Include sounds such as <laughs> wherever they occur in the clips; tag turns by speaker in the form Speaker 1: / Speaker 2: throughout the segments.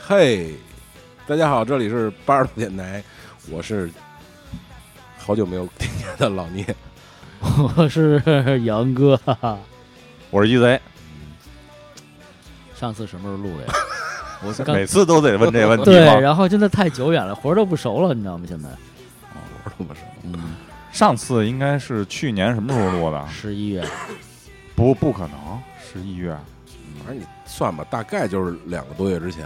Speaker 1: 嘿，大家好，这里是八十度电台，我是好久没有听见的老聂。 <laughs>
Speaker 2: 我是杨哥，哈哈
Speaker 3: 我是一贼，
Speaker 2: 上次什么时候录的呀？我是刚
Speaker 3: 每次都得问这问题
Speaker 2: <laughs> 对，
Speaker 3: 嘛。
Speaker 2: 然后真的太久远了，活儿都不熟了，你知道吗？现在，
Speaker 1: 我是这么说，
Speaker 2: 嗯，
Speaker 3: 上次应该是去年什么时候录的？
Speaker 2: 十一月，
Speaker 3: 不，不可能，十一月。
Speaker 1: 反正你算吧，大概就是两个多月之前，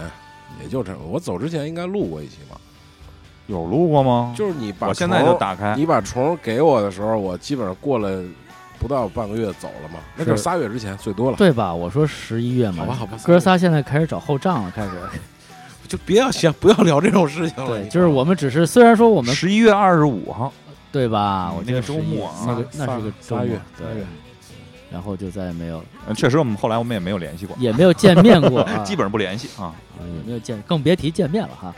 Speaker 1: 也就这。我走之前应该录过一期吧，
Speaker 3: 有录过吗？
Speaker 1: 就是你把
Speaker 3: 我现在
Speaker 1: 虫
Speaker 3: 就打开，
Speaker 1: 你把虫给我的时候，我基本上过了不到半个月走了嘛，那就是
Speaker 2: 是
Speaker 1: 仨月之前最多了。
Speaker 2: 对吧？我说十一月嘛，
Speaker 1: 好吧好吧
Speaker 2: 哥仨现在开始找后账了，开始，
Speaker 1: 就别要想不要聊这种事情了。
Speaker 2: 对，
Speaker 1: 你
Speaker 2: 就是我们只是虽然说我们
Speaker 3: 十一月二十五号。
Speaker 2: 对吧？
Speaker 3: 嗯
Speaker 2: 我
Speaker 3: 那
Speaker 2: 记得
Speaker 3: 个周
Speaker 2: 11
Speaker 3: 末啊
Speaker 2: 那个那是个周
Speaker 1: 仨
Speaker 2: 末
Speaker 1: 月，仨
Speaker 2: 对
Speaker 1: 月，
Speaker 2: 然后就再也没有
Speaker 3: 呃确实，我们后来我们也没有联系过，
Speaker 2: 也没有见面过，啊
Speaker 3: 基本上不联系啊。
Speaker 2: 啊也没有见，更别提见面了哈。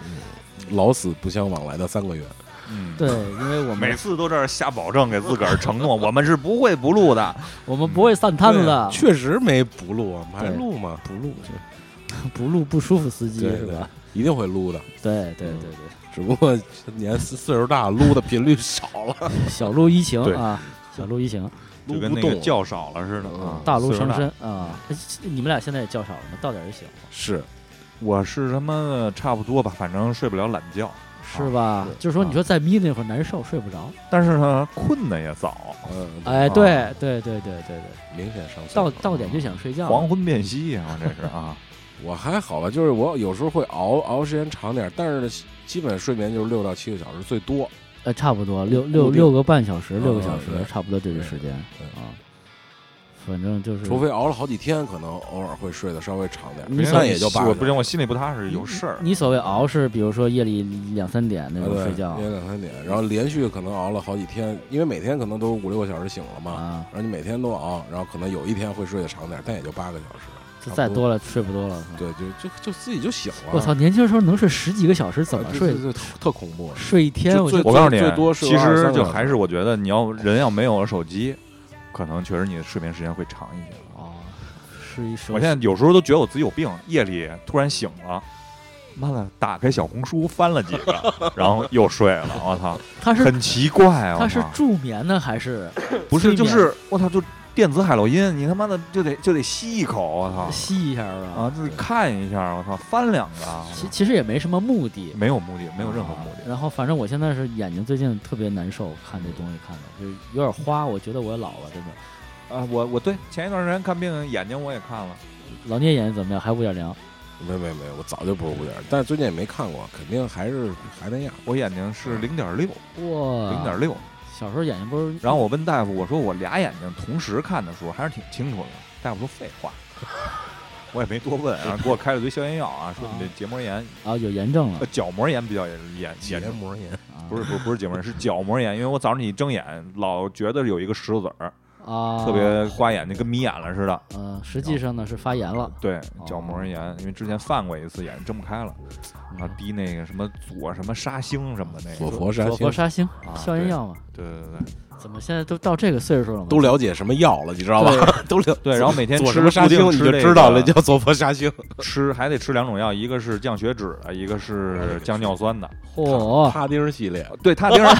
Speaker 1: 老死不相往来的三个月，
Speaker 3: 嗯，
Speaker 2: 对，因为我
Speaker 3: 每
Speaker 2: 们
Speaker 3: 次都这儿下保证给自个儿承
Speaker 2: <laughs>
Speaker 3: 诺，我们是不会不录的。
Speaker 2: 我们不会散摊子
Speaker 1: 对啊
Speaker 2: 的，
Speaker 1: 确实没不录啊，我们还
Speaker 2: 对
Speaker 1: 录吗？
Speaker 2: 不录 <laughs> 不录不舒服司机
Speaker 1: 对
Speaker 2: 是吧？
Speaker 1: 一定会录的，
Speaker 2: 对对对对，
Speaker 1: 只不过年岁岁数大，撸的频率少了，
Speaker 2: 小鹿依情
Speaker 3: 对
Speaker 2: 啊，小鹿依情，
Speaker 3: 就
Speaker 1: 撸
Speaker 3: 跟
Speaker 1: 不
Speaker 3: 那
Speaker 1: 动
Speaker 3: 个
Speaker 1: 了。
Speaker 3: 叫少了似的啊
Speaker 1: 嗯，
Speaker 2: 大鹿
Speaker 3: 岁数
Speaker 2: 伤身啊！哎你们俩现在也较少了吗？到点儿就醒了，
Speaker 1: 是，
Speaker 3: 我是他妈差不多吧，反正睡不了懒觉，
Speaker 2: 是吧？就是说，你说再眯那会儿难受，睡不
Speaker 1: 啊
Speaker 2: 着。
Speaker 3: 但是呢，困的也早，
Speaker 1: 嗯，
Speaker 2: 哎，
Speaker 3: 啊
Speaker 2: 对对对对对对，
Speaker 1: 明显上
Speaker 2: 到
Speaker 1: 升。
Speaker 2: 到点就想睡觉
Speaker 3: 黄
Speaker 2: 了。
Speaker 3: 昏变息啊，这是啊。
Speaker 1: 我还好吧，就是我有时候会熬熬时间长点，但是呢基本睡眠就是六到七个小时最多。
Speaker 2: 呃，差不多六六
Speaker 1: 固定
Speaker 2: 六个半小时，六个小时
Speaker 1: 嗯对，
Speaker 2: 差不多这个时间
Speaker 1: 对对
Speaker 2: 啊。反正就是，
Speaker 1: 除非熬了好几天，可能偶尔会睡得稍微长点，
Speaker 2: <laughs> 你
Speaker 1: 那也就罢
Speaker 3: 我
Speaker 1: 了。
Speaker 3: 不行，我心里不踏实，有事儿。
Speaker 2: 你所谓熬是，比如说夜里两三点那
Speaker 1: 啊
Speaker 2: 种
Speaker 1: 对
Speaker 2: 睡觉
Speaker 1: 也两三点，然后连续可能熬了好几天，因为每天可能都五六个小时醒了嘛，
Speaker 2: 啊，
Speaker 1: 然后你每天都熬，然后可能有一天会睡得长点，但也就八个小时。
Speaker 2: 这
Speaker 1: 差不
Speaker 2: 再多了睡不多了。是吧
Speaker 1: 对，就就就自己就醒了。
Speaker 2: 我操，年轻的时候能睡十几个小时，怎么
Speaker 1: 啊这？
Speaker 2: 睡
Speaker 1: 这这特特恐怖。
Speaker 2: 睡一天，
Speaker 1: 就
Speaker 2: 我就
Speaker 3: <laughs>
Speaker 1: 最
Speaker 3: 我告诉你
Speaker 1: 最多，是
Speaker 3: 其
Speaker 1: 23
Speaker 3: 实
Speaker 1: 个
Speaker 3: 就
Speaker 1: 小时
Speaker 3: 还是我觉得，你要人要没有了手机，可能确实你的睡眠时间会长一些。
Speaker 2: 哦，是一首。
Speaker 3: 我现在有时候都觉得我自己有病，夜里突然醒了，妈的，打开小红书翻了几个，然后又睡了。我操， <laughs>
Speaker 2: 他是
Speaker 3: 很奇怪啊！
Speaker 2: 他是
Speaker 3: 我操
Speaker 2: 助眠呢还是
Speaker 3: 不是
Speaker 2: 催
Speaker 3: 就
Speaker 2: 眠
Speaker 3: 是我操，就电子海洛因，你他妈的就得就得吸一口，我操
Speaker 2: 吸一下儿啊？
Speaker 3: 啊，就是看一下，我操，翻两个，我
Speaker 2: 其
Speaker 3: 操
Speaker 2: 其实也没什么目的，
Speaker 3: 没有目的，没有任何目
Speaker 2: 啊
Speaker 3: 的。
Speaker 2: 然后反正我现在是眼睛最近特别难受，看这东西看的就是有点花，我觉得我老了，真的。
Speaker 3: 啊，我我对前一段时间看病，眼睛我也看了。
Speaker 2: 老聂眼睛怎么样？还五点零？
Speaker 1: 没没没，我早就不是五点儿，但是最近也没看过，肯定还是还那样。
Speaker 3: 我眼睛是零点六，
Speaker 2: 哇，
Speaker 3: 零点。六。
Speaker 2: 小时候眼睛不是，
Speaker 3: 然后我问大夫，我说我俩眼睛同时看的时候还是挺清楚的。大夫说废话，我也没多问啊，给我开了堆消炎药啊，说你这结膜炎、
Speaker 2: 啊有炎症了
Speaker 3: 呃，角膜炎比较严严严重，
Speaker 1: 膜炎，
Speaker 2: 啊
Speaker 3: 不是不是不是结膜炎，是角膜炎。因为我早上一睁眼，老觉得有一个石头子儿，
Speaker 2: 啊，
Speaker 3: 特别刮眼睛，跟迷眼了似的。
Speaker 2: 呃，实际上呢是发炎了，
Speaker 3: 对，角
Speaker 1: 哦
Speaker 3: 膜炎，因为之前犯过一次，眼睛睁不开了，啊，
Speaker 2: 嗯
Speaker 3: 滴那个什么左什么沙星什么那
Speaker 1: 我
Speaker 3: 个，
Speaker 1: 佛山
Speaker 2: 左佛沙星
Speaker 3: 啊
Speaker 2: 消炎
Speaker 3: 对
Speaker 2: 药嘛。
Speaker 3: 对对对对。
Speaker 2: 怎么现在都到这个岁数了吗？
Speaker 1: 都了解什么药了，你知道吧？
Speaker 2: <laughs>
Speaker 1: 都了
Speaker 3: 对然后每天
Speaker 1: 左
Speaker 3: 吃
Speaker 1: 什么沙
Speaker 3: 固
Speaker 1: 星，
Speaker 3: 定
Speaker 1: 你
Speaker 3: 吃
Speaker 1: 就
Speaker 3: 这
Speaker 1: 知道了，
Speaker 3: 个
Speaker 1: 叫左佛沙 <laughs> 星。
Speaker 3: 吃还得吃两种药，一个是降血脂的，一个
Speaker 2: 哎
Speaker 3: 是降尿酸的。
Speaker 2: 嚯！
Speaker 1: 帕丁系 <laughs>
Speaker 2: 呃
Speaker 1: 列，
Speaker 3: 对，他 <laughs> 丁儿，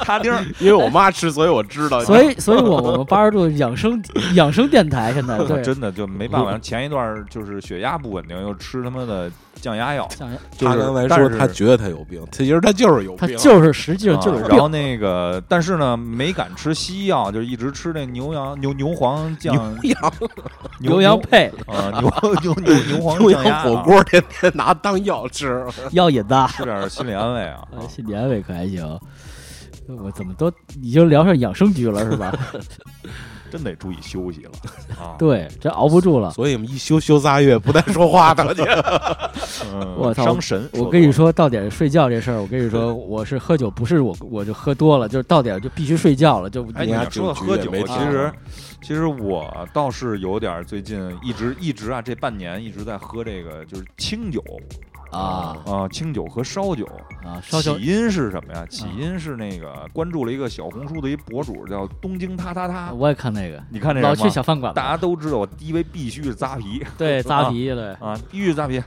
Speaker 3: 他丁儿，
Speaker 1: 因为我妈吃，所以我知道。
Speaker 2: 所以，所以我我们八十度养生养生电台
Speaker 3: <laughs>
Speaker 2: 现在对
Speaker 3: 真的就没办法。前一段儿就是血压不稳定，又吃他妈的降压药，
Speaker 2: 像人
Speaker 3: 就
Speaker 1: 他
Speaker 3: 是
Speaker 1: 刚才
Speaker 3: 但
Speaker 1: 说
Speaker 3: 是
Speaker 1: 他觉得他有病，他其实他就是有
Speaker 2: 他
Speaker 1: 病，
Speaker 2: 就是实际上
Speaker 3: 啊
Speaker 2: 就是
Speaker 3: 然
Speaker 2: 病，
Speaker 3: 后那个，但是呢，没敢吃西药，就一直吃那牛羊牛牛黄酱
Speaker 1: 牛羊
Speaker 2: 牛羊配
Speaker 3: 啊，牛 <laughs> 牛牛牛
Speaker 2: <laughs>
Speaker 3: 黄
Speaker 1: 牛
Speaker 3: 酱鸭
Speaker 1: 羊
Speaker 3: 啊
Speaker 1: 火，锅天天拿当药吃。
Speaker 2: 药引子，哎
Speaker 3: 吃点儿心理安慰
Speaker 2: <laughs>
Speaker 3: 啊。啊
Speaker 2: 新年尾可还行。我怎么都已经聊上养生局了是吧？
Speaker 3: 真得注意休息了啊！
Speaker 2: 对，这熬不住了。
Speaker 1: <laughs> 所以我们一休休仨月，不带说话 <laughs> 的。
Speaker 3: 嗯
Speaker 2: 我操
Speaker 3: 伤神。
Speaker 2: 我跟你，说，到点睡觉这事儿，我跟你说，我是喝酒，不是我我就喝多了，就是到点就必须睡觉了，就
Speaker 3: 哎，你
Speaker 1: 人家
Speaker 3: 要说到
Speaker 1: 酒
Speaker 3: 喝
Speaker 1: 局也
Speaker 3: 酒，
Speaker 1: 没
Speaker 3: 其
Speaker 2: 停
Speaker 3: 实其实我倒是有点儿最近一直一直啊，这半年一直在喝这个就是清酒
Speaker 2: 啊
Speaker 3: 啊、清酒和烧酒。
Speaker 2: 啊烧酒嗯
Speaker 3: 起因是什么呀？起因是那个关注了一个小红书的一博主叫东京他他他，
Speaker 2: 我也看那个，
Speaker 3: 你看这
Speaker 2: 老
Speaker 3: 人吗
Speaker 2: 去？小饭馆嘛，
Speaker 3: 大家都知道，我第一杯必须是扎啤
Speaker 2: 对扎啤对
Speaker 3: 啊，必须是扎啤。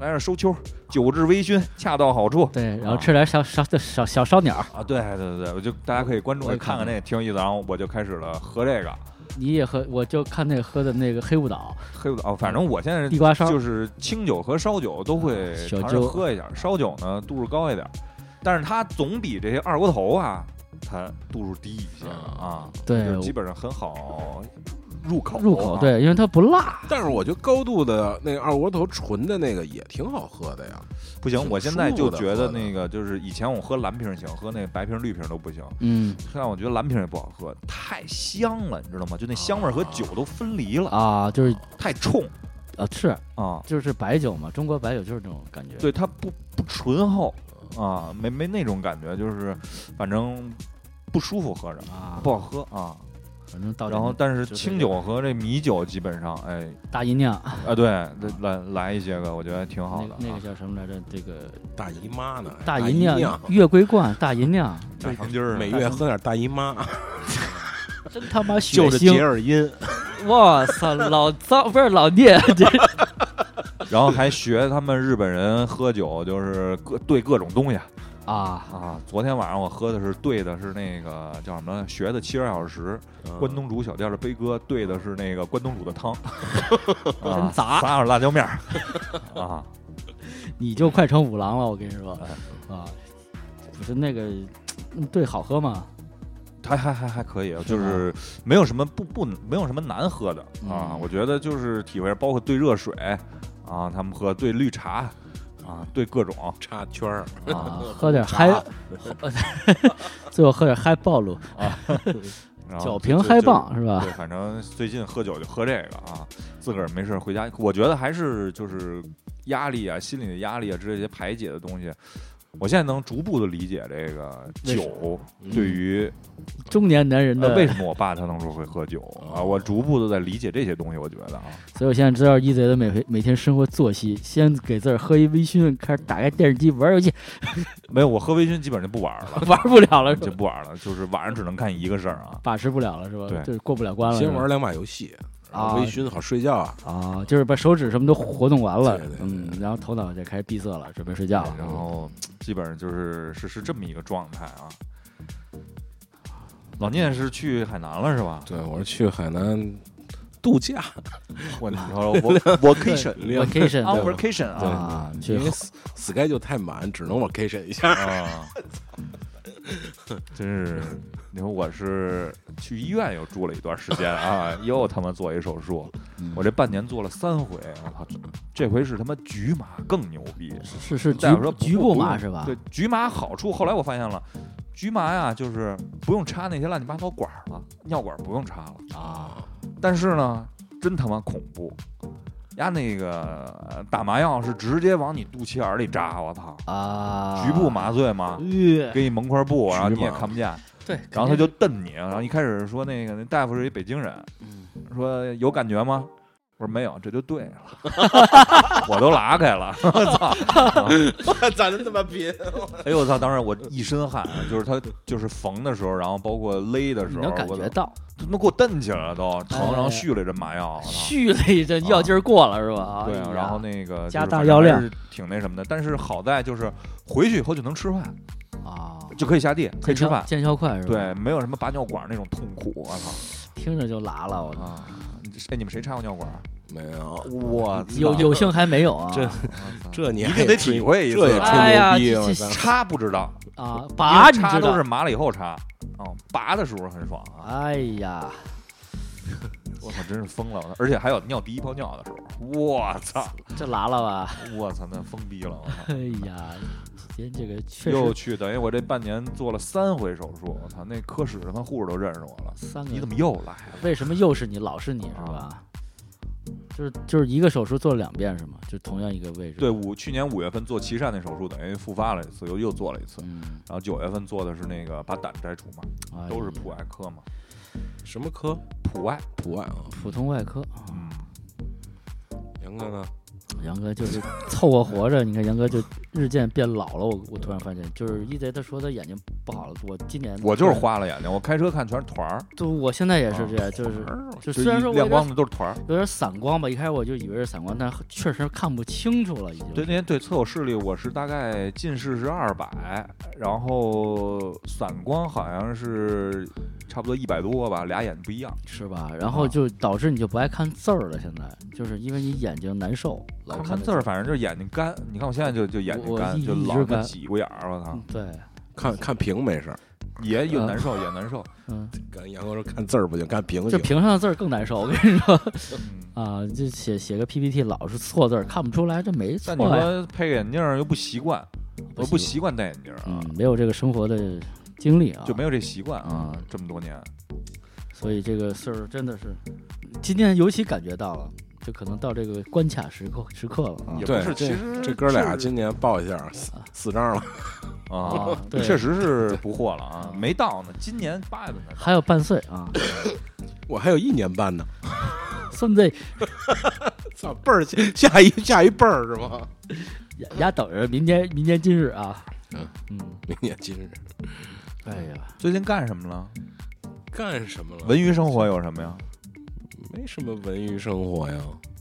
Speaker 3: 来点收秋，酒至微醺，恰到好处
Speaker 2: 对，然后吃点小小小小小烧鸟，
Speaker 3: 啊！对对对对，我就大家可以关注
Speaker 2: 我也
Speaker 3: 看
Speaker 2: 看
Speaker 3: 看那个挺有意思，然后我就开始了喝这个
Speaker 2: 你也喝，我就看那个喝的那个黑雾岛
Speaker 3: 黑葡萄，哦反正我现在
Speaker 2: 嗯地瓜烧，啊
Speaker 3: 就是清酒和烧酒都会
Speaker 2: 小
Speaker 3: 尝试
Speaker 2: 酒
Speaker 3: 喝一下，烧酒呢度数高一点，但是它总比这些二锅头啊，它度数低一些啊，
Speaker 2: 对
Speaker 3: 就是基本上很好入口
Speaker 2: 入口
Speaker 3: 啊，
Speaker 2: 对，因为它不辣，
Speaker 1: 但是我觉得高度的那个二锅头纯的那个也挺好喝的呀。
Speaker 3: 不行，
Speaker 1: 挺
Speaker 3: 我现在
Speaker 1: 舒
Speaker 3: 就
Speaker 1: 服的
Speaker 3: 觉
Speaker 1: 喝
Speaker 3: 得
Speaker 1: 的
Speaker 3: 那个就是以前我喝蓝瓶行，喝那个白瓶绿瓶都不行，
Speaker 2: 嗯
Speaker 3: 现在我觉得蓝瓶也不好喝，太香了，你知道吗？就那香味儿和酒都分离了，
Speaker 2: 啊，就是
Speaker 3: 太冲
Speaker 2: 啊是
Speaker 3: 啊！
Speaker 2: 就是白酒嘛，中国白酒就是这种感觉，
Speaker 3: 对，它不不醇厚啊，没没那种感觉，就是反正不舒服喝着。
Speaker 2: 啊，
Speaker 3: 不好喝啊，
Speaker 2: 反正到
Speaker 3: 然后但是
Speaker 2: 就
Speaker 3: 清
Speaker 2: 这
Speaker 3: 酒和这米酒基本上，哎
Speaker 2: 大姨娘
Speaker 3: 啊，对，来来一些个，我觉得挺好
Speaker 2: 那
Speaker 3: 的
Speaker 2: 个那
Speaker 3: 啊
Speaker 2: 个。叫什么来着？这个
Speaker 1: 大姨妈呢？
Speaker 2: 大
Speaker 1: 姨
Speaker 2: 姨酿月桂冠，大姨
Speaker 3: <laughs>
Speaker 2: 酿
Speaker 3: 大长今儿
Speaker 1: 每月喝点大姨 <laughs> 妈，
Speaker 2: 真他妈血
Speaker 1: 就是结
Speaker 2: 腥！
Speaker 1: 耳音。
Speaker 2: 哇塞，老糟不是老聂，这
Speaker 3: <laughs> 然后还学他们日本人喝酒，就是各兑各种东西
Speaker 2: 啊
Speaker 3: <laughs> 啊。昨天晚上我喝的是兑的是那个叫什么？学的七十二小时，
Speaker 1: 嗯
Speaker 2: 嗯
Speaker 3: 关东煮小店的悲歌，兑的是那个关东煮
Speaker 2: <laughs>
Speaker 3: 的汤，啊
Speaker 2: 真，杂
Speaker 3: 撒点辣椒
Speaker 2: <laughs>
Speaker 3: 面儿啊。
Speaker 2: 你就快成五郎了，我跟你说
Speaker 3: 哎
Speaker 2: 啊，不是那个嗯对好喝吗？
Speaker 3: 还还还还可以，啊
Speaker 2: 是
Speaker 3: 就
Speaker 2: 吗
Speaker 3: 是没有什么不不没有什么难喝的啊，
Speaker 2: 嗯
Speaker 3: 我觉得就是体会，包括兑热水啊，他们喝兑绿茶啊，兑各种
Speaker 1: 插圈儿，
Speaker 2: 啊
Speaker 1: <laughs>
Speaker 3: <laughs> 啊，，
Speaker 2: 喝点嗨，喝 <laughs> 最后喝点嗨暴露，
Speaker 3: 然后
Speaker 2: 酒
Speaker 3: 就
Speaker 2: 瓶
Speaker 3: 哦就
Speaker 2: 嗨
Speaker 3: 就
Speaker 2: 棒是啊吧？
Speaker 3: 对，反正最近喝酒就喝这个啊，自个儿没事儿回家，我觉得还是就是压力啊，心理的压力啊之类一些排解的东西。我现在能逐步的理解这个
Speaker 2: 为什
Speaker 3: 酒对于
Speaker 2: 中年男人
Speaker 3: 呃为
Speaker 2: 的，哦
Speaker 3: 什么我爸他能说会喝酒啊，我逐步的在理解这些东西，我觉得啊，
Speaker 2: 所以我现在知道一 E 贼的每回每天生活作息，先给自个儿喝一微醺，开始打开电视机玩游戏，
Speaker 3: 没有我喝微醺基本上就不玩了。
Speaker 2: 玩不了了，
Speaker 3: <laughs> 就不玩了，就是晚上只能看一个事儿啊。
Speaker 2: 把持不了了是吧？
Speaker 3: 对
Speaker 2: 就是过不了关了。
Speaker 1: 先玩两把游戏，然后
Speaker 2: 啊
Speaker 1: 微醺好睡觉啊。
Speaker 2: 是吧啊，就是把手指什么都活动完了
Speaker 1: 对对，对
Speaker 2: 嗯，然后头脑就开始闭塞了，准备睡觉了。
Speaker 3: 然后基本上就是是是这么一个状态啊。老聂是去海南了是吧？
Speaker 1: 对，我是去海南度假，
Speaker 3: 我你说我 vacation
Speaker 1: 对
Speaker 2: vacation
Speaker 3: on
Speaker 2: 对
Speaker 3: vacation
Speaker 1: 对
Speaker 3: 啊
Speaker 2: 啊，去
Speaker 1: 因为 s- sky 就太满，只能我 K 神一下。 <laughs>
Speaker 3: 啊，真是。你说我是去医院又住了一段时间啊，又他妈做一手术，我这半年做了三回，我操，这回是他妈局麻更牛逼，
Speaker 2: 是是局
Speaker 3: 大夫说不
Speaker 2: 局部
Speaker 3: 不
Speaker 2: 麻
Speaker 3: 用
Speaker 2: 是吧？
Speaker 1: 啊
Speaker 3: 对，局麻好处，后来我发现了，局麻呀，就是不用插那些乱七八糟管儿了，尿管儿不用插
Speaker 1: <laughs>
Speaker 3: 了。
Speaker 1: 啊，
Speaker 3: 但是呢，真他妈恐怖，呀，那个呃打麻药是直接往你肚脐眼儿里扎，我操！
Speaker 2: 啊，
Speaker 3: 局部麻醉
Speaker 1: <laughs>
Speaker 3: 嘛，
Speaker 2: 呃，
Speaker 3: 给你蒙块布，然后你
Speaker 1: 局麻
Speaker 3: 也看不见，
Speaker 2: 对，
Speaker 3: 然后他就瞪你，然后一开始说那个那大夫是一北京人，
Speaker 1: 嗯
Speaker 3: 说有感觉吗？我说没有，这就对了，
Speaker 1: <laughs>
Speaker 3: 我都拉开了，我操！
Speaker 1: 咋就这么贫？
Speaker 3: <laughs> 哎呦我操！当时我一身汗，啊就是他就是缝的时候，然后包括勒的时
Speaker 2: 你
Speaker 3: 候，
Speaker 2: 能感
Speaker 3: 我
Speaker 2: 觉
Speaker 3: 都
Speaker 2: 到
Speaker 3: 他妈给我蹬起来了都
Speaker 2: 哎
Speaker 3: 疼，然后续了一针麻药，我操
Speaker 2: 续了一阵药劲儿过了是吧？
Speaker 3: 啊对
Speaker 2: 哎
Speaker 3: 啊，
Speaker 2: 呀
Speaker 3: 然后那个
Speaker 2: 加
Speaker 3: 就是
Speaker 2: 大
Speaker 3: 反正
Speaker 2: 药量
Speaker 3: 还是挺那什么的，但是好在就是回去以后就能吃饭，
Speaker 2: 啊，
Speaker 3: 就可以下地，可以吃
Speaker 2: 见效
Speaker 3: 饭，
Speaker 2: 见效快是吧？
Speaker 3: 对，，没有什么拔尿管那种痛苦，我操
Speaker 2: 听着就拉了，我操
Speaker 3: 啊！哎，你们谁插过尿管？
Speaker 1: <laughs> 没有，
Speaker 3: 我
Speaker 2: 有有幸还没有啊，
Speaker 3: 这
Speaker 1: 这你
Speaker 3: 一
Speaker 1: 还
Speaker 3: 定得体会一次
Speaker 1: 这也
Speaker 2: 哎呀
Speaker 1: 吹牛逼，
Speaker 2: 这
Speaker 1: 我操！
Speaker 2: 这
Speaker 3: 插不知道，
Speaker 2: 啊
Speaker 3: 因
Speaker 2: 拔
Speaker 3: 为
Speaker 2: 你
Speaker 3: 插
Speaker 2: 知
Speaker 3: 都
Speaker 2: 道
Speaker 3: 是？麻了以后插，哦，拔的时候很爽啊！
Speaker 2: 哎呀，
Speaker 3: 我操，真是疯了！我操而且还有尿第一泡尿的时候，我操！
Speaker 2: 这拉了吧？
Speaker 3: 我操，那疯逼了！我操，
Speaker 2: 哎呀，今天这个确
Speaker 3: 又
Speaker 2: 实
Speaker 3: 去，等于我这半年做了三回手术，我操，那科室他妈护士都认识我了。
Speaker 2: 三个
Speaker 3: 你怎么啊又来
Speaker 2: <laughs>
Speaker 3: 了？
Speaker 2: 为什么又是你，老是你是吧？就是就是一个手术做了两遍是吗？就同样一个位置。
Speaker 3: 对，，五去年五月份做脐疝那手术，等于复发了一次，又又做了一次。
Speaker 2: 嗯，
Speaker 3: 然后九月份做的是那个把胆摘除嘛，
Speaker 2: 哎
Speaker 3: 都是
Speaker 2: 呀
Speaker 3: 普外科嘛，
Speaker 1: 什么科？
Speaker 3: 普外，
Speaker 1: 普外啊？
Speaker 2: 普通外科。
Speaker 3: 嗯，
Speaker 1: 杨哥呢？
Speaker 2: 杨哥就是凑合活着，你看杨哥就日渐变老了。我我突然发现，就是一贼他说他眼睛不好了。我今年
Speaker 3: 我就是花了眼睛，我开车看全是团儿，啊
Speaker 2: 就我现在也是这样，就是就虽然说
Speaker 3: 一
Speaker 2: 我有
Speaker 3: 亮光
Speaker 2: 点
Speaker 3: 的都是团儿。
Speaker 2: 有点散光吧，一开始我就以为是散光，但确实看不清楚了，已经。
Speaker 3: 对，那天对测我视力，我是大概近视是二百，然后散光好像是差不多一百多吧，俩眼不一样。
Speaker 2: 是吧？
Speaker 3: 啊
Speaker 2: 然后就导致你就不爱看字儿了，现在就是因为你眼睛难受，老
Speaker 3: 看
Speaker 2: 看
Speaker 3: 看字儿，反正就是眼睛干。你看我现在就就眼睛
Speaker 2: 我
Speaker 3: 干，
Speaker 2: 一
Speaker 3: 就
Speaker 2: 一
Speaker 3: 老
Speaker 2: 直
Speaker 3: 他妈
Speaker 2: 干
Speaker 3: 挤过眼儿，我操
Speaker 2: 嗯，对，
Speaker 1: 看看屏没事儿，
Speaker 3: 也也
Speaker 2: 呃
Speaker 3: 难受，也难受。
Speaker 2: 嗯，
Speaker 1: 跟杨哥说看字儿不行，看屏
Speaker 2: 这
Speaker 1: 行。
Speaker 2: 屏上的字儿更难受。我跟你 <laughs> 说
Speaker 3: 嗯
Speaker 2: 啊，就写写个 PPT 老是错字儿，看不出来，这没错
Speaker 3: 但你
Speaker 2: 呀。
Speaker 3: 说配个眼镜儿又不习惯，我
Speaker 2: 不
Speaker 3: 不
Speaker 2: 习
Speaker 3: 习惯戴眼镜儿啊，
Speaker 2: 嗯，没有这个生活的经历啊，
Speaker 3: 就没有这习惯
Speaker 2: 啊
Speaker 3: 这么多年，
Speaker 2: 所以这个事儿真的是，今天尤其感觉到了，就可能到这个关卡时刻时刻了啊
Speaker 3: 也。不
Speaker 1: 对
Speaker 3: 是，其实
Speaker 1: 这这哥俩
Speaker 3: 是
Speaker 1: 今年报一下四四张了， <laughs>
Speaker 3: <laughs> 啊，
Speaker 2: <laughs> 对
Speaker 3: 确实是不惑了啊，
Speaker 2: 对
Speaker 3: 没到呢，今年八月份才
Speaker 2: <laughs>
Speaker 3: 到。
Speaker 2: 还有半岁啊，
Speaker 1: 我还有一年半呢，
Speaker 2: 孙子
Speaker 1: 操倍儿下 <laughs> 一下一辈儿是吗？
Speaker 2: 呀呀等着明年明年今日啊。
Speaker 1: 嗯
Speaker 2: 嗯，
Speaker 1: 明年今日
Speaker 2: 哎呀，
Speaker 3: 最近干什么了？
Speaker 1: 干什么了？
Speaker 3: 文娱生活有什么呀？
Speaker 1: 没什么文娱生活呀。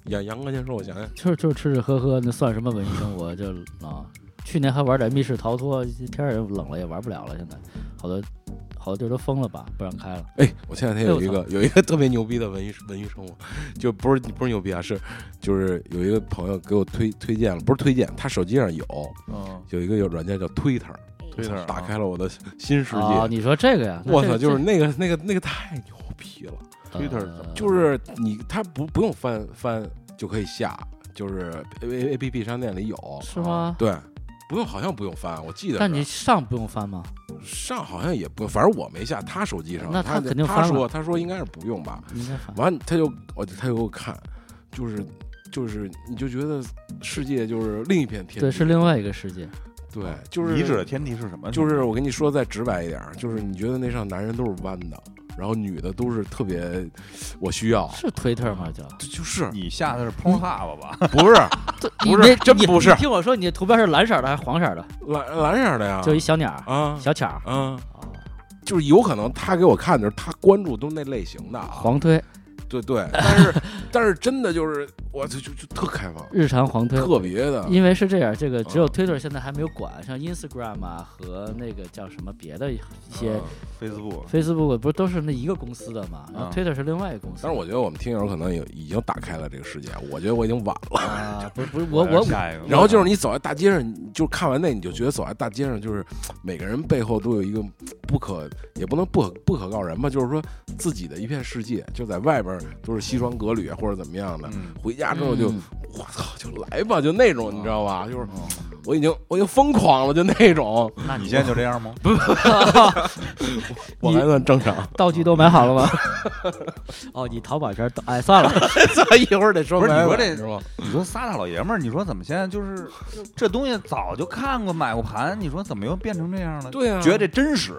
Speaker 1: 杨杨哥先说，我想想，
Speaker 2: 就是就是吃吃喝喝，那算什么文艺生活？就啊，去年还玩点密室逃脱，天儿也冷了，也玩不了了。现在好多好多地儿都封了吧，不让开了。
Speaker 1: 哎，我前两天有一个有一个特别牛逼的文娱文娱生活，就不是不是牛逼啊，是就是有一个朋友给我推推荐了，不是推荐，他手机上有
Speaker 3: 嗯
Speaker 1: 有一个有软件叫 Twitter，
Speaker 3: ，Twitter 啊
Speaker 1: 打开了我的新世
Speaker 2: 哦，
Speaker 1: 界。
Speaker 2: 你说这个呀？那
Speaker 1: 我
Speaker 2: 这
Speaker 1: 操，
Speaker 2: 个
Speaker 1: 就是那个那个那个太牛逼了，
Speaker 2: 这
Speaker 3: Twitter
Speaker 2: 呃
Speaker 3: 怎么
Speaker 1: 就是你他不不用翻翻就可以下，就是 A A P P 商店里有，
Speaker 2: 是
Speaker 1: 啊
Speaker 2: 吗？
Speaker 1: 对，不用好像不用翻，我记得是。
Speaker 2: 但你上不用翻吗？
Speaker 1: 上好像也不，反正我没下，他手机上，
Speaker 2: 那
Speaker 1: 他
Speaker 2: 他肯定
Speaker 1: 他
Speaker 2: 翻了
Speaker 1: 说他说应该是不用吧，
Speaker 2: 你应该翻。
Speaker 1: 完他就我他就给我看，就是就是你就觉得世界就是另一片天地，
Speaker 2: 对，是另哦外一个世
Speaker 1: 啊
Speaker 2: 界。
Speaker 1: 对，就是
Speaker 3: 你指的天地是什么？
Speaker 1: 就是我跟你说再直白一点儿，就是你觉得那上男人都是弯的，然后女的都是特别我需要，
Speaker 2: 是 Twitter 吗？叫
Speaker 1: 这就是
Speaker 3: 你下的是 p o n h u b 吧？
Speaker 1: 不是 <laughs> 不是
Speaker 2: 你那
Speaker 1: 真
Speaker 2: 你
Speaker 1: 不是
Speaker 2: 你听我说，你的图标是蓝色的还是黄色的？
Speaker 1: 蓝蓝色的呀？
Speaker 2: 就一小鸟儿、
Speaker 1: 啊
Speaker 2: 小巧儿。
Speaker 1: 啊，
Speaker 2: 哦
Speaker 1: 就是有可能他给我看的时候，他关注都那类型的啊，
Speaker 2: 黄推，
Speaker 1: 对 <laughs> 对，但是但是真的就是我就就就特开
Speaker 2: <laughs>
Speaker 1: 放。
Speaker 2: 日常黄推。
Speaker 1: 特别的，
Speaker 2: 因为是这样，这个只有
Speaker 1: 嗯
Speaker 2: Twitter 现在还没有管，像 Instagram 啊和那个叫什么别的一些
Speaker 1: 嗯
Speaker 3: Facebook
Speaker 2: Facebook 不是都是那一个公司的嘛？然后
Speaker 3: 嗯
Speaker 2: Twitter 是另外一个公司。
Speaker 1: 但是我觉得我们听友可能也已经打开了这个世界，我觉得我已经晚了。
Speaker 2: 啊，不是不是我
Speaker 3: 要
Speaker 2: 我
Speaker 3: 下一个，
Speaker 1: 然后就是你走在大街上，你就看完那，你就觉得走在大街上，就是每个人背后都有一个不可，也不能不可不可告人吧，就是说自己的一片世界，就在外边都是西装革履啊或者怎么样的。
Speaker 3: 嗯，
Speaker 1: 回家之后就
Speaker 2: 嗯，
Speaker 1: 我操，就来吧，就那种，你知道吧？就是
Speaker 3: 哦
Speaker 1: 我已经我已经疯狂了，就那种，
Speaker 2: 那
Speaker 3: 你现在就这样吗？
Speaker 1: 我还算正常。
Speaker 2: <laughs> 道具都买好了吗？哦，你淘宝这儿都哎算了，
Speaker 1: 一会儿得说
Speaker 3: 不是你
Speaker 1: 白
Speaker 3: 说
Speaker 1: 了
Speaker 3: 这
Speaker 1: 是吧？
Speaker 3: 你说仨大老爷们儿，你说怎么现在就是就这东西早就看过买过盘，你说怎么又变成这样了？
Speaker 1: 对啊，
Speaker 3: 觉得这真实，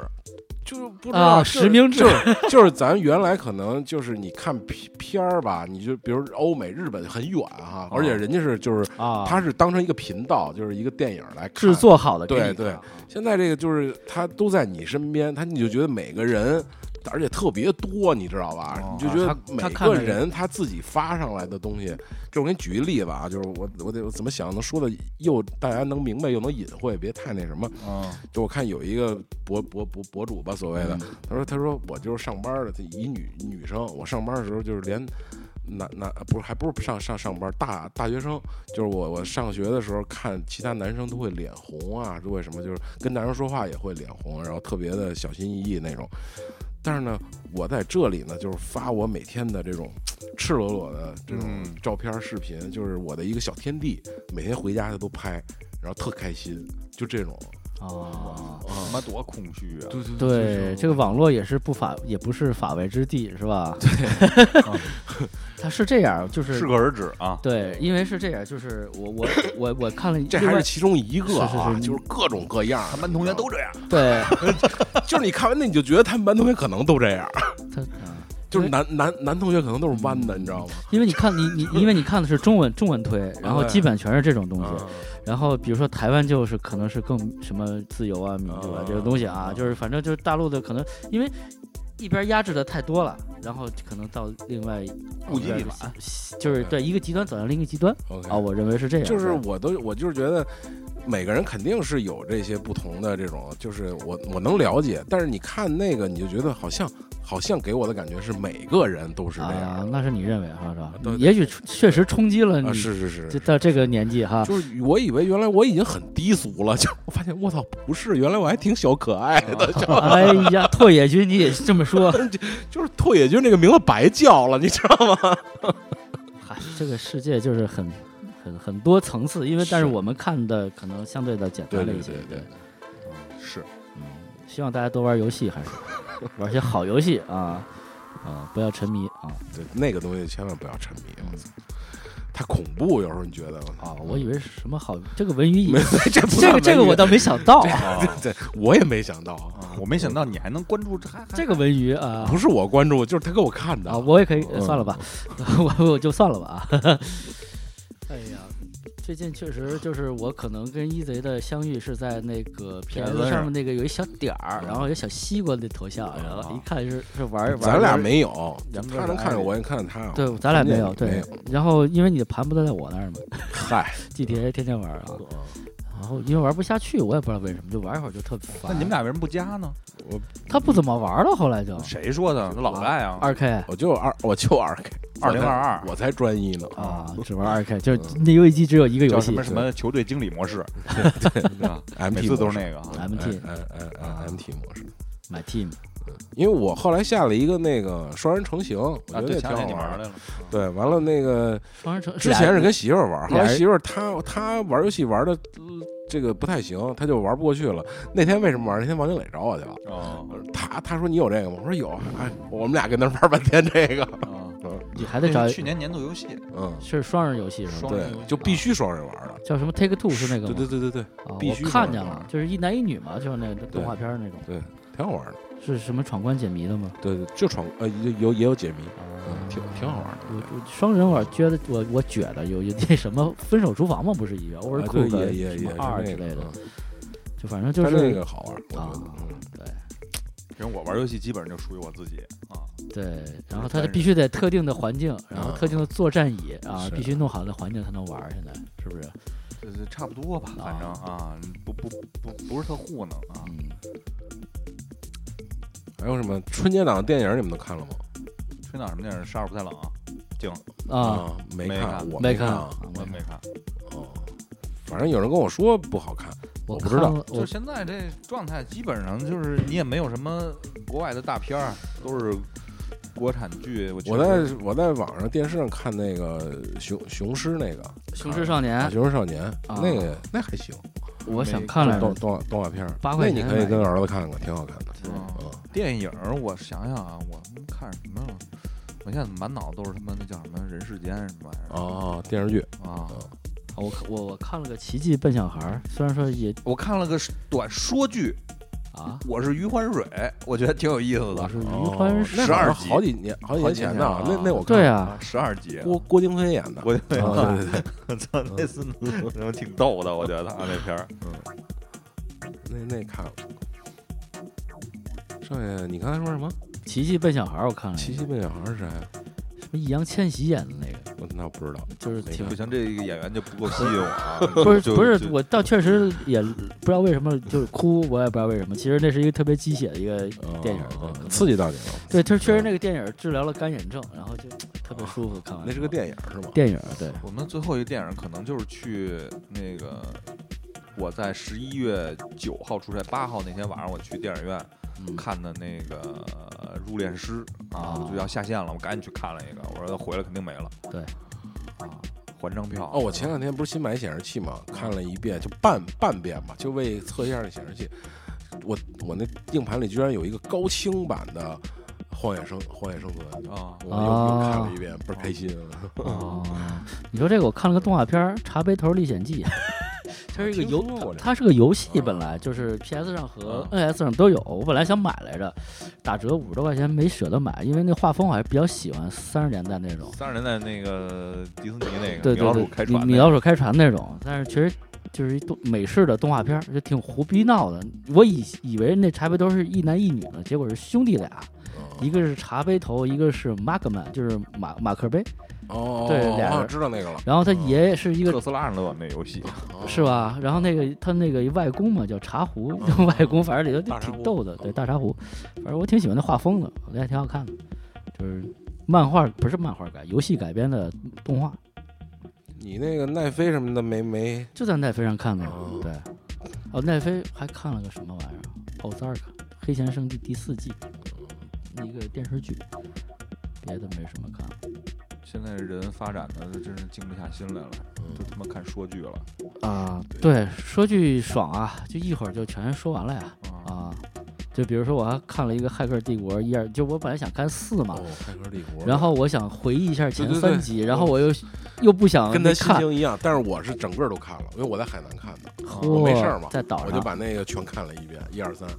Speaker 1: 就是不知道
Speaker 2: 啊，
Speaker 1: 就是
Speaker 2: 实名制
Speaker 1: 就是就是咱原来可能就是你看片片儿吧，你就比如欧美、日本很远哈，而且人家是就是
Speaker 2: 哦啊，
Speaker 1: 他是当成一个频道，就是一个电影来看
Speaker 2: 制。作好的给
Speaker 1: 对
Speaker 2: 你啊
Speaker 1: 对
Speaker 2: 看，
Speaker 1: 现在这个就是他都在你身边，他你就觉得每个人。而且特别多，你知道吧？
Speaker 3: 哦
Speaker 1: 你就觉得
Speaker 2: 啊他他
Speaker 1: 每
Speaker 2: 看
Speaker 1: 个
Speaker 2: 的
Speaker 1: 人他自己发上来的东西，就我给你举一例子啊，就是我我得我怎么想能说的又大家能明白又能隐晦，别太那什么。
Speaker 3: 嗯，
Speaker 1: 就我看有一个博博博博主吧，所谓的，他说他说我就是上班儿的，他一女女生，我上班儿的时候就是连男男不是还不是上上上班儿大大学生，就是我我上学的时候看其他男生都会脸红啊，都会什么，就是跟男生说话也会脸红，啊然后特别的小心翼翼那种。但是呢，我在这里呢，就是发我每天的这种赤裸裸的这种
Speaker 3: 嗯
Speaker 1: 照片儿、视频，就是我的一个小天地，每天回家他都拍，然后特开心，就这种。
Speaker 2: 哦。
Speaker 3: 他妈多空虚啊！
Speaker 1: 对对
Speaker 2: 对，这个网络也是不法，也不是法外之地，是吧？ <laughs>
Speaker 3: 啊
Speaker 2: 它是这样，就是
Speaker 3: 适可而止啊。
Speaker 2: 对，因为是这样，就是我我我我看了另
Speaker 1: <laughs>
Speaker 2: 外，
Speaker 1: 这还是其中一个啊，
Speaker 2: 是是是
Speaker 1: 就是各种各样儿。啊
Speaker 3: 他们班同学都这样，
Speaker 1: <laughs>
Speaker 2: 对，
Speaker 1: 就是你看完那，你就觉得他们班同学可能都这样儿，
Speaker 2: 他嗯
Speaker 1: 就是男男男同学可能都是弯的，你知道吗？
Speaker 2: 因为你看你你，因为你看的是中文中文推，然
Speaker 1: 嗯
Speaker 2: 后基本全是这种东西。
Speaker 1: 啊
Speaker 2: 然后比如说台湾就是可能是更什么自由啊、民主啊
Speaker 1: 啊
Speaker 2: 这个东西啊，就是反正就是大陆的可能因为一边压制的太多了，然后可能到另外
Speaker 3: 物极
Speaker 2: 对
Speaker 3: 必反，
Speaker 2: 就是
Speaker 1: 对
Speaker 2: 对一个极端走向另一个极端
Speaker 1: OK
Speaker 2: 啊，我认为是这样。
Speaker 1: 嗯就是
Speaker 2: 对
Speaker 1: 我都我就是觉得，每个人肯定是有这些不同的这种，就是我我能了解，但是你看那个你就觉得好像好像给我的感觉是每个人都是这样
Speaker 2: 啊，
Speaker 1: 的，
Speaker 2: 那是你认为哈是吧
Speaker 1: 对？对
Speaker 2: 也许出确实冲击了
Speaker 1: 啊
Speaker 2: 你，
Speaker 1: 是是是
Speaker 2: 就。到这个年纪哈，
Speaker 1: 就是我以为原来我已经很低俗了，就我发现我操不是，原来我还挺小可爱
Speaker 3: 啊
Speaker 1: 的，
Speaker 2: 哎呀，拓野君你也这么说，
Speaker 1: 就是拓野军这个名字白叫了，你知道吗？
Speaker 2: <laughs> 嗨，这个世界就是很很很多层次，因为但是
Speaker 1: 是
Speaker 2: 我们看的可能相对的简单了一些。对，
Speaker 1: 嗯是
Speaker 2: 希望大家多玩游戏，还是 <laughs> 玩些好游戏啊啊，不要沉迷啊
Speaker 1: 对那个东西千万不要沉迷，我操，太恐怖，有时候你觉得
Speaker 2: 啊！我以为是什么好，这个文娱
Speaker 1: 没
Speaker 2: 也
Speaker 1: 这不
Speaker 2: 这
Speaker 1: 算
Speaker 2: 个这个
Speaker 1: 文娱
Speaker 2: 我倒没想到啊，
Speaker 1: 对，我也没想到啊，
Speaker 3: 啊我没想到你还能关注这还还
Speaker 2: 这个文娱啊。
Speaker 1: 不是我关注，就是他给我看的
Speaker 2: 啊，我也可以、呃
Speaker 1: 嗯
Speaker 2: 算了吧， <laughs> 我我就算了吧啊。 <laughs> 哎呀，最近确实就是我可能跟一贼的相遇是在那个
Speaker 3: 片
Speaker 2: PS
Speaker 3: 子上
Speaker 2: 上面那个有一小点儿，然后有小西瓜的头像，然后一看是是玩玩。
Speaker 1: 咱俩。没有，
Speaker 3: 咱们
Speaker 1: 他能看着我，也看着他。啊
Speaker 2: 对，咱俩没有
Speaker 1: 没
Speaker 2: 对
Speaker 1: 有。
Speaker 2: 然后因为你的盘不都在我那儿嘛
Speaker 1: <laughs>
Speaker 2: <laughs>
Speaker 1: 嗨，
Speaker 2: ，GTA 天天玩啊。
Speaker 1: 嗯
Speaker 2: 然后因为玩不下去，我也不知道为什么，就玩一会儿就特别烦。
Speaker 3: 那你们俩为什么不加呢？
Speaker 2: 他不怎么玩了，后来就
Speaker 3: 谁说的？那老赖啊，
Speaker 2: 嗯二 K
Speaker 1: 我就二，我就二 K，
Speaker 3: 2022
Speaker 1: 我才专一呢。 <laughs>
Speaker 2: 啊，只玩二 K，就是
Speaker 1: 嗯
Speaker 2: 那游戏机只有一个
Speaker 3: 叫
Speaker 2: 游
Speaker 3: 什
Speaker 2: 戏
Speaker 3: 么什么球队经理模式，对吧？每
Speaker 1: MT
Speaker 3: 次都
Speaker 1: 模
Speaker 3: 是
Speaker 1: 式
Speaker 3: 那个啊。
Speaker 2: ，MT
Speaker 1: 哎哎哎哎 MT 模式。
Speaker 2: 买 Team。
Speaker 1: 因为我后来下了一个那个双人成型，我觉
Speaker 3: 啊，
Speaker 1: 得
Speaker 3: 对，
Speaker 1: 也
Speaker 3: 前
Speaker 1: 挺好
Speaker 3: 两天你玩
Speaker 1: 玩
Speaker 3: 儿
Speaker 1: 的。
Speaker 3: 来了，
Speaker 1: 对，完了那个
Speaker 2: 双人成
Speaker 1: 之前是跟媳妇儿玩，后
Speaker 2: 俩
Speaker 1: 来
Speaker 2: 人
Speaker 1: 媳妇儿她她玩游戏玩的这个不太行，她就玩不过去了。那天为什么玩？那天王经磊找我去了，
Speaker 3: 哦
Speaker 1: 他他说你有这个吗？我说有，哎，我们俩跟那儿玩半天这个，
Speaker 3: 哦，
Speaker 2: 你还得找
Speaker 3: 这是去年年度游戏，
Speaker 1: 嗯，
Speaker 2: 是双人游戏是吧
Speaker 3: 双？
Speaker 1: 对
Speaker 3: 人游，戏
Speaker 1: 就必须双人玩的。
Speaker 2: 叫什么 Take Two 啊是那个吗？
Speaker 1: 对对对对对，
Speaker 2: 啊
Speaker 1: 必须嗯
Speaker 2: 我
Speaker 1: 双人
Speaker 2: 看见
Speaker 1: 玩
Speaker 2: 了，就是一男一女嘛，就是那个动画片儿那种，
Speaker 1: 挺好玩的。
Speaker 2: 是什么闯关解谜的吗？
Speaker 1: 对对，就闯呃有有也有解谜，
Speaker 2: 啊
Speaker 1: 嗯，挺挺好玩的。
Speaker 2: 我我双人我觉得我我觉得有有那什么分手厨房嘛，不是一个
Speaker 1: 啊
Speaker 2: Overcook
Speaker 1: 对也也也
Speaker 2: 什么二之
Speaker 1: 是那
Speaker 2: 类
Speaker 1: 个
Speaker 2: 的，，
Speaker 1: 嗯
Speaker 2: 就反正就
Speaker 1: 但那
Speaker 2: 是
Speaker 1: 个好玩，我觉
Speaker 2: 啊
Speaker 1: 得。嗯，
Speaker 3: 因为我玩游戏基本上就属于我自己啊。
Speaker 2: 对，然后
Speaker 3: 但
Speaker 2: 它
Speaker 3: 是
Speaker 2: 必须得特定的环境，然后
Speaker 1: 啊
Speaker 2: 特定的作战椅啊
Speaker 1: 是，
Speaker 2: 必须弄好的环境才能玩儿，现在是不是？
Speaker 3: 这这呃差不多吧，反正啊，不不不不是特糊弄啊。
Speaker 2: 嗯，
Speaker 1: 还有什么春节档的电影你们都看了吗？
Speaker 3: 吹哪什么电影？杀手不太冷啊，静，
Speaker 2: 啊，，
Speaker 1: 没
Speaker 3: 没
Speaker 1: 看，
Speaker 3: 看
Speaker 1: 嗯我
Speaker 2: 没
Speaker 1: 看
Speaker 2: 看
Speaker 1: 啊。
Speaker 3: 我也没看。
Speaker 1: 哦，反正有人跟我说不好看，
Speaker 2: 我
Speaker 1: 我不知道
Speaker 2: 看了，
Speaker 3: 就
Speaker 2: 我
Speaker 3: 是现在这状态，基本上就是你也没有什么国外的大片儿，都是国产剧。我
Speaker 1: 我
Speaker 3: 确
Speaker 1: 在
Speaker 3: 实
Speaker 1: 我在网上电视上看那个雄雄狮那个
Speaker 2: 雄狮少年
Speaker 1: 《雄狮少年》，
Speaker 2: 啊
Speaker 1: 那个那还行，
Speaker 2: 我想
Speaker 3: 没
Speaker 2: 看来着
Speaker 1: 动，动动画片儿，
Speaker 2: 八块
Speaker 1: 那
Speaker 2: 钱
Speaker 1: 你可以
Speaker 2: 买
Speaker 1: 跟儿子看看，挺好看的。
Speaker 3: 嗯
Speaker 1: 嗯，
Speaker 3: 电影儿，我想想啊，我他妈看什么了？我现在满脑子都是他妈那叫什么《人世间》什么玩意儿
Speaker 1: 哦，电视剧
Speaker 3: 啊！
Speaker 2: 我看我我看了个《奇迹笨小孩》，儿》，虽然说也
Speaker 3: 我看了个短说剧，
Speaker 2: 啊，
Speaker 3: 我是余欢水，我觉得挺有意思
Speaker 2: 我
Speaker 3: 的
Speaker 2: 是余
Speaker 1: 哦
Speaker 2: 欢水。
Speaker 1: 那好像
Speaker 3: 12集
Speaker 1: 好几年好几
Speaker 3: 好
Speaker 1: 年
Speaker 3: 几年
Speaker 1: 前的啊，
Speaker 3: 前
Speaker 1: 那
Speaker 3: 了
Speaker 1: 那我看
Speaker 2: 对
Speaker 1: 了
Speaker 2: 啊，，
Speaker 3: 十二集。
Speaker 1: 郭郭京飞演的，
Speaker 3: 我
Speaker 1: 对对对，
Speaker 2: <laughs>
Speaker 3: 我操，那次能挺嗯逗的，我觉得啊那片儿，
Speaker 1: 那那看了。少爷，你刚才说什么？
Speaker 2: 《奇迹笨小孩》我看了，
Speaker 1: 奇
Speaker 2: 什
Speaker 1: 迹笨小孩是谁啊？
Speaker 2: 么易烊千玺演的那个，
Speaker 1: 我那我不知道。
Speaker 2: 就是
Speaker 1: 没
Speaker 2: <laughs> 挺
Speaker 1: 看
Speaker 3: 不行，这个演员就
Speaker 2: <laughs>
Speaker 3: 不够吸引我啊！
Speaker 2: 不是
Speaker 3: 就
Speaker 2: 不是
Speaker 3: 就，
Speaker 2: 我倒确实也不知道为什么就是哭，我也不知道为什么。其实那是一个特别鸡血的一个
Speaker 1: 哦
Speaker 2: 电影
Speaker 1: 哦，
Speaker 2: 对
Speaker 1: 刺激到你了。
Speaker 2: 对，就是确实那个电影治疗了干眼症，然后就特别舒服，看完
Speaker 1: 那是个电影是吗？
Speaker 2: 电影，对，
Speaker 3: 我们最后一个电影可能就是去那个，我在十一月九号出差，八号那天晚上我去电影院
Speaker 2: 嗯，
Speaker 3: 看的那个呃《入殓师》啊，
Speaker 2: 哦
Speaker 3: 我就要下线了，我赶紧去看了一个，我说回来肯定没了。
Speaker 2: 对，
Speaker 3: 啊，还张票。
Speaker 1: 哦，我前两天不是新买显示器嘛，看了一遍，就半半遍吧，就为测一下这显示器。我我那硬盘里居然有一个高清版的《荒野生荒野生存》，
Speaker 3: 啊
Speaker 1: 我又又看了一遍，倍儿
Speaker 2: 哦
Speaker 1: 开心。啊
Speaker 2: 哦，你说这个我看了个动画片儿《茶杯头历险记》，
Speaker 1: 它是一个
Speaker 2: 听说
Speaker 1: 游
Speaker 2: 过
Speaker 1: 它
Speaker 2: 它是个游戏，
Speaker 1: 啊
Speaker 2: 本来就是 PS 上和
Speaker 3: 嗯
Speaker 2: NS 上都有。我本来想买来着，打折五十多块钱没舍得买，因为那画风我还是比较喜欢三十年代那种。
Speaker 3: 三十年代那个迪士尼那个
Speaker 2: 对
Speaker 3: 米老
Speaker 2: 对
Speaker 3: 鼠
Speaker 2: 对
Speaker 3: 开，
Speaker 2: 米
Speaker 3: 船那
Speaker 2: 米
Speaker 3: 个，
Speaker 2: 老鼠开船那种，但是其实就是一动美式的动画片儿，就挺胡逼闹的。我以以为那茶杯都是一男一女呢，结果是兄弟俩，
Speaker 3: 嗯
Speaker 1: 啊
Speaker 2: 一个是茶杯头，一个是马克曼，就是马马克杯。
Speaker 1: 哦，
Speaker 2: 对俩
Speaker 1: 我
Speaker 2: 人
Speaker 1: 知道那个了，
Speaker 2: 然后他
Speaker 3: 嗯
Speaker 2: 爷爷是一个
Speaker 3: 特斯拉上都有那游戏，
Speaker 1: 哦
Speaker 2: 是？吧？然后那个他那个外公嘛，叫茶壶， <laughs> 外公，反正里头
Speaker 1: 哦大茶
Speaker 2: 就挺
Speaker 1: 壶哦
Speaker 2: 逗的，对大茶壶，反正我挺喜欢那画风的，我觉得还挺好看的，就是漫画不是漫画改，游戏改编的动画，
Speaker 1: 你那个奈飞什么的没没
Speaker 2: 就在奈飞上看的
Speaker 1: 哦，
Speaker 2: 对。哦，奈飞还看了个什么玩意儿？奥萨尔克《黑钱圣地》第四季，一个电视剧，别的没什么看。
Speaker 3: 现在人发展的真是静不下心来了，都
Speaker 2: 嗯
Speaker 3: 他妈看说剧了
Speaker 2: 啊，对，说句爽啊，就一会儿就全说完了呀。
Speaker 3: 啊！
Speaker 2: 啊，就比如说我还看了一个《骇客帝国》一二，就我本来想看四嘛，
Speaker 1: 哦，开壳帝国。
Speaker 2: 然后我想回忆一下前
Speaker 1: 对对
Speaker 2: 三
Speaker 1: 对
Speaker 2: 集，然后我又又不想
Speaker 1: 跟他心
Speaker 2: 看，
Speaker 1: 情一样，但是我是整个都看了，因为我在海南看的，
Speaker 2: 嚯
Speaker 1: 我哦没事儿嘛
Speaker 2: 在岛
Speaker 1: 我就
Speaker 2: 上。
Speaker 1: 把那个全看了一遍，一二三。
Speaker 3: 啊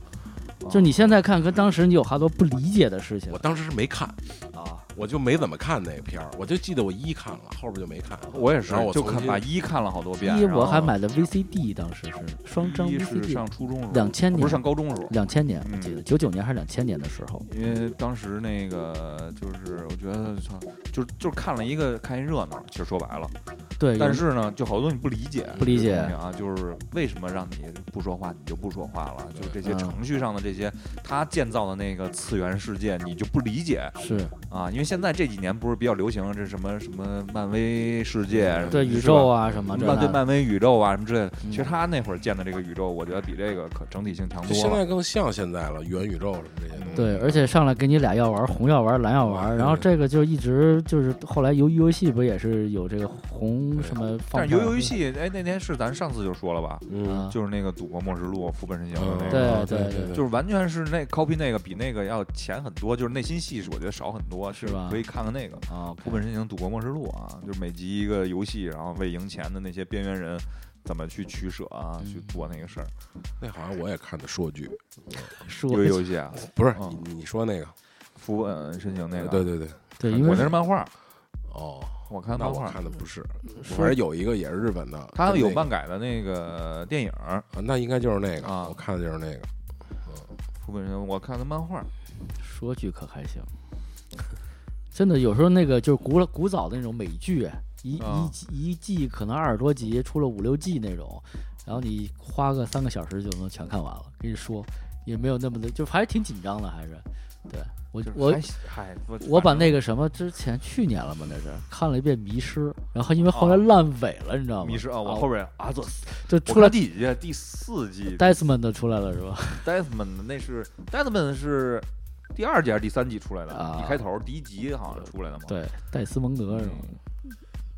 Speaker 2: 就你现在看，跟当时你有好多不理解的事情
Speaker 1: 我当时是没看，
Speaker 2: 啊。
Speaker 1: 我就没怎么看那片儿，我就记得我一看了，后边就没看。
Speaker 3: 啊我也是
Speaker 1: 然后，我
Speaker 3: 就
Speaker 1: 重
Speaker 3: 看
Speaker 1: 新
Speaker 3: 把一看了好多
Speaker 1: 啊
Speaker 3: 遍，
Speaker 2: 一
Speaker 3: 然后
Speaker 2: 我还买的 VCD，当时是双张
Speaker 3: 一是
Speaker 2: VCD，
Speaker 3: 上初中时候，
Speaker 2: 2000年
Speaker 3: 不是上高中时候，
Speaker 2: 两千年我
Speaker 3: 嗯
Speaker 2: 记得，九九年还是两千年的时候。
Speaker 3: 因为当时那个就是我觉得操，就就是看了一个看一热闹，其实说白了，
Speaker 2: 对，
Speaker 3: 但
Speaker 2: 有
Speaker 3: 是呢，就好多你不理解，
Speaker 2: 不哎理解
Speaker 3: 这东西啊，就是为什么让你不说话，你就不说话了，就这些
Speaker 2: 嗯
Speaker 3: 程序上的这些他建造的那个次元世界，你就不理解
Speaker 2: 是
Speaker 3: 啊，因为现在这几年不是比较流行这什么什么漫威世界，
Speaker 2: 对
Speaker 3: 是吧
Speaker 2: 宇宙。啊什么这
Speaker 3: 漫对
Speaker 2: 那的，
Speaker 3: 漫威宇宙啊什么之类的，
Speaker 2: 嗯
Speaker 3: 其实他那会儿建的这个宇宙，我觉得比这个可整体性强
Speaker 1: 就
Speaker 3: 多
Speaker 1: 现
Speaker 3: 了。
Speaker 1: 在更像现在了，元宇宙什么这些
Speaker 3: 嗯
Speaker 1: 东西。
Speaker 2: 对，而且上来给你俩药丸儿，红药丸儿、蓝药丸儿，然后这个就一直就是后来由于游戏不也是有这个红
Speaker 1: 对
Speaker 2: 什么放
Speaker 3: 但
Speaker 2: 片
Speaker 3: 是
Speaker 2: 儿？嗯
Speaker 3: 游游戏，哎，那天是咱上次就说了吧，
Speaker 1: 嗯，
Speaker 2: 啊，
Speaker 3: 就是那个《赌博默示录》《副本神行》的那
Speaker 1: 嗯
Speaker 3: 个，
Speaker 2: 对
Speaker 1: 对
Speaker 2: 对
Speaker 3: 就是完全是那 copy 那个比那个要钱很多，就是内心戏是我觉得少很多，
Speaker 2: 是吧
Speaker 3: 可以看看那个《
Speaker 2: 啊，
Speaker 3: 副本神行：赌博默示录》啊，就是每集一个游戏，然后为赢钱的那些边缘人怎么去取舍啊，
Speaker 2: 嗯
Speaker 3: 去做那个事儿。
Speaker 1: 那好像我也看的说剧，
Speaker 2: 说
Speaker 3: 有游戏啊，
Speaker 1: 不是
Speaker 3: 嗯
Speaker 1: 你你说那个？
Speaker 3: 副本神行那个，
Speaker 1: 对对对，
Speaker 2: 对，
Speaker 3: 看
Speaker 2: 因
Speaker 3: 我那
Speaker 2: 为
Speaker 3: 是漫画，
Speaker 1: 哦，
Speaker 3: 我看
Speaker 1: 那
Speaker 3: 漫
Speaker 1: 我
Speaker 3: 画
Speaker 1: 看。的不是，
Speaker 2: 是
Speaker 1: 反正有一个也是日本的，
Speaker 3: 他
Speaker 1: 跟
Speaker 3: 有
Speaker 1: 那
Speaker 3: 漫改的那个电影《
Speaker 1: 个啊那应该就是那个，
Speaker 3: 啊
Speaker 1: 我看的就是那个。
Speaker 3: 副本神行》，我看的漫画，
Speaker 2: 说剧可还行，真的有时候那个就是古老古早的那种美剧，一
Speaker 3: 啊
Speaker 2: 一季一季可能二十多集，出了五六季那种，然后你花个三个小时就能全看完了，跟你说也没有那么的，就还是挺紧张的，还是对我
Speaker 3: 就是
Speaker 2: 我
Speaker 3: 还嗨，我
Speaker 2: 我把那
Speaker 3: 个
Speaker 2: 个什么之前去年了嘛，那是看了一遍《迷失》，然后因为后来烂尾了，你知道吗？
Speaker 3: 哦迷失啊，我后边啊，做
Speaker 2: 就
Speaker 3: 我
Speaker 2: 出来
Speaker 3: 看第几季？第四季
Speaker 2: Desmond 都出来了是吧？
Speaker 3: Desmond 那是 Desmond 是第二季还是第三季出来的？
Speaker 2: 啊
Speaker 3: 一开头第一集好像是出来的嘛。，
Speaker 2: 对，戴斯蒙德是吧？
Speaker 3: 嗯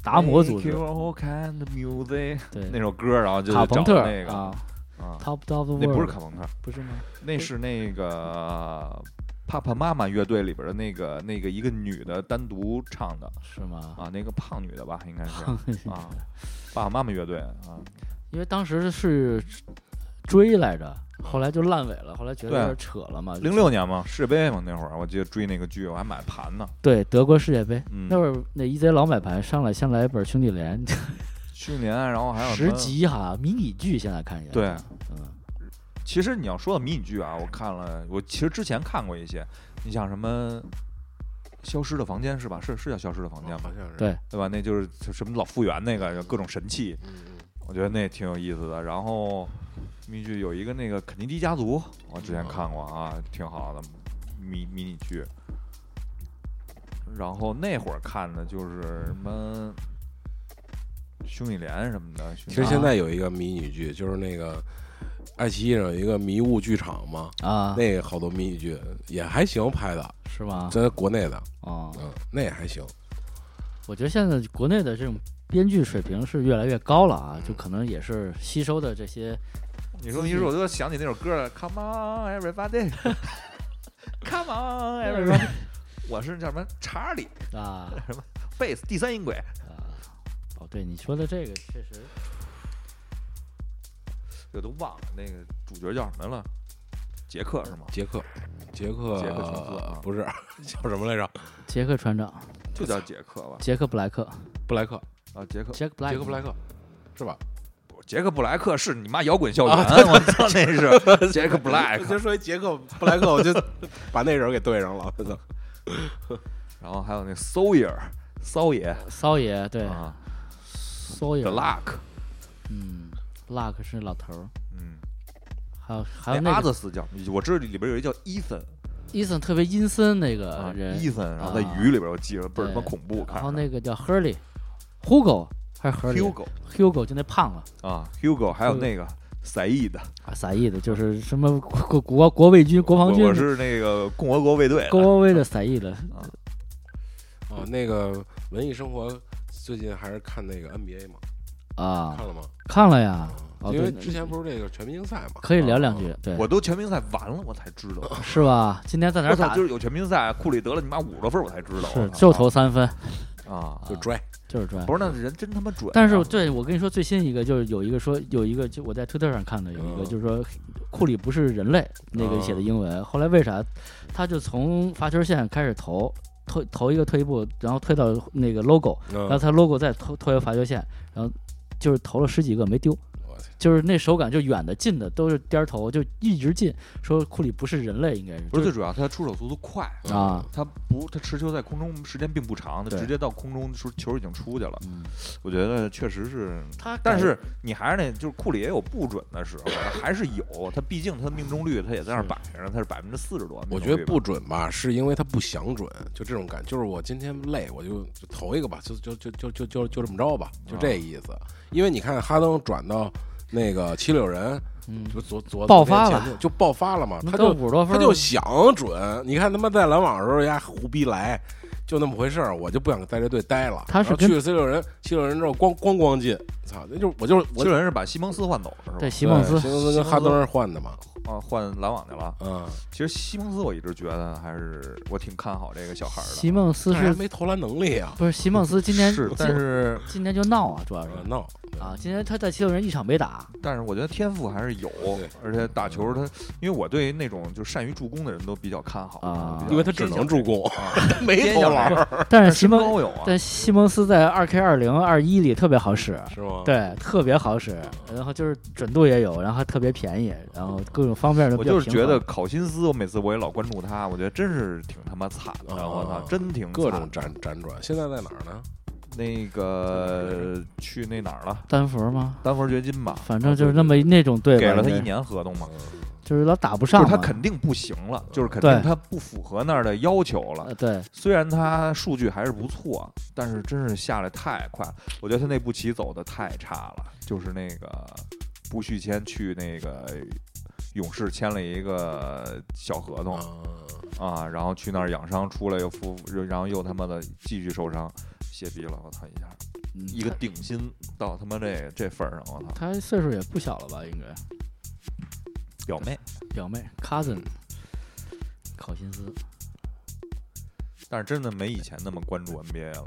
Speaker 2: 达摩组织
Speaker 3: kind of music
Speaker 2: 对
Speaker 3: 哎那首歌，然后就
Speaker 2: 卡
Speaker 3: 找
Speaker 2: 朋特
Speaker 3: 那个
Speaker 2: 啊
Speaker 3: 啊
Speaker 2: ，Top Top
Speaker 3: 那不是卡朋特，
Speaker 2: 不是吗？
Speaker 3: 那是那个爸爸妈妈乐队里边的那个那个一个女的单独唱的
Speaker 2: 是吗？
Speaker 3: 啊，那个胖女的吧，应该是啊，爸爸妈妈乐队啊，
Speaker 2: <laughs> 因为当时是追来着，后来就烂尾了，后来觉得有点扯了嘛。
Speaker 3: 零六年嘛，世界杯嘛那会儿，我记得追那个剧，我还买盘呢。
Speaker 2: 对德国世界杯
Speaker 3: 嗯
Speaker 2: 那会儿，那 EZ 老买盘上来先来一本《兄弟连》，
Speaker 3: 去年，然后还有什
Speaker 2: 十
Speaker 3: 么
Speaker 2: 集哈迷你剧，现在看一下。
Speaker 3: 对，
Speaker 2: 嗯，
Speaker 3: 其实你要说到迷你剧啊，我看了，我其实之前看过一些，你像什么《消失的房间》是吧？是是叫《消失的房间》吧
Speaker 1: 好？像是
Speaker 2: 对
Speaker 3: 对吧？那就是什么老复原那个各种神器，
Speaker 1: 嗯
Speaker 3: 我觉得那挺有意思的。然后迷你剧有一个那个《肯尼迪家族》，我之前看过啊，挺好的迷迷你剧。然后那会儿看的就是什么兄弟连什么的。
Speaker 1: 其
Speaker 3: 其
Speaker 1: 实现在有一个迷你剧，就是那个爱奇艺上有一个迷雾剧场嘛，
Speaker 2: 啊，
Speaker 1: 那个好多迷你剧也还行拍的，
Speaker 2: 是吗？
Speaker 1: 在国内的，
Speaker 2: 啊，
Speaker 1: 嗯，那也还行。
Speaker 2: 我觉得现在国内的这种编剧水平是越来越高了啊，就可能也是吸收的这些
Speaker 3: 你说迷失，我就想起那首歌了，Come on <laughs> everybody，Come on everybody，我 <laughs> 是叫什么查理
Speaker 2: 啊
Speaker 3: 贝斯第三音轨，
Speaker 2: 啊，哦，对你说的这个确实，
Speaker 3: 这个都忘了，那个主角叫什么了？杰克是吗？
Speaker 1: 杰克，杰克，
Speaker 3: 杰克琼斯啊
Speaker 1: 不是 <laughs> 叫什么来着？
Speaker 2: 杰克船长，
Speaker 3: 就叫杰克吧？
Speaker 2: 杰克布莱克，
Speaker 1: 布莱克，
Speaker 3: 啊，杰克，
Speaker 2: 杰克布
Speaker 1: 杰克布莱
Speaker 2: 莱克，
Speaker 1: 克，是吧？
Speaker 3: 杰克布莱克是你妈摇滚校
Speaker 2: 啊
Speaker 3: 园， <laughs> 我操，那是杰克布莱克。
Speaker 1: 哎就
Speaker 2: <laughs>
Speaker 1: 说一杰克布莱克，我就把那人给对上了。我操！
Speaker 3: 然后还有那 Sawyer，骚爷
Speaker 2: 骚爷，对，
Speaker 3: 啊
Speaker 2: 骚爷
Speaker 3: ，The，Luck，
Speaker 2: 嗯，Luck 是老头儿，
Speaker 3: 嗯，
Speaker 2: 还有还有
Speaker 3: 那阿
Speaker 2: 那个
Speaker 3: 泽斯叫，我知道里边有一叫伊森
Speaker 2: 伊森特别阴森那个
Speaker 3: 啊，
Speaker 2: 呃人，
Speaker 3: 伊森，然后在
Speaker 2: 啊
Speaker 3: 雨里边我记着倍儿他妈
Speaker 2: 对
Speaker 3: 恐怖，看
Speaker 2: 然后
Speaker 3: 着
Speaker 2: 那个叫 Hurley，Hugo 还是
Speaker 3: Hugo
Speaker 2: Hurley，Hugo 就那胖了。
Speaker 3: 啊，Hugo，还有
Speaker 2: Hugo
Speaker 3: 那个赛义的，
Speaker 2: 啊，撒意的，就是什么国国国国卫军、国防军
Speaker 3: 我我，是那个共和国卫
Speaker 2: <laughs>
Speaker 3: 队的，
Speaker 2: 国卫的撒意的，
Speaker 1: <laughs> 哦，那个文艺生活最近还是看那个 NBA 嘛，
Speaker 2: 啊
Speaker 1: 看，了吗？嗯
Speaker 2: 看了呀，哦
Speaker 1: 因为
Speaker 2: 对，
Speaker 1: 之前不是这个全明星赛嘛，啊
Speaker 2: 可以聊两句，对，
Speaker 3: 啊我都全明星赛完了我才知道，
Speaker 2: 是吧？今天在哪
Speaker 3: 我
Speaker 2: 儿
Speaker 3: 操，
Speaker 2: 打
Speaker 3: 就？是有全明星赛，库里得了你妈五十多分我才知道，
Speaker 2: 是
Speaker 3: 我操
Speaker 2: 就投三分，
Speaker 3: 啊，
Speaker 1: 就拽，
Speaker 2: 就是专。
Speaker 3: 不是那人真他妈准啊，
Speaker 2: 但是对我跟你说，最新一个就是有一个说有一个，就我在推特上看的有一个，
Speaker 1: 嗯
Speaker 2: 就是说库里不是人类那个写的英
Speaker 3: 嗯
Speaker 2: 文，后来为啥他就从罚球线开始投，投投一个退一步，然后推到那个 logo，然后
Speaker 1: 嗯，
Speaker 2: 他 logo 再投投回罚球线，然后就是投了十几个没丢。
Speaker 1: 我操，
Speaker 2: 就是那手感，就远的近的都是颠儿头，就一直进。说库里不是人类，应该是
Speaker 3: 不是
Speaker 2: 就
Speaker 3: 最主要，他出手速度快。
Speaker 2: 啊，
Speaker 3: 他不，他持球在空中时间并不长，他
Speaker 2: 对
Speaker 3: 直接到空中的时候球已经出去了。
Speaker 2: 嗯
Speaker 3: 我觉得确实是，
Speaker 2: 他改
Speaker 3: 但是你还是那，就是库里也有不准的时候，他还是有。他毕竟他的命中率他也在那儿
Speaker 2: 是
Speaker 3: 摆着呢，他是百分之四十多。
Speaker 1: 我
Speaker 3: 命中
Speaker 1: 觉得
Speaker 3: 率
Speaker 1: 不
Speaker 3: 吧，
Speaker 1: 准吧，是因为他不想准，就这种感，就是我今天累，我就就投一个吧，就就就就就就就这么着吧，就
Speaker 2: 啊
Speaker 1: 这意思。因为你看哈登转到那个七六人，
Speaker 2: 嗯，
Speaker 1: 就昨昨
Speaker 2: 爆
Speaker 1: 昨
Speaker 2: 发
Speaker 1: 天
Speaker 2: 了
Speaker 1: 前天就爆发了嘛，他
Speaker 2: 都
Speaker 1: 就
Speaker 2: 五十多分
Speaker 1: 他
Speaker 2: 儿，
Speaker 1: 就想准。你看他妈在篮网的时候，人家胡逼来，就那么回事儿，我就不想在这队待了。
Speaker 2: 他是
Speaker 1: 然后
Speaker 2: 跟
Speaker 1: 去了七六人，七六人之后咣咣咣进，操，那就我就是我
Speaker 3: 七六人是把西蒙斯换走了，是吧？
Speaker 2: 对西蒙斯
Speaker 1: 对西蒙斯跟哈登是换的嘛，
Speaker 3: 啊，换篮网去了。
Speaker 1: 嗯，
Speaker 3: 其实西蒙斯我一直觉得还是我挺看好这个小孩儿
Speaker 2: 席
Speaker 3: 的，
Speaker 2: 梦思
Speaker 1: 但是
Speaker 2: 是
Speaker 1: 他没投篮能力啊，
Speaker 2: 不是席梦思今天
Speaker 3: 是嗯
Speaker 2: 今，
Speaker 3: 但是
Speaker 2: 今天就闹啊，主要是
Speaker 1: 呃闹
Speaker 2: 啊，今天他在七六人一场没打，
Speaker 3: 但是我觉得天赋还是有
Speaker 1: 对，
Speaker 3: 而且打球他，因为我对那种就善于助攻的人都比较看好
Speaker 2: 啊
Speaker 3: 我比较
Speaker 1: 因为他只能助攻，
Speaker 3: 啊，
Speaker 1: <laughs> 没投篮
Speaker 2: <laughs>
Speaker 1: 儿，
Speaker 2: 但是
Speaker 3: 但
Speaker 2: 席
Speaker 3: 身
Speaker 2: 梦
Speaker 3: 高有啊，
Speaker 2: 但西蒙斯在二 K 二零二一里特别好使。
Speaker 3: 嗯
Speaker 1: 是吗？，
Speaker 2: 对，特别好使，然后就是准度也有，然后还特别便宜，然后各种方面都
Speaker 3: 我
Speaker 2: 比较
Speaker 3: 就是
Speaker 2: 平
Speaker 3: 觉得
Speaker 2: 衡。
Speaker 3: 考辛斯，我每次我也老关注他，我觉得真是挺他妈惨的，
Speaker 1: 啊
Speaker 3: 我操，真
Speaker 2: 嗯
Speaker 3: 挺惨
Speaker 1: 各种辗辗转，现在在哪儿呢？
Speaker 3: 那个去那哪儿了？
Speaker 2: 丹佛吗？
Speaker 3: 丹佛掘金吧，
Speaker 2: 反正就是那么那种队吧，
Speaker 3: 给了他
Speaker 2: 应该
Speaker 3: 一，年合同嘛，
Speaker 2: 就是老打不
Speaker 3: 就
Speaker 2: 上
Speaker 3: 是
Speaker 2: 嘛。
Speaker 3: 他肯定不行了，就是肯
Speaker 2: 对
Speaker 3: 定他不符合那儿的要求了
Speaker 2: 呃。对，
Speaker 3: 虽然他数据还是不错，但是真是下来太快了，我觉得他那步棋走的太差了，就是那个不续签去那个勇士签了一个小合同。
Speaker 1: 啊，
Speaker 3: 啊，然后去那儿养伤，出来又复，然后又他妈的继续受伤，歇逼了，我操一下，
Speaker 2: 嗯
Speaker 3: 一个顶薪到他妈这这份儿上，我操！
Speaker 2: 他岁数也不小了吧？应该
Speaker 3: 表妹，
Speaker 2: 表妹 cousin 考辛斯，
Speaker 3: 但是真的没以前那么关注 NBA 了，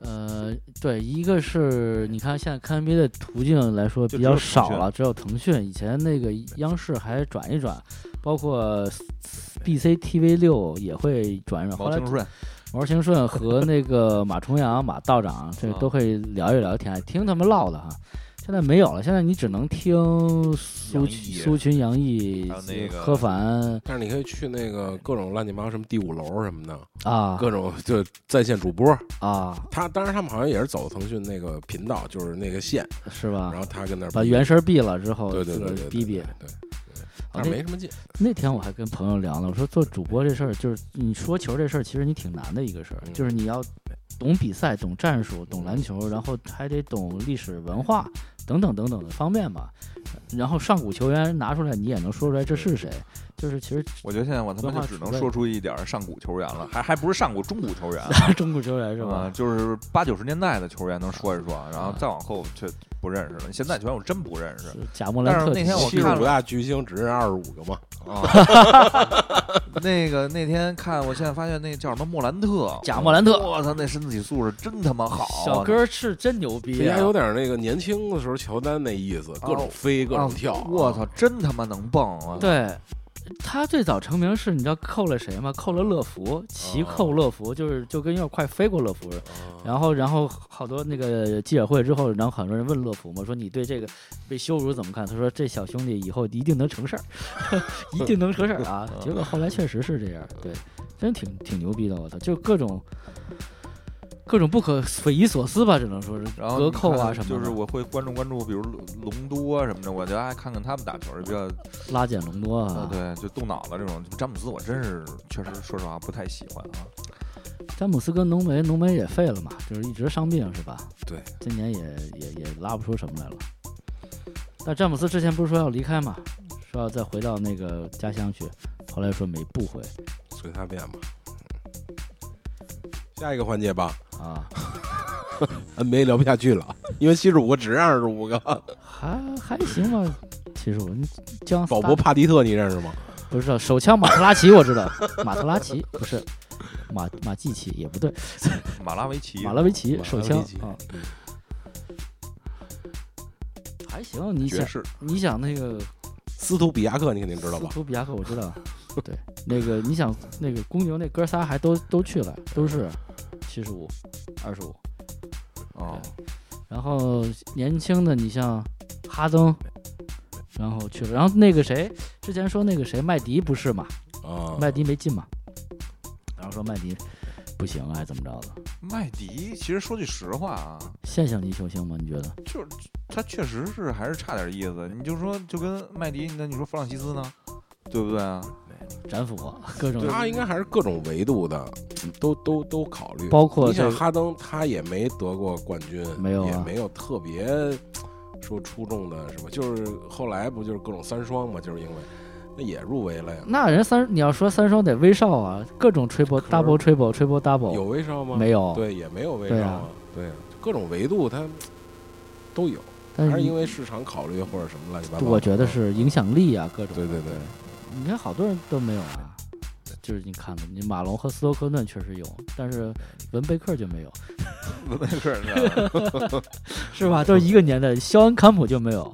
Speaker 2: 呃，对，一个是你看现在看 NBA 的途径来说
Speaker 3: 就
Speaker 2: 比
Speaker 3: 只有
Speaker 2: 较
Speaker 3: 腾
Speaker 2: 少
Speaker 3: 讯
Speaker 2: 了，只有腾讯。以前那个央视还转一转，包括 BCTV 六也会转一转。后
Speaker 3: 毛
Speaker 2: 来
Speaker 3: 青顺
Speaker 2: 毛兴顺和那个马重阳、马道长，这
Speaker 3: 啊
Speaker 2: 都会聊一聊天，听他们唠的哈。现在没有了，现在你只能听苏
Speaker 3: 杨
Speaker 2: 群
Speaker 3: 毅
Speaker 2: 苏群、杨毅
Speaker 3: 还有、那个
Speaker 2: 柯凡
Speaker 1: 但是你可以去那个各种乱七八糟什么第五楼什么的，
Speaker 2: 啊
Speaker 1: 各种就在线主播，
Speaker 2: 啊，
Speaker 1: 他当然他们好像也是走腾讯那个频道，就是那个线，
Speaker 2: 是吧
Speaker 1: 然？后他跟那儿
Speaker 2: 啊把
Speaker 1: 逼
Speaker 2: 原声闭了之后，
Speaker 1: 对对
Speaker 2: 自个
Speaker 1: 对
Speaker 2: 儿
Speaker 1: 对
Speaker 2: 逼逼
Speaker 1: 对。对，
Speaker 2: 啊
Speaker 1: 但是没什么劲，
Speaker 2: 那天我还跟朋友聊呢，我说做主播这事儿，就是你说球这事儿，其实你挺难的一个事儿，
Speaker 1: 嗯
Speaker 2: 就是你要懂比赛、懂战术、懂篮球，然后还得懂历史文化等等等等的方面吧。然后上古球员拿出来，你也能说出来这是谁，就是其实 <laughs>
Speaker 3: 我觉得现在我他妈
Speaker 2: 文
Speaker 3: 就
Speaker 2: 化
Speaker 3: 只
Speaker 2: 储
Speaker 3: 能
Speaker 2: 备
Speaker 3: 说出一点儿上古球员了，还还不是上古中古球员。
Speaker 2: 中古球员是
Speaker 3: 啊，
Speaker 2: 吧？啊
Speaker 3: 就是八九十年代的球员能说一说，然后再往后却不认识了。现在拳我真不认识
Speaker 2: 是贾莫兰特
Speaker 3: 但是那天我
Speaker 1: 七十
Speaker 3: 看
Speaker 1: 五
Speaker 3: 了
Speaker 1: 大巨星只认二十五个嘛，
Speaker 3: 啊。
Speaker 2: <laughs>
Speaker 3: 那个那天看，我现在发现那叫什么莫兰特，
Speaker 2: 贾莫兰特
Speaker 3: 我操，那身体素质真他妈好啊，
Speaker 2: 小哥是真牛
Speaker 1: 这
Speaker 2: 逼
Speaker 1: 家
Speaker 2: 啊！
Speaker 1: 有点那个年轻的时候乔丹那意思，各
Speaker 2: 哦
Speaker 1: 种飞，各种跳。
Speaker 3: 啊我操，真他妈能蹦啊！
Speaker 2: 对，他最早成名是你知道扣了谁吗？扣了乐
Speaker 3: 哦
Speaker 2: 福，齐扣乐福，就是就跟要快飞过乐福似的。
Speaker 1: 啊！
Speaker 3: 哦
Speaker 2: 然后，然后好多那个记者会之后，然后很多人问乐福嘛，说你对这个被羞辱怎么看？他说这小兄弟以后一定能成事儿， <laughs> 一定能成事儿
Speaker 3: <laughs>
Speaker 2: 啊！结果后来确实是这样，对，真挺挺牛逼的，我操，就各种各种不可匪夷所思吧，只能说是
Speaker 3: 然后
Speaker 2: 隔
Speaker 3: 你
Speaker 2: 扣啊
Speaker 3: 看
Speaker 2: 什么的，
Speaker 3: 就是我会关注关注，比如隆多啊什么的，我就爱看看他们打球，比较
Speaker 2: 拉简隆多啊，
Speaker 3: 呃对，就动脑子这种。詹姆斯我真是确实说实话不太喜欢啊，
Speaker 2: 詹姆斯跟浓眉，浓眉也废了嘛，就是一直伤病是吧？
Speaker 1: 对，
Speaker 2: 今年也也也拉不出什么来了。但詹姆斯之前不是说要离开嘛，说要再回到那个家乡去，后来说没不回
Speaker 1: 随他便吧。下一个环节吧
Speaker 2: 啊，
Speaker 1: ，NBA 聊不下去了，因为七十五个只认二十五个。
Speaker 2: 还还行吧。其实我们将
Speaker 1: 保博帕蒂特你认识吗？
Speaker 2: 不知道手枪马特拉齐我知道，马特拉齐不是马马季奇也不对，
Speaker 3: 马拉维奇，
Speaker 2: 马拉维奇
Speaker 1: 马
Speaker 2: 手
Speaker 1: 拉维
Speaker 2: 枪
Speaker 1: 奇
Speaker 2: 啊，还行。你
Speaker 3: 爵
Speaker 2: 想
Speaker 3: 士，
Speaker 2: 你想那个
Speaker 1: 斯图比亚克你肯定知道吧
Speaker 2: 斯？图比亚克我知道，对，那个你想那个公牛那哥仨还都都去了，都是七十五、二十五，
Speaker 3: 啊，
Speaker 2: 然后年轻的你像哈登，然后去了，然后那个谁之前说那个谁麦迪不是嘛，
Speaker 1: 啊，
Speaker 2: 麦迪没进嘛，然后说麦迪不行啊，还怎么着的，
Speaker 3: 麦迪其实说句实话啊，
Speaker 2: 现象级球星吗？你觉得？
Speaker 3: 就是他确实是还是差点意思。你就说就跟麦迪，那你说弗朗西斯呢，对不对啊？
Speaker 2: 詹姆啊各种，
Speaker 1: 他应该还是各种维度的，都都都考虑。
Speaker 2: 包括
Speaker 1: 你
Speaker 2: 这
Speaker 1: 想
Speaker 2: 个
Speaker 1: 哈登，他也没得过冠军，
Speaker 2: 没有啊
Speaker 1: 也没有特别说出众的什么，就是后来不就是各种三双嘛，就是因为那也入围了呀。
Speaker 2: 那人三你要说三双得威少啊，各种 triple
Speaker 1: 是
Speaker 2: double triple triple double
Speaker 1: 有威少吗？
Speaker 2: 没有？
Speaker 1: 对，也没有威少
Speaker 2: 对啊
Speaker 1: 啊，对啊，各种维度他都有，
Speaker 2: 但
Speaker 1: 还是
Speaker 2: 是你
Speaker 1: 因为市场考虑或者什么乱七八糟的。
Speaker 2: 嗯我觉得是影响力啊，各种。
Speaker 1: 啊对对对，
Speaker 2: 你看好多人都没有啊，就是你看的，你马龙和斯托克顿确实有，但是文贝克就没有，
Speaker 3: 文贝克呢
Speaker 2: <laughs> 是吧？都是一个年代，肖恩坎普就没有，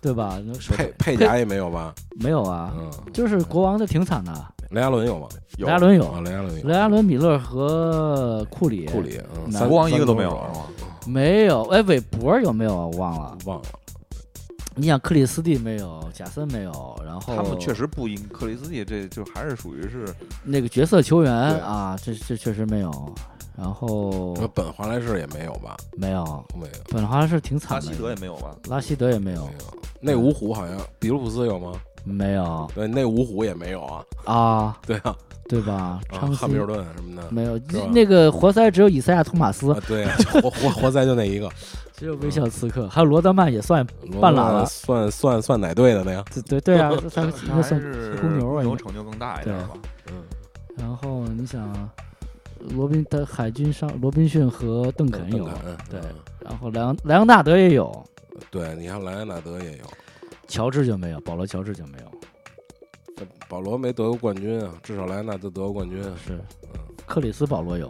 Speaker 2: 对吧？那说
Speaker 1: 佩佩贾也没有吧？
Speaker 2: 没有啊，
Speaker 1: 嗯，
Speaker 2: 就是国王的挺惨的，
Speaker 1: 雷阿伦有吗？
Speaker 3: 有
Speaker 2: 雷阿伦
Speaker 1: 啊，
Speaker 2: 有，
Speaker 1: 雷阿伦有
Speaker 2: 雷，阿伦、米勒和库里，
Speaker 1: 库里，嗯，
Speaker 2: 南
Speaker 1: 三
Speaker 3: 国王一个都没有
Speaker 1: 三
Speaker 3: 是
Speaker 1: 投
Speaker 3: 吗？
Speaker 2: 没有，哎，韦伯有没有啊？我忘了
Speaker 1: 手。忘了，
Speaker 2: 你想克里斯蒂没有，贾森没有，然后
Speaker 3: 他们确实不赢克里斯蒂，这就还是属于是
Speaker 2: 那个角色球员
Speaker 1: 对哦
Speaker 2: 啊，这这确实没有，然后
Speaker 1: 那本华莱士也没有吧？
Speaker 2: 没有，
Speaker 1: 没有，
Speaker 2: 本华是挺惨
Speaker 3: 拉
Speaker 2: 的，
Speaker 3: 希德也没有吧？
Speaker 2: 拉希德也没有
Speaker 1: 没，有。内五虎好像比卢普斯有吗？
Speaker 2: 没有
Speaker 1: 对，内五虎也没有啊。
Speaker 2: 啊，
Speaker 1: 对啊，
Speaker 2: 对吧？
Speaker 1: 啊
Speaker 2: 昌
Speaker 1: 汉密尔
Speaker 2: 斯
Speaker 1: 顿什么的。
Speaker 2: 没有
Speaker 1: 是吧，
Speaker 2: 那个活塞只有以赛亚·托马斯
Speaker 1: 啊，，对啊，就活活活塞就那一个，
Speaker 2: 只有微笑刺客，还有罗德曼也算，
Speaker 1: 罗
Speaker 2: 半拉
Speaker 1: 纳
Speaker 2: 了
Speaker 1: 算算算哪队的那呀？
Speaker 2: 对对对
Speaker 1: <laughs>
Speaker 2: 啊，这算应
Speaker 3: 还
Speaker 2: 该算
Speaker 3: 是
Speaker 2: 公牛啊应该。
Speaker 3: 成就更大一点吧？
Speaker 1: 嗯，
Speaker 2: 然后你想，罗宾的海军上罗宾逊和邓肯有，对
Speaker 1: 嗯
Speaker 2: 然后莱昂莱昂纳德也有，
Speaker 1: 对，你看莱昂纳德也有，
Speaker 2: 乔治就没有，保罗乔治就没有，
Speaker 1: 保罗没得过冠军啊，至少莱昂纳德得过冠军啊。
Speaker 2: 是
Speaker 1: 嗯
Speaker 2: 克里斯保罗有。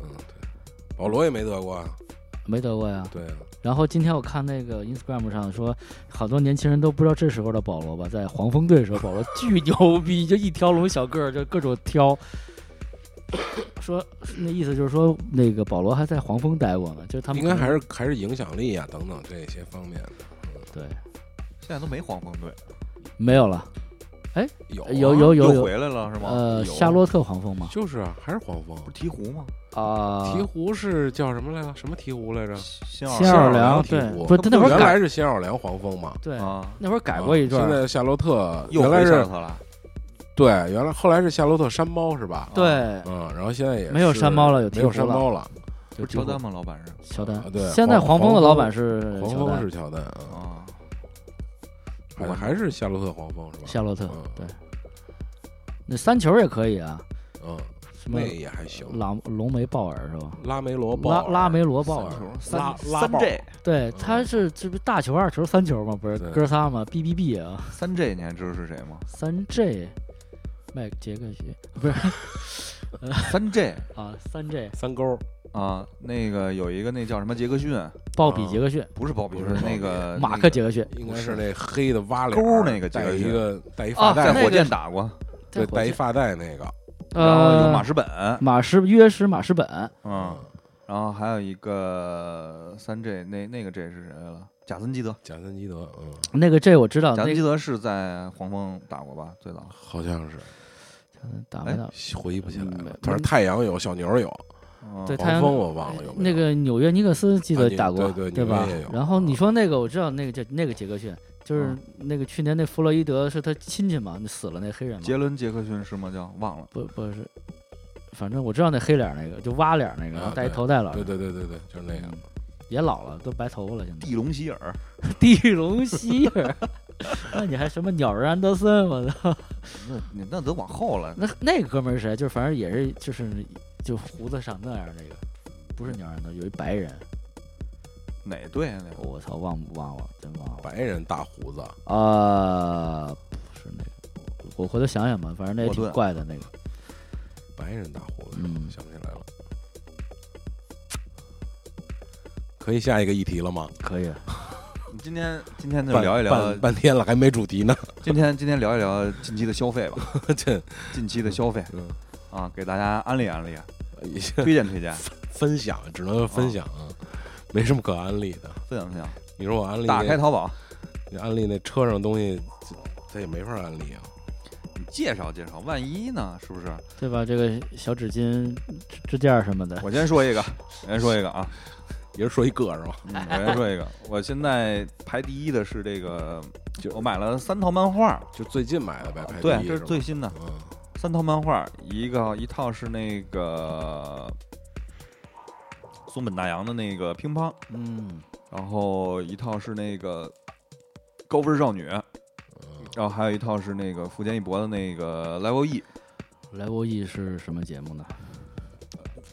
Speaker 1: 嗯，对，保罗也没得过啊。
Speaker 2: 没得过呀。
Speaker 1: 对啊，
Speaker 2: 然后今天我看那个 Instagram 上说，好多年轻人都不知道这时候的保罗吧，在黄蜂队的时候，保罗巨牛逼，就一条龙小个儿，就各种挑。
Speaker 1: <coughs>
Speaker 2: 说那意思就是说，那个保罗还在黄蜂待过呢，就是他们
Speaker 1: 应该还
Speaker 2: 是
Speaker 1: 是还是影响力啊等等这些方面的
Speaker 2: 对
Speaker 3: 现在都没黄蜂队，
Speaker 2: 没有了。
Speaker 1: 有啊
Speaker 2: 有有有
Speaker 3: 又
Speaker 2: 有，
Speaker 3: 回来了是吗？
Speaker 2: 呃，
Speaker 1: 有
Speaker 2: 夏洛特黄蜂吗？
Speaker 1: 就是啊，还是黄蜂
Speaker 3: 不。是鹈鹕吗？
Speaker 2: 啊，
Speaker 1: 鹈鹕是叫什么来着？什么鹈鹕来着？
Speaker 3: 新
Speaker 2: 新奥尔良
Speaker 1: 新奥尔良
Speaker 2: 对
Speaker 1: 鹈，鹕
Speaker 2: 不是他那会
Speaker 1: 原
Speaker 2: 儿
Speaker 1: 来
Speaker 2: 改
Speaker 1: 是新奥尔良黄蜂嘛，
Speaker 2: 对，
Speaker 3: 啊，
Speaker 2: 那会儿改过一段
Speaker 1: 啊现
Speaker 2: 儿，
Speaker 1: 在夏洛特
Speaker 3: 又
Speaker 1: 原
Speaker 3: 回
Speaker 1: 来
Speaker 3: 夏
Speaker 1: 是
Speaker 3: 洛特啊了。
Speaker 1: 对，原来后来是夏洛特山猫是吧？
Speaker 2: 对，
Speaker 1: 嗯，然后现在也
Speaker 2: 没有
Speaker 1: 是
Speaker 2: 山猫了有
Speaker 1: 没有
Speaker 2: 鹈鹕
Speaker 1: 山
Speaker 2: 了
Speaker 1: 猫了，
Speaker 3: 不是乔丹吗？老板是
Speaker 2: 乔丹
Speaker 1: 啊。对
Speaker 2: 现在
Speaker 1: 黄
Speaker 2: 黄蜂的
Speaker 1: 黄
Speaker 2: 老
Speaker 1: 蜂
Speaker 2: 板是
Speaker 1: 黄
Speaker 2: 乔
Speaker 1: 蜂
Speaker 2: 丹，
Speaker 1: 是乔丹啊，
Speaker 3: 啊，
Speaker 1: 还是还是夏洛特黄蜂是吧？
Speaker 2: 夏洛特
Speaker 1: 嗯
Speaker 2: 对。那三球也可以啊，
Speaker 1: 嗯，
Speaker 2: 什么
Speaker 1: 那也还行。
Speaker 2: 朗龙梅鲍尔是吧？
Speaker 1: 拉梅罗啊鲍
Speaker 2: 拉
Speaker 1: 尔
Speaker 2: 拉梅罗鲍尔，
Speaker 1: 三球拉拉
Speaker 3: 三
Speaker 1: 鲍
Speaker 3: G
Speaker 2: 对，他是这不是大球二球三球吗？不是
Speaker 1: 对
Speaker 2: 哥仨吗？B B B 啊，
Speaker 3: 三 G，你还知道是谁吗？
Speaker 2: 三 J，麦克杰克逊
Speaker 3: 三 G
Speaker 2: 啊，三 J，
Speaker 1: 三勾
Speaker 3: 啊，那个有一个那叫什么杰克逊，
Speaker 2: 鲍
Speaker 1: 嗯
Speaker 2: 比杰克逊，
Speaker 3: 不是鲍比，
Speaker 1: 不
Speaker 3: 是
Speaker 1: 是鲍比
Speaker 3: 那个
Speaker 2: 马
Speaker 3: 那
Speaker 2: 克
Speaker 3: 个
Speaker 2: 杰克逊，
Speaker 1: 应该是那黑的挖脸
Speaker 3: 勾
Speaker 1: 儿
Speaker 3: 儿那个杰
Speaker 1: 带
Speaker 3: 克
Speaker 1: 一
Speaker 3: 逊
Speaker 1: 个带一
Speaker 2: 啊
Speaker 1: 发带
Speaker 3: 在
Speaker 2: 那
Speaker 1: 的，
Speaker 2: 个
Speaker 3: 火箭打过，
Speaker 1: 对，
Speaker 2: 火
Speaker 1: 带一
Speaker 2: 箭
Speaker 1: 发带那个，
Speaker 3: 然后有
Speaker 2: 呃
Speaker 3: 马什本，
Speaker 2: 马什约什马什本，
Speaker 3: 嗯，然后还有一个三 G，那那个 G 是谁来了？贾森基德，
Speaker 1: 贾森基德，嗯，
Speaker 2: 那个 J 我知道，
Speaker 3: 贾
Speaker 2: 啊那
Speaker 3: 森基
Speaker 2: 个
Speaker 3: 德是在黄蜂打过吧？最早，
Speaker 1: 好像是
Speaker 2: 呃打
Speaker 1: 哎
Speaker 2: 没打？
Speaker 1: 回忆不起来
Speaker 2: 嗯没
Speaker 1: 了。反正太阳有，小牛有，
Speaker 3: 嗯
Speaker 2: 对太
Speaker 1: 黄
Speaker 2: 阳
Speaker 1: 蜂我忘了有没
Speaker 2: 那
Speaker 1: 有。
Speaker 2: 个纽约尼克斯记
Speaker 1: 啊
Speaker 2: 得
Speaker 1: 纽
Speaker 2: 打过，
Speaker 1: 对对纽
Speaker 2: 吧
Speaker 1: 约也有？啊
Speaker 2: 然后你说那个，我知道那个叫那个杰克逊，就是
Speaker 3: 嗯
Speaker 2: 那个去年那弗洛伊德是他亲戚嘛，那死了那黑人嘛，
Speaker 3: 杰伦杰克逊是吗？叫忘了，
Speaker 2: 不不是，反正我知道那黑脸儿那个，就挖脸儿那个，
Speaker 1: 啊
Speaker 2: 然后戴一
Speaker 1: 对
Speaker 2: 头戴了，
Speaker 1: 对对对对对，就是那个。
Speaker 2: 嗯也老了，都白头发了，现在
Speaker 3: 蒂隆希尔，
Speaker 2: <laughs> 地龙希
Speaker 1: <laughs>
Speaker 2: 尔，那你还什么鸟儿安德森，我操，
Speaker 3: 那你那得往后了，
Speaker 2: <laughs> 那那个哥们儿是谁？就反正也是就是就胡子长那样儿那个，不是鸟儿安德，有一白人，
Speaker 3: 哪队啊？那个
Speaker 2: 我操，忘不忘了，真忘了。
Speaker 1: 白人大胡子，
Speaker 2: 啊，不是那个，我回头想想吧，反正那也
Speaker 3: 霍
Speaker 2: 挺
Speaker 3: 顿
Speaker 2: 怪的那个。
Speaker 1: 白人大胡子，
Speaker 2: 嗯
Speaker 1: 想不起来了。可以下一个议题了吗？
Speaker 2: 可以，啊
Speaker 3: 你今天今天就
Speaker 1: 半
Speaker 3: 聊一聊
Speaker 1: 半，半天了还没主题呢， <laughs>
Speaker 3: 今天今天聊一聊近期的消费吧，
Speaker 1: 这
Speaker 3: 近期的消费
Speaker 1: 嗯
Speaker 3: 啊，给大家安利
Speaker 1: <laughs>
Speaker 3: 安利，
Speaker 1: 一些
Speaker 3: 推荐推荐，
Speaker 1: 分享只能分享啊，
Speaker 3: 哦
Speaker 1: 没什么可安利的。
Speaker 3: 分享分享，
Speaker 1: 你说我安利
Speaker 3: 打开
Speaker 1: 那
Speaker 3: 淘宝，
Speaker 1: 你安利那车上东西，这这也没法安利啊。
Speaker 3: 你介绍介绍，万一呢？是不是？
Speaker 2: 对吧？这个小纸巾、支支架什么的，
Speaker 3: 我先说一个，我先说一个啊，
Speaker 1: 也是说一个是吧？
Speaker 3: 嗯我先说一个，我现在排第一的是这个，
Speaker 1: 就
Speaker 3: 我买了三套漫画，
Speaker 1: 就最近买的呗，排
Speaker 3: 对，啊
Speaker 1: 第一
Speaker 3: 这是
Speaker 1: 吧
Speaker 3: 最新的
Speaker 1: 嗯
Speaker 3: 三套漫画，一个一套是那个松本大洋的那个乒乓，
Speaker 2: 嗯，
Speaker 3: 然后一套是那个高分少女，
Speaker 1: 嗯
Speaker 3: 然后还有一套是那个福建一博的那个 Level E。
Speaker 2: 莱博 E 是什么节目呢？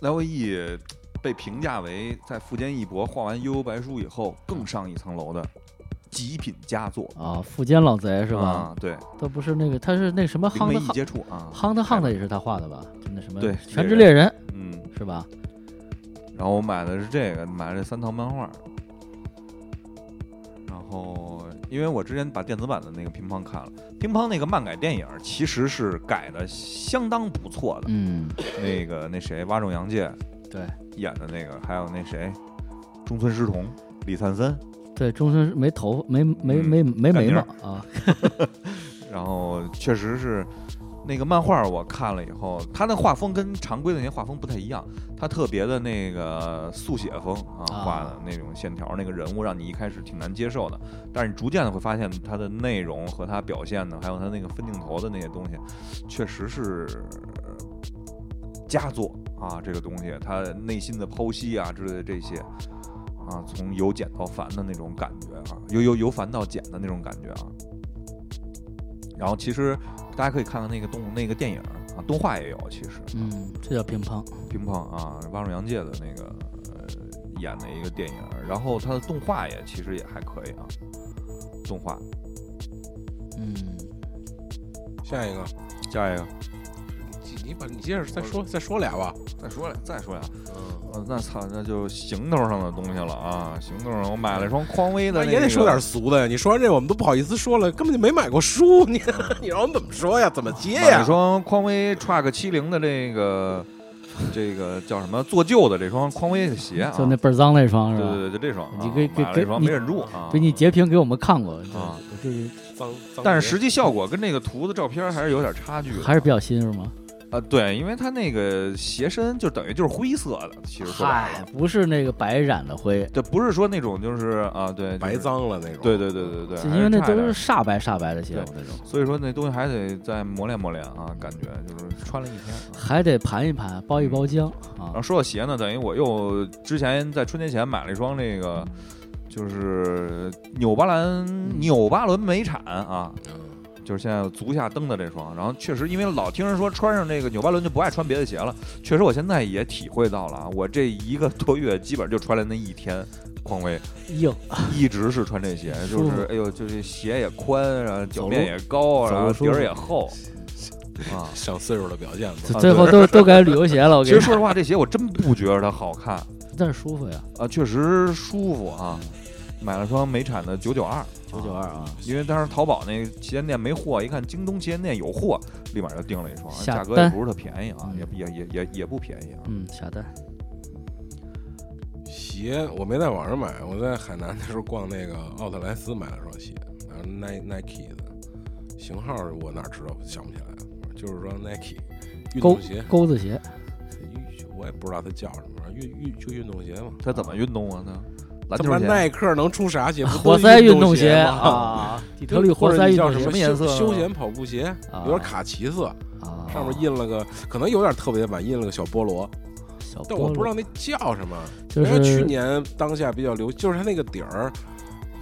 Speaker 3: Level E 被评价为在富坚义博画完《悠悠白书》以后更上一层楼的极品佳作，
Speaker 2: 啊，富坚老贼是吧？
Speaker 3: 啊，对，
Speaker 2: 他不是那个，他是那什么
Speaker 3: 灵
Speaker 2: 夯
Speaker 3: 媒
Speaker 2: 的
Speaker 3: 一
Speaker 2: 夯
Speaker 3: 接触啊，
Speaker 2: 夯的夯的也是他画的吧？就那什么
Speaker 3: 对
Speaker 2: 《全职猎人
Speaker 3: 嗯，》
Speaker 2: 是吧？
Speaker 3: 然后我买的是这个，买了这三套漫画。然后，因为我之前把电子版的那个乒乓看了，乒乓那个漫改电影其实是改的相当不错的。
Speaker 2: 嗯，
Speaker 3: 那个那谁，蛙仲洋介
Speaker 2: 对
Speaker 3: 演的那个，还有那谁，中村狮童、李灿森，
Speaker 2: 对，终身没头发，没没没没
Speaker 3: 嗯干
Speaker 2: 眉
Speaker 3: 净
Speaker 2: 毛
Speaker 3: 儿
Speaker 2: 啊，
Speaker 3: 然后确实是那个漫画我看了以后，它的画风跟常规的那些画风不太一样，它特别的那个速写风啊
Speaker 2: 啊
Speaker 3: 画的那种线条，那个人物让你一开始挺难接受的，但是你逐渐的会发现它的内容和它表现的，还有它那个分镜头的那些东西，确实是呃佳作啊，这个东西它内心的剖析啊之类的这些。啊，从由简到繁的那种感觉啊，由由由繁到简的那种感觉啊，然后其实大家可以看看那个动那个电影啊，动画也有，其实
Speaker 2: 嗯，这叫乒乓，
Speaker 3: 乒乓啊，蛙若洋介的那个呃演的一个电影，然后它的动画也其实也还可以啊，动画
Speaker 2: 嗯，
Speaker 1: 下一个，
Speaker 3: 下一个
Speaker 1: 你你把你接着再说嗯再说俩吧。
Speaker 3: 再说俩再说俩，
Speaker 1: 嗯，
Speaker 3: 呃那操那就行头上的东西了啊，行头上我买了一双匡威的、那个，
Speaker 1: 也得说点俗的呀。你说完这，我们都不好意思说了，根本就没买过书，你 <laughs> 你让我们怎么说呀？怎么接
Speaker 3: 买了
Speaker 1: 呀
Speaker 3: 一？双匡威 Truck 七零的这个这个叫什么做旧的这双匡威的鞋啊，
Speaker 2: 就那倍儿脏那双
Speaker 3: 对
Speaker 2: 是吧？
Speaker 3: 对对，就这双，
Speaker 2: 你
Speaker 3: 啊
Speaker 2: 给给
Speaker 3: 买了一双
Speaker 2: 给
Speaker 3: 没忍住啊，
Speaker 2: 对，你截屏给我们看过，
Speaker 3: 啊
Speaker 2: 这这
Speaker 1: 脏，脏
Speaker 3: 但是实际效果跟那个图的照片还是有点差距的，
Speaker 2: 还是比较新是吗？
Speaker 3: 啊，对，因为它那个鞋身就等于就是灰色的，其实说白
Speaker 2: 嗨
Speaker 3: 了，，
Speaker 2: 不是那个白染的灰，
Speaker 3: 对，不是说那种就是啊，对，
Speaker 1: 白
Speaker 3: 就是，
Speaker 1: 脏了那种。
Speaker 3: 对对对对对，
Speaker 2: 就
Speaker 3: 还
Speaker 2: 因为那
Speaker 3: 差
Speaker 2: 都是
Speaker 3: 点儿，
Speaker 2: 煞白煞白的鞋，
Speaker 3: 对
Speaker 2: 那种
Speaker 3: 所以说那东西还得再磨练磨练啊，感觉就是穿了一天啊。
Speaker 2: 还得盘一盘，包一包浆
Speaker 3: 然
Speaker 2: 啊
Speaker 1: 嗯
Speaker 3: 后。说到鞋呢，等于我又之前在春节前买了一双那个，
Speaker 2: 嗯
Speaker 3: 就是纽巴兰纽巴伦美产啊，
Speaker 1: 嗯，
Speaker 3: 就是现在足下蹬的这双。然后确实，因为老听人说穿上这个纽巴伦就不爱穿别的鞋了，确实我现在也体会到了啊，我这一个多月基本就穿了那一天。
Speaker 2: <laughs>
Speaker 3: 匡威
Speaker 2: 硬，
Speaker 1: 啊
Speaker 3: 一直是穿这鞋，就
Speaker 2: 舒
Speaker 3: 是
Speaker 2: 服
Speaker 3: 哎呦，就这鞋也宽，然后脚
Speaker 2: 走
Speaker 3: 面
Speaker 2: 路
Speaker 3: 也高，啊
Speaker 2: 走
Speaker 3: 然
Speaker 2: 路
Speaker 3: 后
Speaker 2: 舒
Speaker 3: 底儿
Speaker 2: 服 <laughs>
Speaker 3: 也厚啊。
Speaker 1: 上岁数的表现
Speaker 2: 最
Speaker 1: 嘛。
Speaker 3: 啊
Speaker 2: 最后都都改旅游鞋 <laughs> 了。我
Speaker 3: 其
Speaker 2: 跟你
Speaker 3: 实
Speaker 2: 说，
Speaker 3: 说实话，这鞋我真不觉得它好看
Speaker 2: 但是舒服呀，
Speaker 3: 啊，确实舒服啊。
Speaker 2: 嗯
Speaker 3: 买了双美产的九九二，
Speaker 2: 九九二啊，
Speaker 3: 因为当时淘宝那旗舰店没货，一看京东旗舰店有货，立马就订了一双，
Speaker 2: 下
Speaker 3: 价格也
Speaker 2: 单
Speaker 3: 不是特便宜啊，
Speaker 2: 嗯
Speaker 3: 也也也也也不便宜啊。
Speaker 2: 嗯，下单。
Speaker 1: 鞋我没在网上买，我在海南那时候逛那个奥特莱斯买了双鞋，然后 Ni- Nike 的型号我哪知道想不起来了，就是说 Nike 运
Speaker 2: 钩
Speaker 1: 动鞋，
Speaker 2: 钩子鞋，
Speaker 1: 我也不知道它叫什么，运运就运动鞋嘛。
Speaker 3: 它怎么运动啊？它篮
Speaker 1: 他妈
Speaker 3: 球鞋
Speaker 1: 耐克能出啥鞋？不
Speaker 2: 啊活
Speaker 1: 都
Speaker 2: 塞
Speaker 1: 是
Speaker 2: 运
Speaker 1: 运
Speaker 2: 动鞋
Speaker 1: 吗？ <laughs>
Speaker 2: 啊，底特律
Speaker 1: 或
Speaker 2: 活
Speaker 1: 者
Speaker 2: 塞
Speaker 1: 你
Speaker 2: 运
Speaker 1: 叫
Speaker 2: 动
Speaker 1: 什
Speaker 2: 鞋
Speaker 1: 么
Speaker 3: 什么颜
Speaker 1: 休
Speaker 3: 色
Speaker 1: 休闲跑步鞋，有点卡其色，
Speaker 2: 啊，
Speaker 1: 上面印了个，可能有点特别版，印了个小菠萝，
Speaker 2: 小菠
Speaker 1: 但我
Speaker 2: 萝，
Speaker 1: 不知道那叫什么。
Speaker 2: 就
Speaker 1: 因为去
Speaker 2: 是
Speaker 1: 年当下比较流，就是它那个底儿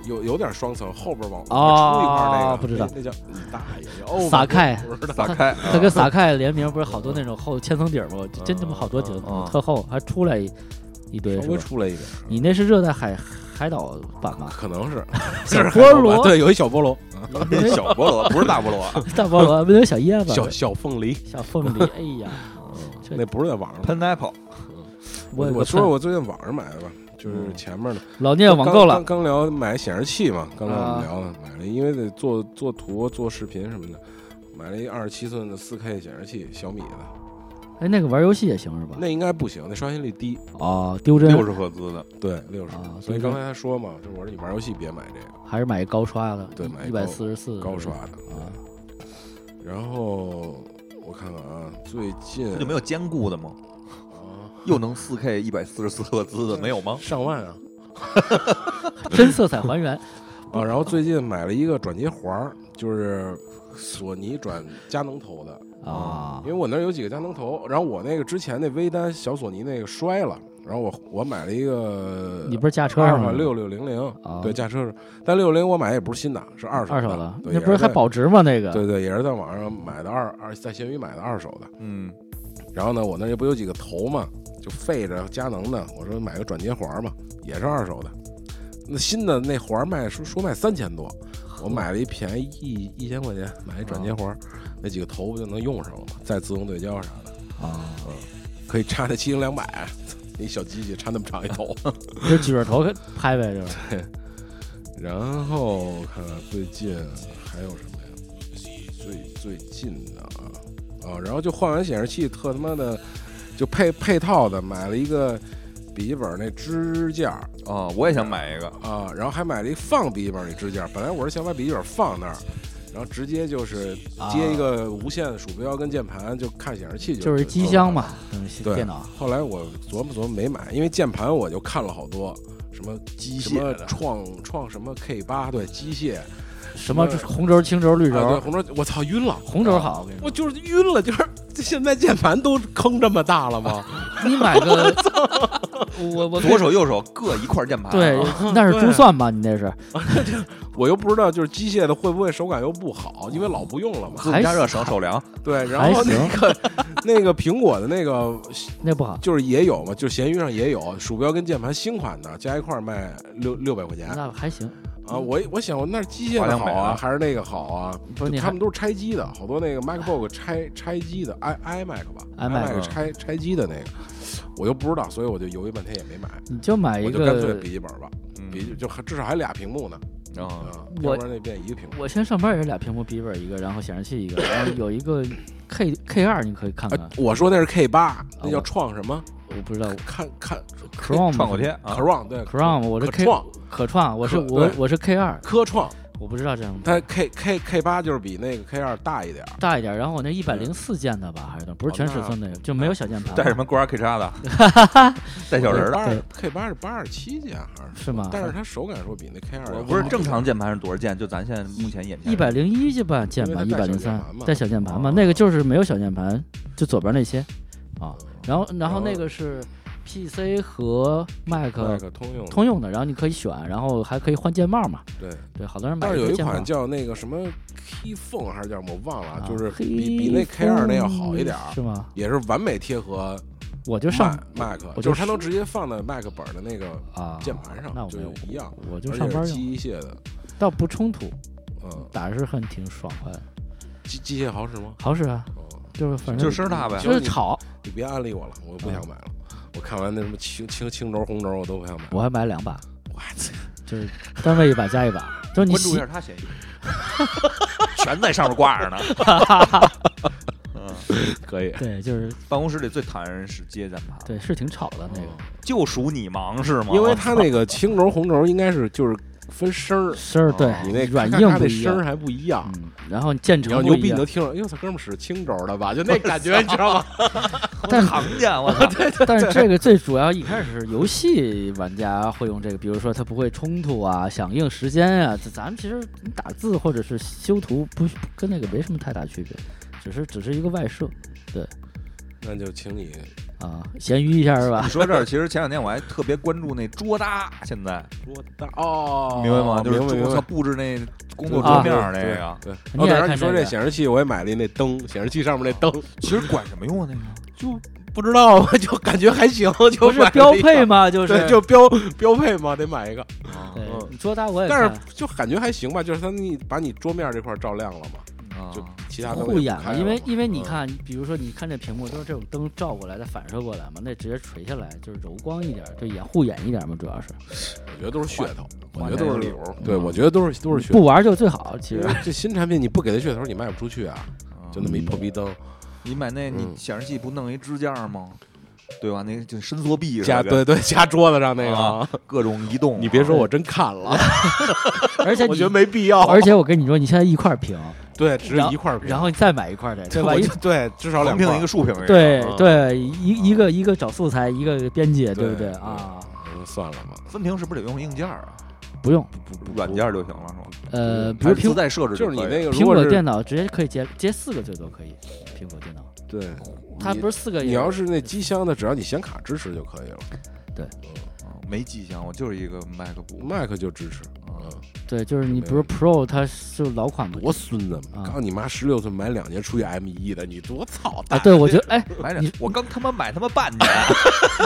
Speaker 1: 有有点双层，后边往
Speaker 2: 哦
Speaker 1: 往出一块那个，
Speaker 2: 不知道
Speaker 1: 那那叫你大爷，哦叫欧
Speaker 2: 撒开
Speaker 1: 不知道
Speaker 3: 打 <laughs> 开，
Speaker 2: 他
Speaker 1: 啊
Speaker 2: 跟撒开联名不是好多那种厚千层底儿吗？真他妈好多挺
Speaker 3: 嗯
Speaker 2: 特厚，还出来一一堆
Speaker 1: 稍
Speaker 2: 是
Speaker 1: 微
Speaker 2: 吧？
Speaker 1: 出来一点，
Speaker 2: 你那是热带海海岛版吧？
Speaker 1: 可能
Speaker 2: <laughs>
Speaker 1: 是
Speaker 2: 小
Speaker 1: 是
Speaker 2: 菠萝
Speaker 1: <laughs> 对，有一小菠
Speaker 2: <laughs>
Speaker 1: 萝，
Speaker 3: 小菠萝不是大菠萝啊，
Speaker 2: 大菠萝，不有小椰子、
Speaker 1: 小小凤梨，
Speaker 2: 小凤
Speaker 1: <laughs>
Speaker 2: 梨？哎呀，这
Speaker 1: 那不是在网上买。
Speaker 3: ，pineapple
Speaker 2: 我
Speaker 1: 我说
Speaker 2: 看
Speaker 1: 我最近网上买的吧，就是
Speaker 3: 嗯
Speaker 1: 前面的。
Speaker 2: 老聂网购了
Speaker 1: 刚，刚聊买显示器嘛，刚才我
Speaker 2: 啊
Speaker 1: 们聊的买了，因为得做做图、做视频什么的，买了一二十七寸的四 K 显示器，小米的，
Speaker 2: 哎，那个玩游戏也行是吧？
Speaker 1: 那应该不行，那刷新率低，
Speaker 2: 哦，丢帧
Speaker 3: 六十赫兹的，
Speaker 1: 对，六十。
Speaker 2: 啊，
Speaker 1: 所以
Speaker 2: 丢
Speaker 1: 刚
Speaker 2: 帧
Speaker 1: 才他说嘛，就我说你玩游戏别买这个
Speaker 2: 还是买一高刷的，
Speaker 1: 对买
Speaker 2: 一
Speaker 1: 一
Speaker 2: 百
Speaker 1: 高
Speaker 2: 四十四
Speaker 1: 高刷的。
Speaker 2: 啊， <laughs>
Speaker 1: 然后我看看啊，最近
Speaker 3: 它就没有兼顾的吗？
Speaker 1: 啊
Speaker 3: 又能四 K 一百四十四赫兹的没有吗？
Speaker 1: 上万啊
Speaker 2: 真色彩
Speaker 1: <laughs>
Speaker 2: 还原，
Speaker 1: 啊！然后最近买了一个转接环儿，就是索尼转佳能头的，
Speaker 2: 啊
Speaker 1: 因为我那儿有几个佳能头，然后我那个之前那微单小索尼那个摔了，然后我我买了一个，
Speaker 2: 你不是驾车
Speaker 1: 二
Speaker 2: 上
Speaker 1: 手
Speaker 2: 吗？
Speaker 1: 六六零零
Speaker 2: 啊，
Speaker 1: 对，驾车是，但六六零我买的也不是新的，是二手
Speaker 2: 二手
Speaker 1: 的
Speaker 2: 的，，
Speaker 1: 对
Speaker 2: 那不是还？保值吗？那
Speaker 1: 也
Speaker 2: 个
Speaker 1: 对对，也是在网上买的二二，在闲鱼买的二手的。
Speaker 3: 嗯，
Speaker 1: 然后呢，我那儿不有几个头嘛，就废着佳能的，我说买个转接环儿嘛，也是二手的。那新的那环儿卖说说卖三千多，我买了一便宜一一千块钱，买一转接环儿，那几个头不就能用上了吗？再自动对焦啥的。嗯
Speaker 2: 啊，
Speaker 1: 可以插那七零两百， <laughs> 一小机器插那么长一头。
Speaker 2: 你就举着头拍
Speaker 1: <laughs>
Speaker 2: 呗，就是
Speaker 1: 然后看看最近还有什么呀？最最近的啊啊，然后就换完显示器，特他妈的就配配套的买了一个笔记本那支架
Speaker 3: 啊，我也想买一个，
Speaker 1: 啊，然后还买了一放笔记本那支架。本来我是想把笔记本放那儿。然后直接就是接一个无线鼠标跟键盘，就看显示器就
Speaker 2: 啊就是机箱。嘛，嗯
Speaker 1: 对
Speaker 2: 电脑
Speaker 1: 后来我琢磨琢磨没买，因为键盘我就看了好多，什么机
Speaker 3: 械
Speaker 1: 什么
Speaker 3: 的
Speaker 1: 创创什么 K 八，对机械，啊
Speaker 2: 什么红轴、青轴、绿
Speaker 1: 对啊
Speaker 2: 轴，
Speaker 1: 红轴，我操晕了，
Speaker 2: 红轴好，我跟你
Speaker 1: 我
Speaker 2: 说，
Speaker 1: 就是晕了，就是 <laughs> 这现在键盘都坑这么大了吗？
Speaker 2: 你买个我我
Speaker 3: 左手右手各一块键
Speaker 2: <laughs>
Speaker 3: 盘啊，
Speaker 2: 对，那是
Speaker 1: 对
Speaker 2: 珠算吧？你那是
Speaker 1: <laughs> 我又不知道就是机械的会不会手感又不好，因为老不用了嘛。
Speaker 3: 自动加热省手凉，
Speaker 1: 对，然后
Speaker 2: 还行
Speaker 1: 那个那个苹果的那个
Speaker 2: 那不好，
Speaker 1: 就是也有嘛，就闲鱼上也有，鼠标跟键盘新款的加一块儿卖六六百块钱
Speaker 2: 那还行，
Speaker 1: 啊！我我想那是机械
Speaker 3: 华
Speaker 1: 的
Speaker 3: 强
Speaker 1: 好
Speaker 3: 北
Speaker 1: 啊，
Speaker 3: 的
Speaker 1: 还是那个好啊？
Speaker 2: 不是你
Speaker 1: 他
Speaker 2: 还
Speaker 1: 们都是拆机的，好多那个 MacBook 拆拆机的，i iMac 啊吧
Speaker 2: iMac
Speaker 1: 拆拆机的那个，我又不知道，所以我就犹豫半天也没买，
Speaker 2: 你就买一
Speaker 1: 我就干脆
Speaker 2: 个
Speaker 1: 笔记本吧，
Speaker 3: 嗯
Speaker 1: 笔记就还至少还俩屏幕呢，
Speaker 3: 啊
Speaker 1: 啊，
Speaker 2: 我
Speaker 1: 要不然那变一个屏幕。
Speaker 2: 我现在上班也是俩屏幕，笔记本一个，然后显示器一个，然后有一
Speaker 1: <laughs>
Speaker 2: 个 K K 二，你可以看看
Speaker 3: 嗯
Speaker 1: 啊，，我说那是 K 八，
Speaker 3: 啊
Speaker 1: 那
Speaker 2: 我
Speaker 1: 叫创什么？
Speaker 2: 我不知道
Speaker 1: 看看
Speaker 2: Chrome
Speaker 3: 创口贴啊
Speaker 1: c r o n 对
Speaker 2: Chrome，我这
Speaker 1: 可
Speaker 2: K
Speaker 1: 创
Speaker 2: 可创，我是
Speaker 1: 可
Speaker 2: 我
Speaker 1: 对
Speaker 2: 我是 K 二，
Speaker 1: 科创，
Speaker 2: 我不知道这样
Speaker 1: 它 K K K 八就是比那个 K 二大一点儿，
Speaker 2: 大一点，然后我那一百零四键的吧，还是
Speaker 1: 哦
Speaker 2: 不是全尺寸那个，就
Speaker 1: 嗯
Speaker 2: 没有小键盘，
Speaker 3: 带什么 GR K 叉的，
Speaker 2: <laughs>
Speaker 3: 带小人儿的，
Speaker 1: 八
Speaker 2: 对啊
Speaker 1: K 八是八十七键还是？
Speaker 2: 是吗？
Speaker 1: 但是它手感说比那 K 二
Speaker 3: 我不是正常键盘是多少键？就咱现在目前眼前
Speaker 2: 一百零一键吧，键
Speaker 1: 因
Speaker 2: 吧，
Speaker 1: 为
Speaker 2: 一
Speaker 1: 它
Speaker 2: 百
Speaker 1: 带
Speaker 2: 零
Speaker 1: 小键
Speaker 2: 三
Speaker 1: 盘嘛
Speaker 2: 带小键盘嘛，
Speaker 1: 哦啊
Speaker 2: 那个就是没有小键盘，就左边那些啊。然后，然后
Speaker 1: 后
Speaker 2: 那个是 PC 和 Mac
Speaker 1: 那个通用的
Speaker 2: 通用的，然后你可以选，然后还可以换键帽嘛。
Speaker 1: 对，
Speaker 2: 对，好多人买
Speaker 1: 但是
Speaker 2: 这
Speaker 1: 有
Speaker 2: 个
Speaker 1: 一
Speaker 2: 键帽
Speaker 1: 款叫那个什么 Key Phone 还是叫什么，我忘了啊，
Speaker 2: 啊
Speaker 1: 就是
Speaker 2: 黑
Speaker 1: 比比那 K 二那要好一点儿，
Speaker 2: 风是吗？
Speaker 1: 也是完美贴合
Speaker 2: 我就上
Speaker 1: Mac Mac，
Speaker 2: 我
Speaker 1: 就
Speaker 2: 就是
Speaker 1: 它能直接放在 Mac 本儿的那个
Speaker 2: 啊
Speaker 1: 键盘上，
Speaker 2: 那我
Speaker 1: 就
Speaker 2: 没有
Speaker 1: 一样，
Speaker 2: 我就
Speaker 1: 而
Speaker 2: 上
Speaker 1: 且
Speaker 2: 班
Speaker 1: 是
Speaker 2: 用，
Speaker 1: 机械的，
Speaker 2: 倒不冲突，
Speaker 1: 嗯，
Speaker 2: 打着是很挺爽快的，
Speaker 1: 机机械好使吗？
Speaker 2: 好使啊，
Speaker 1: 哦，
Speaker 2: 就是反正
Speaker 3: 就声儿大呗
Speaker 2: 就是吵。嗯
Speaker 1: 你别安利我了，我不想买了。我看完那什么青青青轴、红轴，我都不想买。
Speaker 2: 我还买两把，
Speaker 1: 我操，
Speaker 2: 就是单位一把加一把，就是你
Speaker 3: 关注一
Speaker 2: 习
Speaker 3: 下他协议，全在上面挂着呢。嗯，
Speaker 1: 可以。
Speaker 2: 对，就是
Speaker 3: 办公室里最讨厌人是接键盘，
Speaker 2: 对，是挺吵的那
Speaker 1: 哦
Speaker 2: 个
Speaker 3: 就属你忙是吗？哦
Speaker 1: 因为它那个青轴、红轴应该是就是分声儿，
Speaker 2: 声儿，对
Speaker 3: 哦
Speaker 1: 你那
Speaker 2: 软
Speaker 1: 咔
Speaker 2: 硬
Speaker 1: 咔
Speaker 2: 不
Speaker 1: 那
Speaker 2: 一
Speaker 1: 声儿
Speaker 2: 样。
Speaker 1: 还不一样。
Speaker 2: 嗯，然后你建
Speaker 1: 你
Speaker 2: 成
Speaker 1: 要
Speaker 2: 不
Speaker 1: 牛
Speaker 2: 一
Speaker 1: 逼，你
Speaker 2: 样
Speaker 1: 能听着，哎呦，这哥们儿使青轴的吧？就那感觉，你知道吗？
Speaker 2: <laughs> 但是
Speaker 3: 行家，我操！
Speaker 2: 但是这个最主要一开始是游戏玩家会用这个，比如说它不会冲突啊、响应时间啊，这咱们其实你打字或者是修图不跟那个没什么太大区别，只是只是一个外设
Speaker 1: 那就请
Speaker 2: <laughs>
Speaker 1: 你
Speaker 2: 啊，咸鱼一下是吧
Speaker 3: 你？说这儿，其实前两天我还特别关注那桌搭，现在
Speaker 1: 多大哦，
Speaker 3: 明白吗？就是
Speaker 1: 明白明
Speaker 3: 我操，
Speaker 1: 白。
Speaker 3: 布置那工作桌面儿那
Speaker 1: 对
Speaker 3: 个，，
Speaker 1: 对。
Speaker 2: 你
Speaker 1: 哦，
Speaker 2: 也
Speaker 1: 对，然后
Speaker 2: 看
Speaker 1: 你说
Speaker 2: 这
Speaker 1: 这
Speaker 2: 个
Speaker 1: 显示器，我也买了一那灯，显示器上面那灯
Speaker 3: 其实管什么用啊？那个
Speaker 1: 就不知道 <laughs> 吧，就感觉还行，就
Speaker 2: 不
Speaker 1: 买
Speaker 2: 是
Speaker 1: 了
Speaker 2: 标
Speaker 1: 一
Speaker 2: 配
Speaker 1: 个？
Speaker 2: 吗？就是
Speaker 1: 对，就标标配嘛，得买一个。
Speaker 3: 啊
Speaker 2: 对
Speaker 1: 嗯
Speaker 2: 你说大我也
Speaker 1: 但
Speaker 2: 看
Speaker 1: 是就感觉还行吧，就是它你把你桌面这块照亮了嘛，
Speaker 3: 啊
Speaker 1: 就其他
Speaker 2: 护眼啊
Speaker 1: 了，
Speaker 2: 因为因为你
Speaker 1: 嗯
Speaker 2: 看，比如说你看这屏幕都是这种灯照过来再反射过来嘛，那直接垂下来就是柔光一点，就掩护眼一点嘛，主要是
Speaker 1: 我觉得都是噱头，我
Speaker 3: 花
Speaker 1: 觉得
Speaker 3: 钱
Speaker 1: 都
Speaker 3: 有
Speaker 1: 是
Speaker 3: 理由
Speaker 1: 对，
Speaker 2: 嗯
Speaker 1: 我觉得都是都是噱
Speaker 2: 不
Speaker 1: 头。
Speaker 2: 玩就最好，其
Speaker 1: 因
Speaker 2: 实
Speaker 1: 为这新产品你不给它噱头，你卖不出去啊！就那么一破逼灯，
Speaker 3: 你买那你
Speaker 1: 嗯
Speaker 3: 显示器不弄一支架吗？对吧？那就伸缩臂似
Speaker 1: 加
Speaker 3: 的，
Speaker 1: <laughs> 对对加桌子上那个
Speaker 3: 啊
Speaker 1: 啊，
Speaker 3: 各种移动啊。
Speaker 1: 你别说我真看了，
Speaker 2: 啊而且
Speaker 1: 我觉得
Speaker 2: 你。
Speaker 1: 没必要。
Speaker 2: <laughs> 而且我跟你说，你现在一块屏，
Speaker 1: <laughs> 对，只
Speaker 2: 然后
Speaker 1: 一块儿屏，
Speaker 2: 然后你再买一块
Speaker 1: <laughs>
Speaker 2: 儿的，对吧？
Speaker 1: 我
Speaker 2: 一
Speaker 1: 就对至少
Speaker 3: 横
Speaker 1: 两
Speaker 3: 屏
Speaker 1: 块
Speaker 3: 一个竖屏一个，
Speaker 2: 对
Speaker 1: 啊
Speaker 2: 对，一一个一个找素材，一个编辑，对不
Speaker 1: 对
Speaker 2: 对啊？
Speaker 1: 嗯算了吧，
Speaker 3: 分屏是不是得用硬件儿啊？
Speaker 2: 不用，
Speaker 1: 不不
Speaker 3: 软件儿就行了是吗？
Speaker 2: 呃，比
Speaker 3: 还
Speaker 2: 如
Speaker 3: 是自
Speaker 2: 苹
Speaker 3: 带设置
Speaker 1: 就是你
Speaker 3: 可以
Speaker 1: 那个哎如
Speaker 2: 苹
Speaker 1: 果
Speaker 2: 果
Speaker 1: 是
Speaker 2: 电脑直接可以接接四个最多可以，苹果电脑
Speaker 1: 对，
Speaker 2: 它
Speaker 1: 你
Speaker 2: 不是四个也，
Speaker 1: 你要是那机箱的，只要你显卡支持就可以了
Speaker 3: 啊没机箱，我就是一个 MacBook。
Speaker 1: ，Mac 就支持。嗯，
Speaker 2: 对，就是
Speaker 1: 没
Speaker 2: 你
Speaker 1: 问
Speaker 2: 比如
Speaker 1: 题
Speaker 2: Pro，它是老款嘛，
Speaker 1: 多孙子嘛！
Speaker 2: 啊
Speaker 1: 告诉你妈，十六寸买两年出一 M 一的，你多操
Speaker 2: 啊，
Speaker 1: 蛋！
Speaker 2: 对，我觉得，哎，
Speaker 3: 买点
Speaker 2: 你，
Speaker 3: 我刚他妈买他妈半年，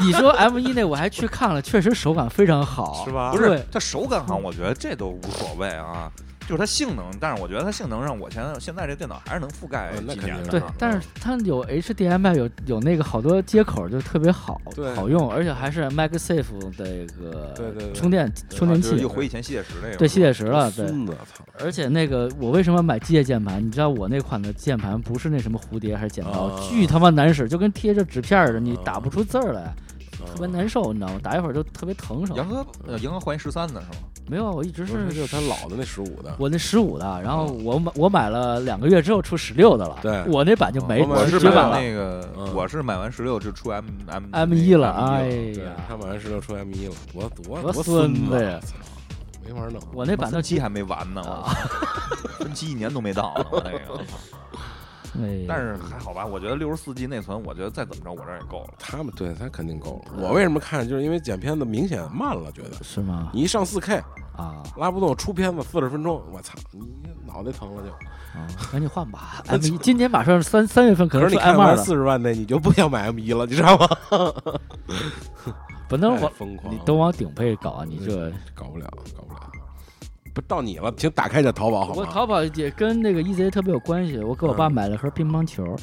Speaker 2: 你说 M 一那我还去看了，确实手感非常好，
Speaker 1: 是 <laughs> 吧
Speaker 3: 啊不是
Speaker 2: 对，
Speaker 3: 它手感
Speaker 1: 嗯
Speaker 3: 好，我觉得这都无所谓啊。就是它性能，但是我觉得它性能上，我现在现在这电脑还是能覆盖
Speaker 1: 嗯那
Speaker 3: 几
Speaker 1: 肯
Speaker 3: 年
Speaker 1: 定
Speaker 3: 的
Speaker 2: 对
Speaker 1: 啊
Speaker 3: 呢。，
Speaker 2: 但是它有 HDMI，有有那个好多接口，就特别好
Speaker 1: 对，
Speaker 2: 好用，而且还是 MagSafe 这
Speaker 1: 对对
Speaker 2: 个
Speaker 1: 对
Speaker 2: 充电
Speaker 1: 对
Speaker 2: 充电
Speaker 3: 啊就是又
Speaker 2: 器，
Speaker 3: 回嗯以前吸铁石那个。
Speaker 2: 对吸铁石了，对。
Speaker 1: 孙子，操！
Speaker 2: 而且那个我为什么买机械键盘？你知道我那款的键盘不是那什么蝴蝶还是剪刀，
Speaker 1: 啊
Speaker 2: 巨他妈难使，就跟贴着纸片儿似的，你
Speaker 1: 啊
Speaker 2: 打不出字儿来，特别
Speaker 1: 嗯
Speaker 2: 难受，你知道吗？打一会儿就特别疼手。
Speaker 3: 杨哥，呃，杨哥换一十三的是吗？
Speaker 2: 没有，啊我一直
Speaker 1: 不是，
Speaker 2: 是
Speaker 1: 就是他老的那十五的，
Speaker 2: 我那十五的，然后我买我买了两个月之后出十六的了，
Speaker 1: 对啊
Speaker 2: 我那版就没，
Speaker 1: 我买
Speaker 3: 我
Speaker 1: 了
Speaker 3: 是
Speaker 2: 绝
Speaker 3: 买
Speaker 1: 16
Speaker 2: 版
Speaker 3: 了
Speaker 2: 了
Speaker 3: 那个，
Speaker 1: 嗯
Speaker 3: 我是买完十六就出 M M
Speaker 2: M
Speaker 3: 那
Speaker 2: 一
Speaker 3: 个
Speaker 2: 了，
Speaker 3: M1
Speaker 2: 哎
Speaker 1: 对
Speaker 2: 呀，
Speaker 1: 他买完十六出 M E 一了，多多
Speaker 2: 多
Speaker 1: 孙
Speaker 2: 孙子
Speaker 1: 呀
Speaker 2: 呀！
Speaker 1: 操没法弄。
Speaker 2: 我那版啊
Speaker 3: 分
Speaker 2: 都
Speaker 3: 期还没完呢，我操分期一年都没到呢，我那个。
Speaker 2: 哎，
Speaker 3: 但是还好吧，我觉得六十四 G 内存，我觉得再怎么着我这儿也够了。
Speaker 1: 他们对他肯定够了。我为什么看，就是因为剪片子明显慢了，觉得
Speaker 2: 是吗？
Speaker 1: 你一上四 K
Speaker 2: 啊
Speaker 1: 拉不动，出片子四十分钟，我操，你脑袋疼了就。
Speaker 2: 啊，赶紧
Speaker 1: <laughs>
Speaker 2: 换吧，M 一今年马上三三月份可
Speaker 1: 可
Speaker 2: 能
Speaker 1: 是
Speaker 2: 出
Speaker 1: 你看
Speaker 2: M 二
Speaker 1: 完
Speaker 2: 了，
Speaker 1: 四十万那，你就不想买 M E 一了，你知道吗？
Speaker 2: 不能
Speaker 1: 太
Speaker 2: 往
Speaker 1: 哎疯狂了，
Speaker 2: 你都往顶配搞啊，你这。
Speaker 1: 搞不了，搞不了。不到你了，请打开你的淘宝好
Speaker 2: 我
Speaker 1: 吗？
Speaker 2: 淘宝也跟那个 EZ 特别有关系，我给我爸
Speaker 1: 嗯
Speaker 2: 买了盒乒乓球，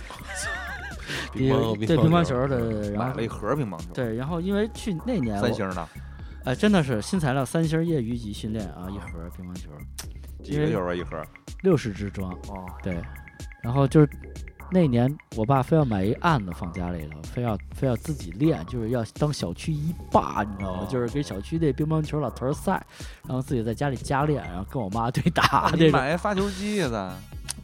Speaker 1: 乒乓嗯
Speaker 2: 对乒乓球的，然
Speaker 3: 买
Speaker 2: 后
Speaker 3: 了一盒乒乓球，
Speaker 2: 对，然后因为去那年
Speaker 3: 三
Speaker 2: 我
Speaker 3: 星的，
Speaker 2: 哎，真的是新材料，三星业余级训练啊，一盒乒乓球，
Speaker 3: 几个就是一盒。
Speaker 2: 六十支装，
Speaker 3: 哦，
Speaker 2: 对。然后就是那年，我爸非要买一案子放家里头，非要非要自己练，就是要当小区一霸，你知道吗
Speaker 3: 哦？
Speaker 2: 就是跟小区那乒乓球老头儿赛，然后自己在家里加练，然后跟我妈对打
Speaker 3: 你
Speaker 2: 那种。
Speaker 3: 买一发球机的，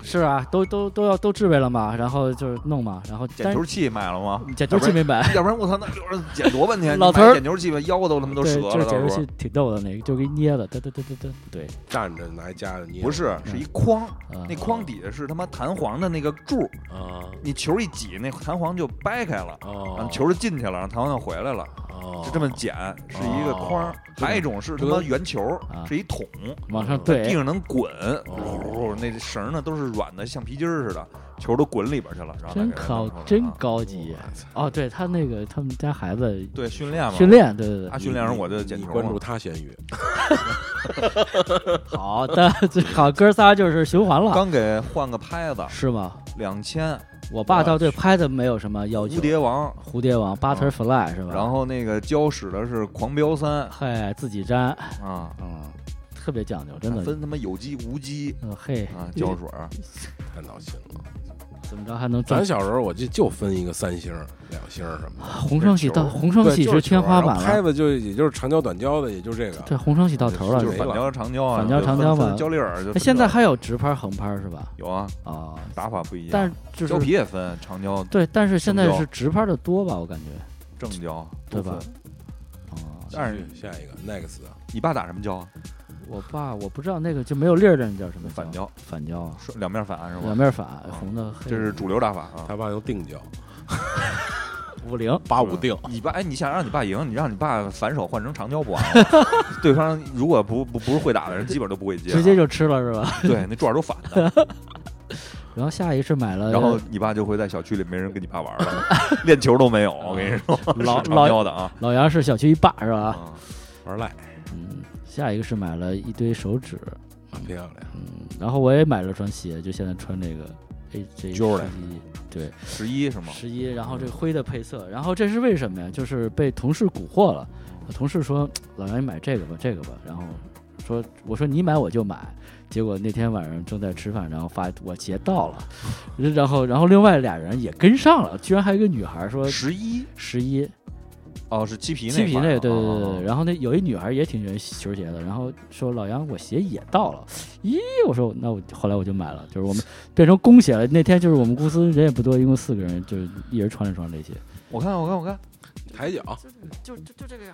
Speaker 2: 是啊，都都都要都置备了嘛，然后就是弄嘛，然后
Speaker 3: 减
Speaker 2: 但
Speaker 3: 球
Speaker 2: 是
Speaker 3: 器买了吗？ <laughs>
Speaker 2: 捡球器没买，
Speaker 3: 要不然我操，那有人捡多半天，
Speaker 2: 老
Speaker 3: 你
Speaker 2: 头
Speaker 3: 买
Speaker 2: 儿
Speaker 3: 捡球器吧，腰都他妈都
Speaker 2: 对
Speaker 3: 折
Speaker 2: 就是
Speaker 3: 了，
Speaker 2: 捡
Speaker 3: 到
Speaker 2: 球
Speaker 3: 时候
Speaker 2: 器挺逗的那个，就给捏的，对对对对对对，
Speaker 1: 站着拿一夹子捏，
Speaker 3: 不是
Speaker 2: 嗯
Speaker 3: 是一筐，
Speaker 2: 嗯
Speaker 3: 那筐底下是他妈弹簧的那个柱，
Speaker 1: 啊
Speaker 3: 你球一挤，那弹簧就掰开了，然
Speaker 1: 哦
Speaker 3: 后，球就进去了，然后弹簧就回来了，
Speaker 1: 哦
Speaker 3: 就这么捡，是一个筐
Speaker 1: 哦。
Speaker 3: 还有一种是他
Speaker 1: 就
Speaker 3: 妈
Speaker 1: 跟
Speaker 3: 圆球
Speaker 2: 啊，
Speaker 3: 是一桶，
Speaker 2: 往上
Speaker 1: 在
Speaker 3: 地
Speaker 2: 怼，
Speaker 3: 呃上能滚，呜那绳呢都是软的，橡皮筋儿似的，球都滚里边去了，然后再
Speaker 2: 真
Speaker 3: 给它
Speaker 2: 高
Speaker 3: 弄出来，
Speaker 2: 真
Speaker 3: 啊
Speaker 2: 高级
Speaker 1: 我操
Speaker 2: 哦！对他那个他们家孩子
Speaker 3: 对，训练嘛，
Speaker 2: 训练，对对
Speaker 3: 啊，
Speaker 2: 对，
Speaker 3: 训练时候我就
Speaker 1: 你
Speaker 3: 捡
Speaker 1: 你
Speaker 3: 球
Speaker 1: 关
Speaker 3: 嘛
Speaker 1: 注。他闲鱼，
Speaker 2: 好的，这好哥仨就是循环了，
Speaker 3: 刚给换个拍子，
Speaker 2: 是吗？
Speaker 3: 两千
Speaker 2: 我爸倒对拍的没有什么要求
Speaker 3: 蝴，蝶王，
Speaker 2: 蝴蝶王 Butterfly 是吧？
Speaker 3: 然后那个胶使的是狂飙三
Speaker 2: 嘿，自己粘，
Speaker 3: 啊，
Speaker 2: 嗯，特别讲究，真
Speaker 3: 还
Speaker 2: 的。
Speaker 3: 分他妈有机无机
Speaker 2: 嗯，嘿，哎
Speaker 3: 啊，胶水儿
Speaker 1: 太闹心了。
Speaker 2: 怎么着还能赚
Speaker 1: 咱？小时候我记就分一个三星、两星什么的，
Speaker 2: 红双喜到
Speaker 3: 就是球
Speaker 2: 红双
Speaker 1: 对
Speaker 2: 喜
Speaker 1: 就是
Speaker 2: 天花板
Speaker 1: 球然后拍
Speaker 2: 了，
Speaker 1: 子就也就是长焦短焦的，也就这个。
Speaker 2: 对，红双喜到哎头了。
Speaker 3: 就是反胶长胶啊，
Speaker 2: 反胶长胶嘛
Speaker 3: 分胶粒儿就
Speaker 2: 那
Speaker 3: 分
Speaker 2: 现在
Speaker 3: 胶
Speaker 2: 还有直拍横拍是吧？
Speaker 3: 有啊，
Speaker 2: 啊，
Speaker 3: 打法不一样，
Speaker 2: 但是就
Speaker 3: 胶皮
Speaker 2: 是
Speaker 3: 也分长胶、
Speaker 2: 对，但是现在
Speaker 3: 正
Speaker 2: 是直拍的多吧？我感觉
Speaker 3: 正胶，
Speaker 2: 对
Speaker 3: 都分
Speaker 2: 吧？啊，
Speaker 3: 但是
Speaker 1: 继续下一个 next 啊
Speaker 3: 你爸打什么胶啊？
Speaker 2: 我爸我不知道那个就没有粒儿的那叫什么
Speaker 3: 反胶，
Speaker 2: 反胶啊，
Speaker 3: 是两面反是
Speaker 2: 两
Speaker 3: 吧？啊
Speaker 2: 面反红的黑
Speaker 3: 这
Speaker 2: 的，
Speaker 3: 是主流打法啊。
Speaker 1: 他爸用定焦
Speaker 2: 五零。
Speaker 1: 八五定，
Speaker 3: 你爸哎，你想让你爸赢，你让你爸反手换成长胶不完
Speaker 2: <laughs>
Speaker 3: 了？对方如果不不不是会打的人，基本都不会接啊，
Speaker 2: 直接就呃吃了是吧？ <laughs>
Speaker 3: 对那转都反的。
Speaker 2: 然后下一是买了，
Speaker 3: 然后你爸就会在小区里没人跟你爸玩了， <laughs> 练球都没有。我跟你说，
Speaker 2: 老
Speaker 3: 是长
Speaker 2: 老
Speaker 3: 焦的啊，
Speaker 2: 老杨是小区一霸是吧？
Speaker 3: 啊
Speaker 1: 玩赖，
Speaker 2: 嗯， <laughs> 下一个是买了一堆手指，
Speaker 1: 漂亮。
Speaker 2: 嗯，然后我也买了双鞋，就现在穿这个 AJ
Speaker 3: 揪
Speaker 2: 十
Speaker 3: 儿来
Speaker 2: 一，对，
Speaker 3: 十一是吗？
Speaker 2: 十一，然后这灰的配色，然后这是为什么呀？就是被同事蛊惑了，同事说老杨你买这个吧，这个吧，然后说我说你买我就买，结果那天晚上正在吃饭，然后发我鞋到了， <laughs> 然后然后另外俩人也跟上了，居然还有一个女孩说
Speaker 3: 十一
Speaker 2: 十一，
Speaker 3: 哦，是漆皮那
Speaker 2: 漆皮
Speaker 3: 那
Speaker 2: 那个，对对对
Speaker 3: 啊嗯
Speaker 2: 对。然后那有一女孩也挺喜欢球鞋的，然后说老杨我鞋也到了，咦，我说那我后来我就买了，就是我
Speaker 3: <laughs>
Speaker 2: 们变成公鞋了。那天就是我们公司人也不多，一共四个人，就是一人穿了双这鞋。
Speaker 3: 我看我看我
Speaker 2: 哦
Speaker 3: 看，
Speaker 1: 抬脚，
Speaker 2: 就就就这个呀，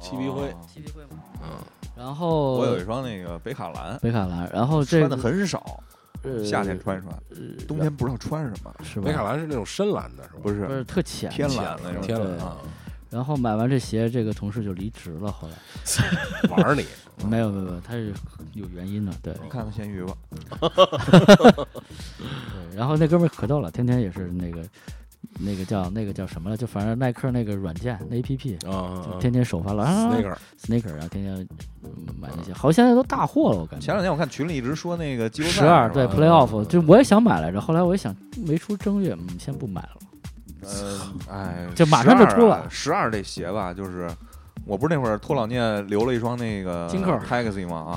Speaker 1: 漆皮灰
Speaker 3: 哦
Speaker 2: 体力会吗？
Speaker 1: 嗯，
Speaker 2: 然后
Speaker 3: 我有一双那个北卡蓝，
Speaker 2: 北卡蓝，然后哦这
Speaker 3: 穿的
Speaker 2: 个
Speaker 3: 很少，
Speaker 2: 呃
Speaker 3: 夏天穿一穿，冬天不知道穿什么，
Speaker 2: 是吧？
Speaker 1: 北卡蓝是那种深蓝的是吧？
Speaker 3: 不
Speaker 2: 不
Speaker 3: 是
Speaker 2: 是特浅。
Speaker 3: 天蓝那种。
Speaker 1: 天蓝
Speaker 3: 啊，
Speaker 2: 然后买完这鞋，这个同事就离职了。后来
Speaker 1: 啊玩儿你，
Speaker 3: 啊
Speaker 2: 没有没有没有，他是有原因的，对。
Speaker 3: 你看看咸鱼吧，
Speaker 2: 对，然后那哥们儿可逗了，天天也是那个那个叫那个叫什么了，就反正耐克那个软件
Speaker 3: 哦
Speaker 2: 那 APP，
Speaker 1: 啊啊
Speaker 2: 就
Speaker 3: 嗯
Speaker 1: 啊
Speaker 2: 天天首发了啊
Speaker 1: ，Sneaker
Speaker 2: Sneaker，然后天天嗯买那些，好像现在都大货了，我感
Speaker 3: 前
Speaker 2: 觉。
Speaker 3: 两天我看群里一直说那个季后赛
Speaker 2: 十二对
Speaker 3: 是吧嗯
Speaker 2: playoff，就我也想买来着，后来我一想没出正月，嗯，先不买了。
Speaker 3: 呃，哎，
Speaker 2: 这马上就出了
Speaker 3: 十二这鞋吧，就是我不是那会儿托老聂留了一双那个
Speaker 2: 金扣嗯
Speaker 3: Taxi 吗？啊，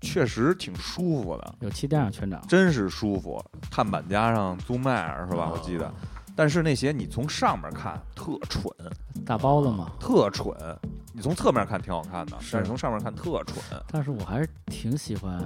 Speaker 3: 确实挺舒服的，
Speaker 2: 有气垫上全长，
Speaker 3: 真是舒服。碳板加上 Zoom Air 是吧？我记
Speaker 2: 哦
Speaker 3: 得。但是那鞋你从上面看特蠢，
Speaker 2: 大包子嘛。
Speaker 3: 特蠢。你从侧面看挺好看的，
Speaker 2: 是
Speaker 3: 但是从上面看特蠢。
Speaker 2: 但是我还是挺喜欢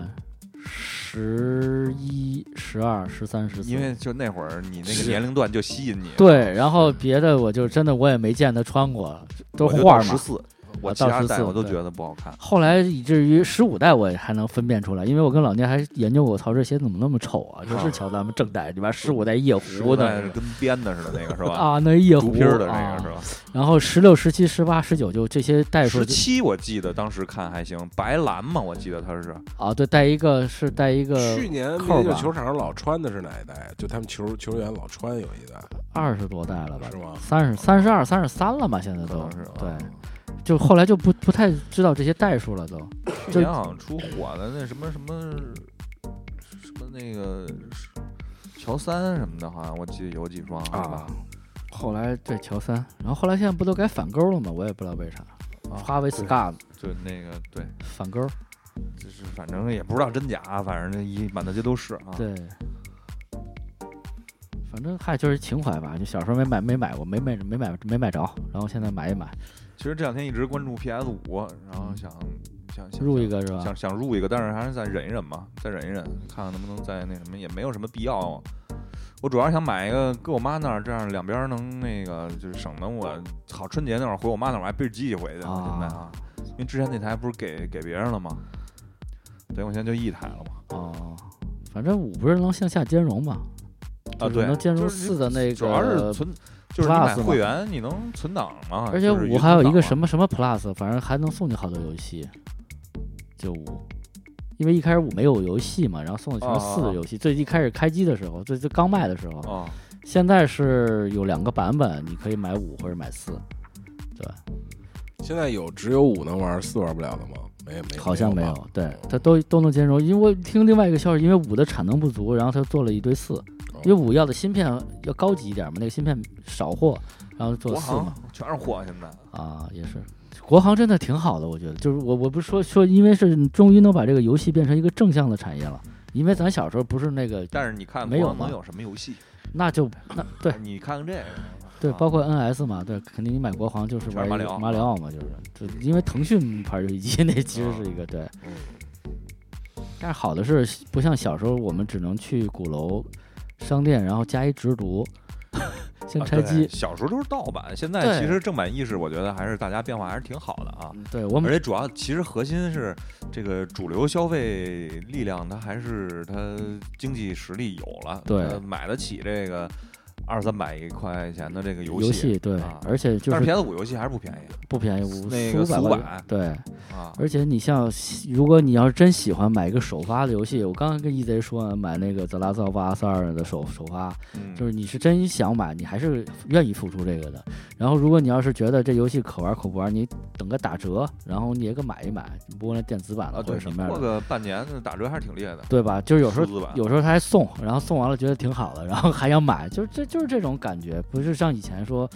Speaker 2: 十一、十二、十三、十四，
Speaker 3: 因为就那会儿你那个
Speaker 2: 是
Speaker 3: 年龄段就吸引你，
Speaker 2: 对，然后别的我就真的我也没见他穿过，都画嘛
Speaker 3: 十。四，我
Speaker 2: 啊
Speaker 3: 其
Speaker 2: 到
Speaker 3: 他
Speaker 2: 14
Speaker 3: 代我都
Speaker 2: 对
Speaker 3: 觉得不好看。
Speaker 2: 后来以至于十五代我也还能分辨出来，因为我跟老聂还研究过，曹这鞋怎么那么丑啊？这是瞧咱们正代，你把十五代夜壶
Speaker 3: 那
Speaker 2: 的
Speaker 3: 是跟编的似的，那个是吧？
Speaker 2: 啊，那夜
Speaker 3: 竹
Speaker 2: 壶
Speaker 3: 皮儿的那
Speaker 2: 啊
Speaker 3: 个是吧？
Speaker 2: 然后十六、十七、十八、十九就这些代数
Speaker 3: 十
Speaker 2: 就
Speaker 3: 七我记得当时看还行，白蓝嘛，我记得他是
Speaker 2: 啊，对，带一个是带一个
Speaker 1: 去年
Speaker 2: 扣儿
Speaker 1: 就
Speaker 2: 吧
Speaker 1: 球场上老穿的是哪一代？就他们球球员老穿有一代，
Speaker 2: 二十多代了吧
Speaker 1: 是？吗？
Speaker 2: 三十三十二、三十三了嘛？现在
Speaker 3: 可
Speaker 2: 都
Speaker 3: 能是啊
Speaker 2: 对，就后来就不不太知道这些代数了都。
Speaker 3: 去
Speaker 2: 就
Speaker 3: 年好像出火的那什么什么什么那个乔三什么的，好像我记得有几双是吧
Speaker 1: 啊，
Speaker 2: 后来对乔三，然后后来现在不都改反钩了吗？我也不知道为啥，
Speaker 3: 啊
Speaker 2: 哈维斯卡
Speaker 3: 就那个对，
Speaker 2: 反钩，
Speaker 3: 就是反正也不知道真假，反正那一满大街都是啊。
Speaker 2: 对，反正嗨就是情怀吧，就小时候没买没买过，没买没买没买着，然后现在买一买，
Speaker 3: 其实这两天一直关注 PS 五，然后想想想
Speaker 2: 入一个是吧？
Speaker 3: 想想入一个，但是还是再忍一忍吧，再忍一忍，看看能不能再那什么，也没有什么必要。啊我主要是想买一个搁我妈那儿，这样两边能那个，就是省得我好春节那会儿回我妈那儿，我还背着机器回去，现在啊，因为之前那台不是给给别人了吗？对，我现在就一台了嘛。
Speaker 2: 哦，反正五不是能向下兼容嘛？就
Speaker 3: 啊，
Speaker 2: 是
Speaker 3: 对，
Speaker 2: 能兼容
Speaker 3: 就是
Speaker 2: 四的那个，
Speaker 3: 主要是存，就是你买
Speaker 2: Plus 嘛
Speaker 3: 会员你能存档嘛？
Speaker 2: 而且
Speaker 3: 就是
Speaker 2: 五还有一个什
Speaker 3: 么？
Speaker 2: 么什么 Plus，反正还能送你好多游戏。就五，因为一开始五没有游戏嘛，然后送的全是四
Speaker 3: 哦哦
Speaker 2: 的
Speaker 3: 哦
Speaker 2: 游戏。最一开始开机的时候，最最刚卖的时候，
Speaker 3: 啊，
Speaker 2: 现在是有两个版本，你可以买五或者买四。对，
Speaker 1: 现在有只有五能玩，四玩不了了吗？没没，
Speaker 2: 好像没
Speaker 1: 没
Speaker 2: 有，对
Speaker 1: 嗯，
Speaker 2: 它都都能兼容。因为我听另外一个消息，因为五的产能不足，然后它做了一堆四，因为
Speaker 1: 有吧。
Speaker 2: 五要的芯片要高级一点嘛，那个芯片少货，然后做
Speaker 3: 国
Speaker 2: 四嘛
Speaker 3: 行。全是货，现在
Speaker 2: 啊，也是，国行真的挺好的，我觉得。就是我我不是说说，因为是终于能把这个游戏变成一个正向的产业了。因为咱小时候不是那个，
Speaker 3: 但是你看
Speaker 2: 没有
Speaker 3: 国行能
Speaker 2: 吗
Speaker 3: 有什么游戏？
Speaker 2: 那就那对
Speaker 3: 你看看这个，
Speaker 2: 对，
Speaker 3: 啊
Speaker 2: 包括 NS 嘛，对，肯定你买国行就是
Speaker 3: 全是
Speaker 2: 玩
Speaker 3: 马
Speaker 2: 一
Speaker 3: 里奥
Speaker 2: 马里奥嘛，就是就因为腾讯牌游戏机 <laughs> 那其实是一
Speaker 3: 啊
Speaker 2: 个对。
Speaker 1: 嗯
Speaker 2: 但是好的是，不像小时候我们只能去鼓楼商店，然后加一直
Speaker 3: <laughs>
Speaker 2: 读，先
Speaker 3: 啊
Speaker 2: 拆
Speaker 3: 对
Speaker 2: 机。
Speaker 3: 小时候都是盗版，现在
Speaker 2: 对
Speaker 3: 其实正版意识，我觉得还是大家变化还是挺好的啊。
Speaker 2: 嗯对我
Speaker 3: 而
Speaker 2: 们
Speaker 3: 且主要其实核心是这个主流消费力量，它还是它经济实力有了，
Speaker 2: 对
Speaker 3: 它买得起这个二三百一块钱的这个游
Speaker 2: 游戏对
Speaker 3: 啊，
Speaker 2: 而且就
Speaker 3: 但
Speaker 2: 是
Speaker 3: 是 PS 五游戏还是不便宜
Speaker 2: 不便宜，
Speaker 3: 那
Speaker 2: 五
Speaker 3: 个
Speaker 2: 四
Speaker 3: 四五
Speaker 2: 百
Speaker 3: 百
Speaker 2: 块钱，对。
Speaker 3: 啊。
Speaker 2: 而且你像，如果你要是真喜欢买一个首发的游戏，我刚刚跟 EZ 说啊买那个《The Last of Us 二》的首首发，
Speaker 3: 嗯
Speaker 2: 就是你是真想买，你还是愿意付出这个的。然后，如果你要是觉得这游戏可玩可不玩，你等个打折，然后你也给买一买，你不管那电子版
Speaker 3: 啊，
Speaker 2: 了或
Speaker 3: 对，
Speaker 2: 者什
Speaker 3: 你
Speaker 2: 么样
Speaker 3: 过
Speaker 2: 的，
Speaker 3: 个半年那打折还是挺厉害的。
Speaker 2: 对吧？就是有时候
Speaker 3: 数字版
Speaker 2: 有时候他还送，然后送完了觉得挺好的，然后还想买，就是这就是这种感觉，不是像以前说，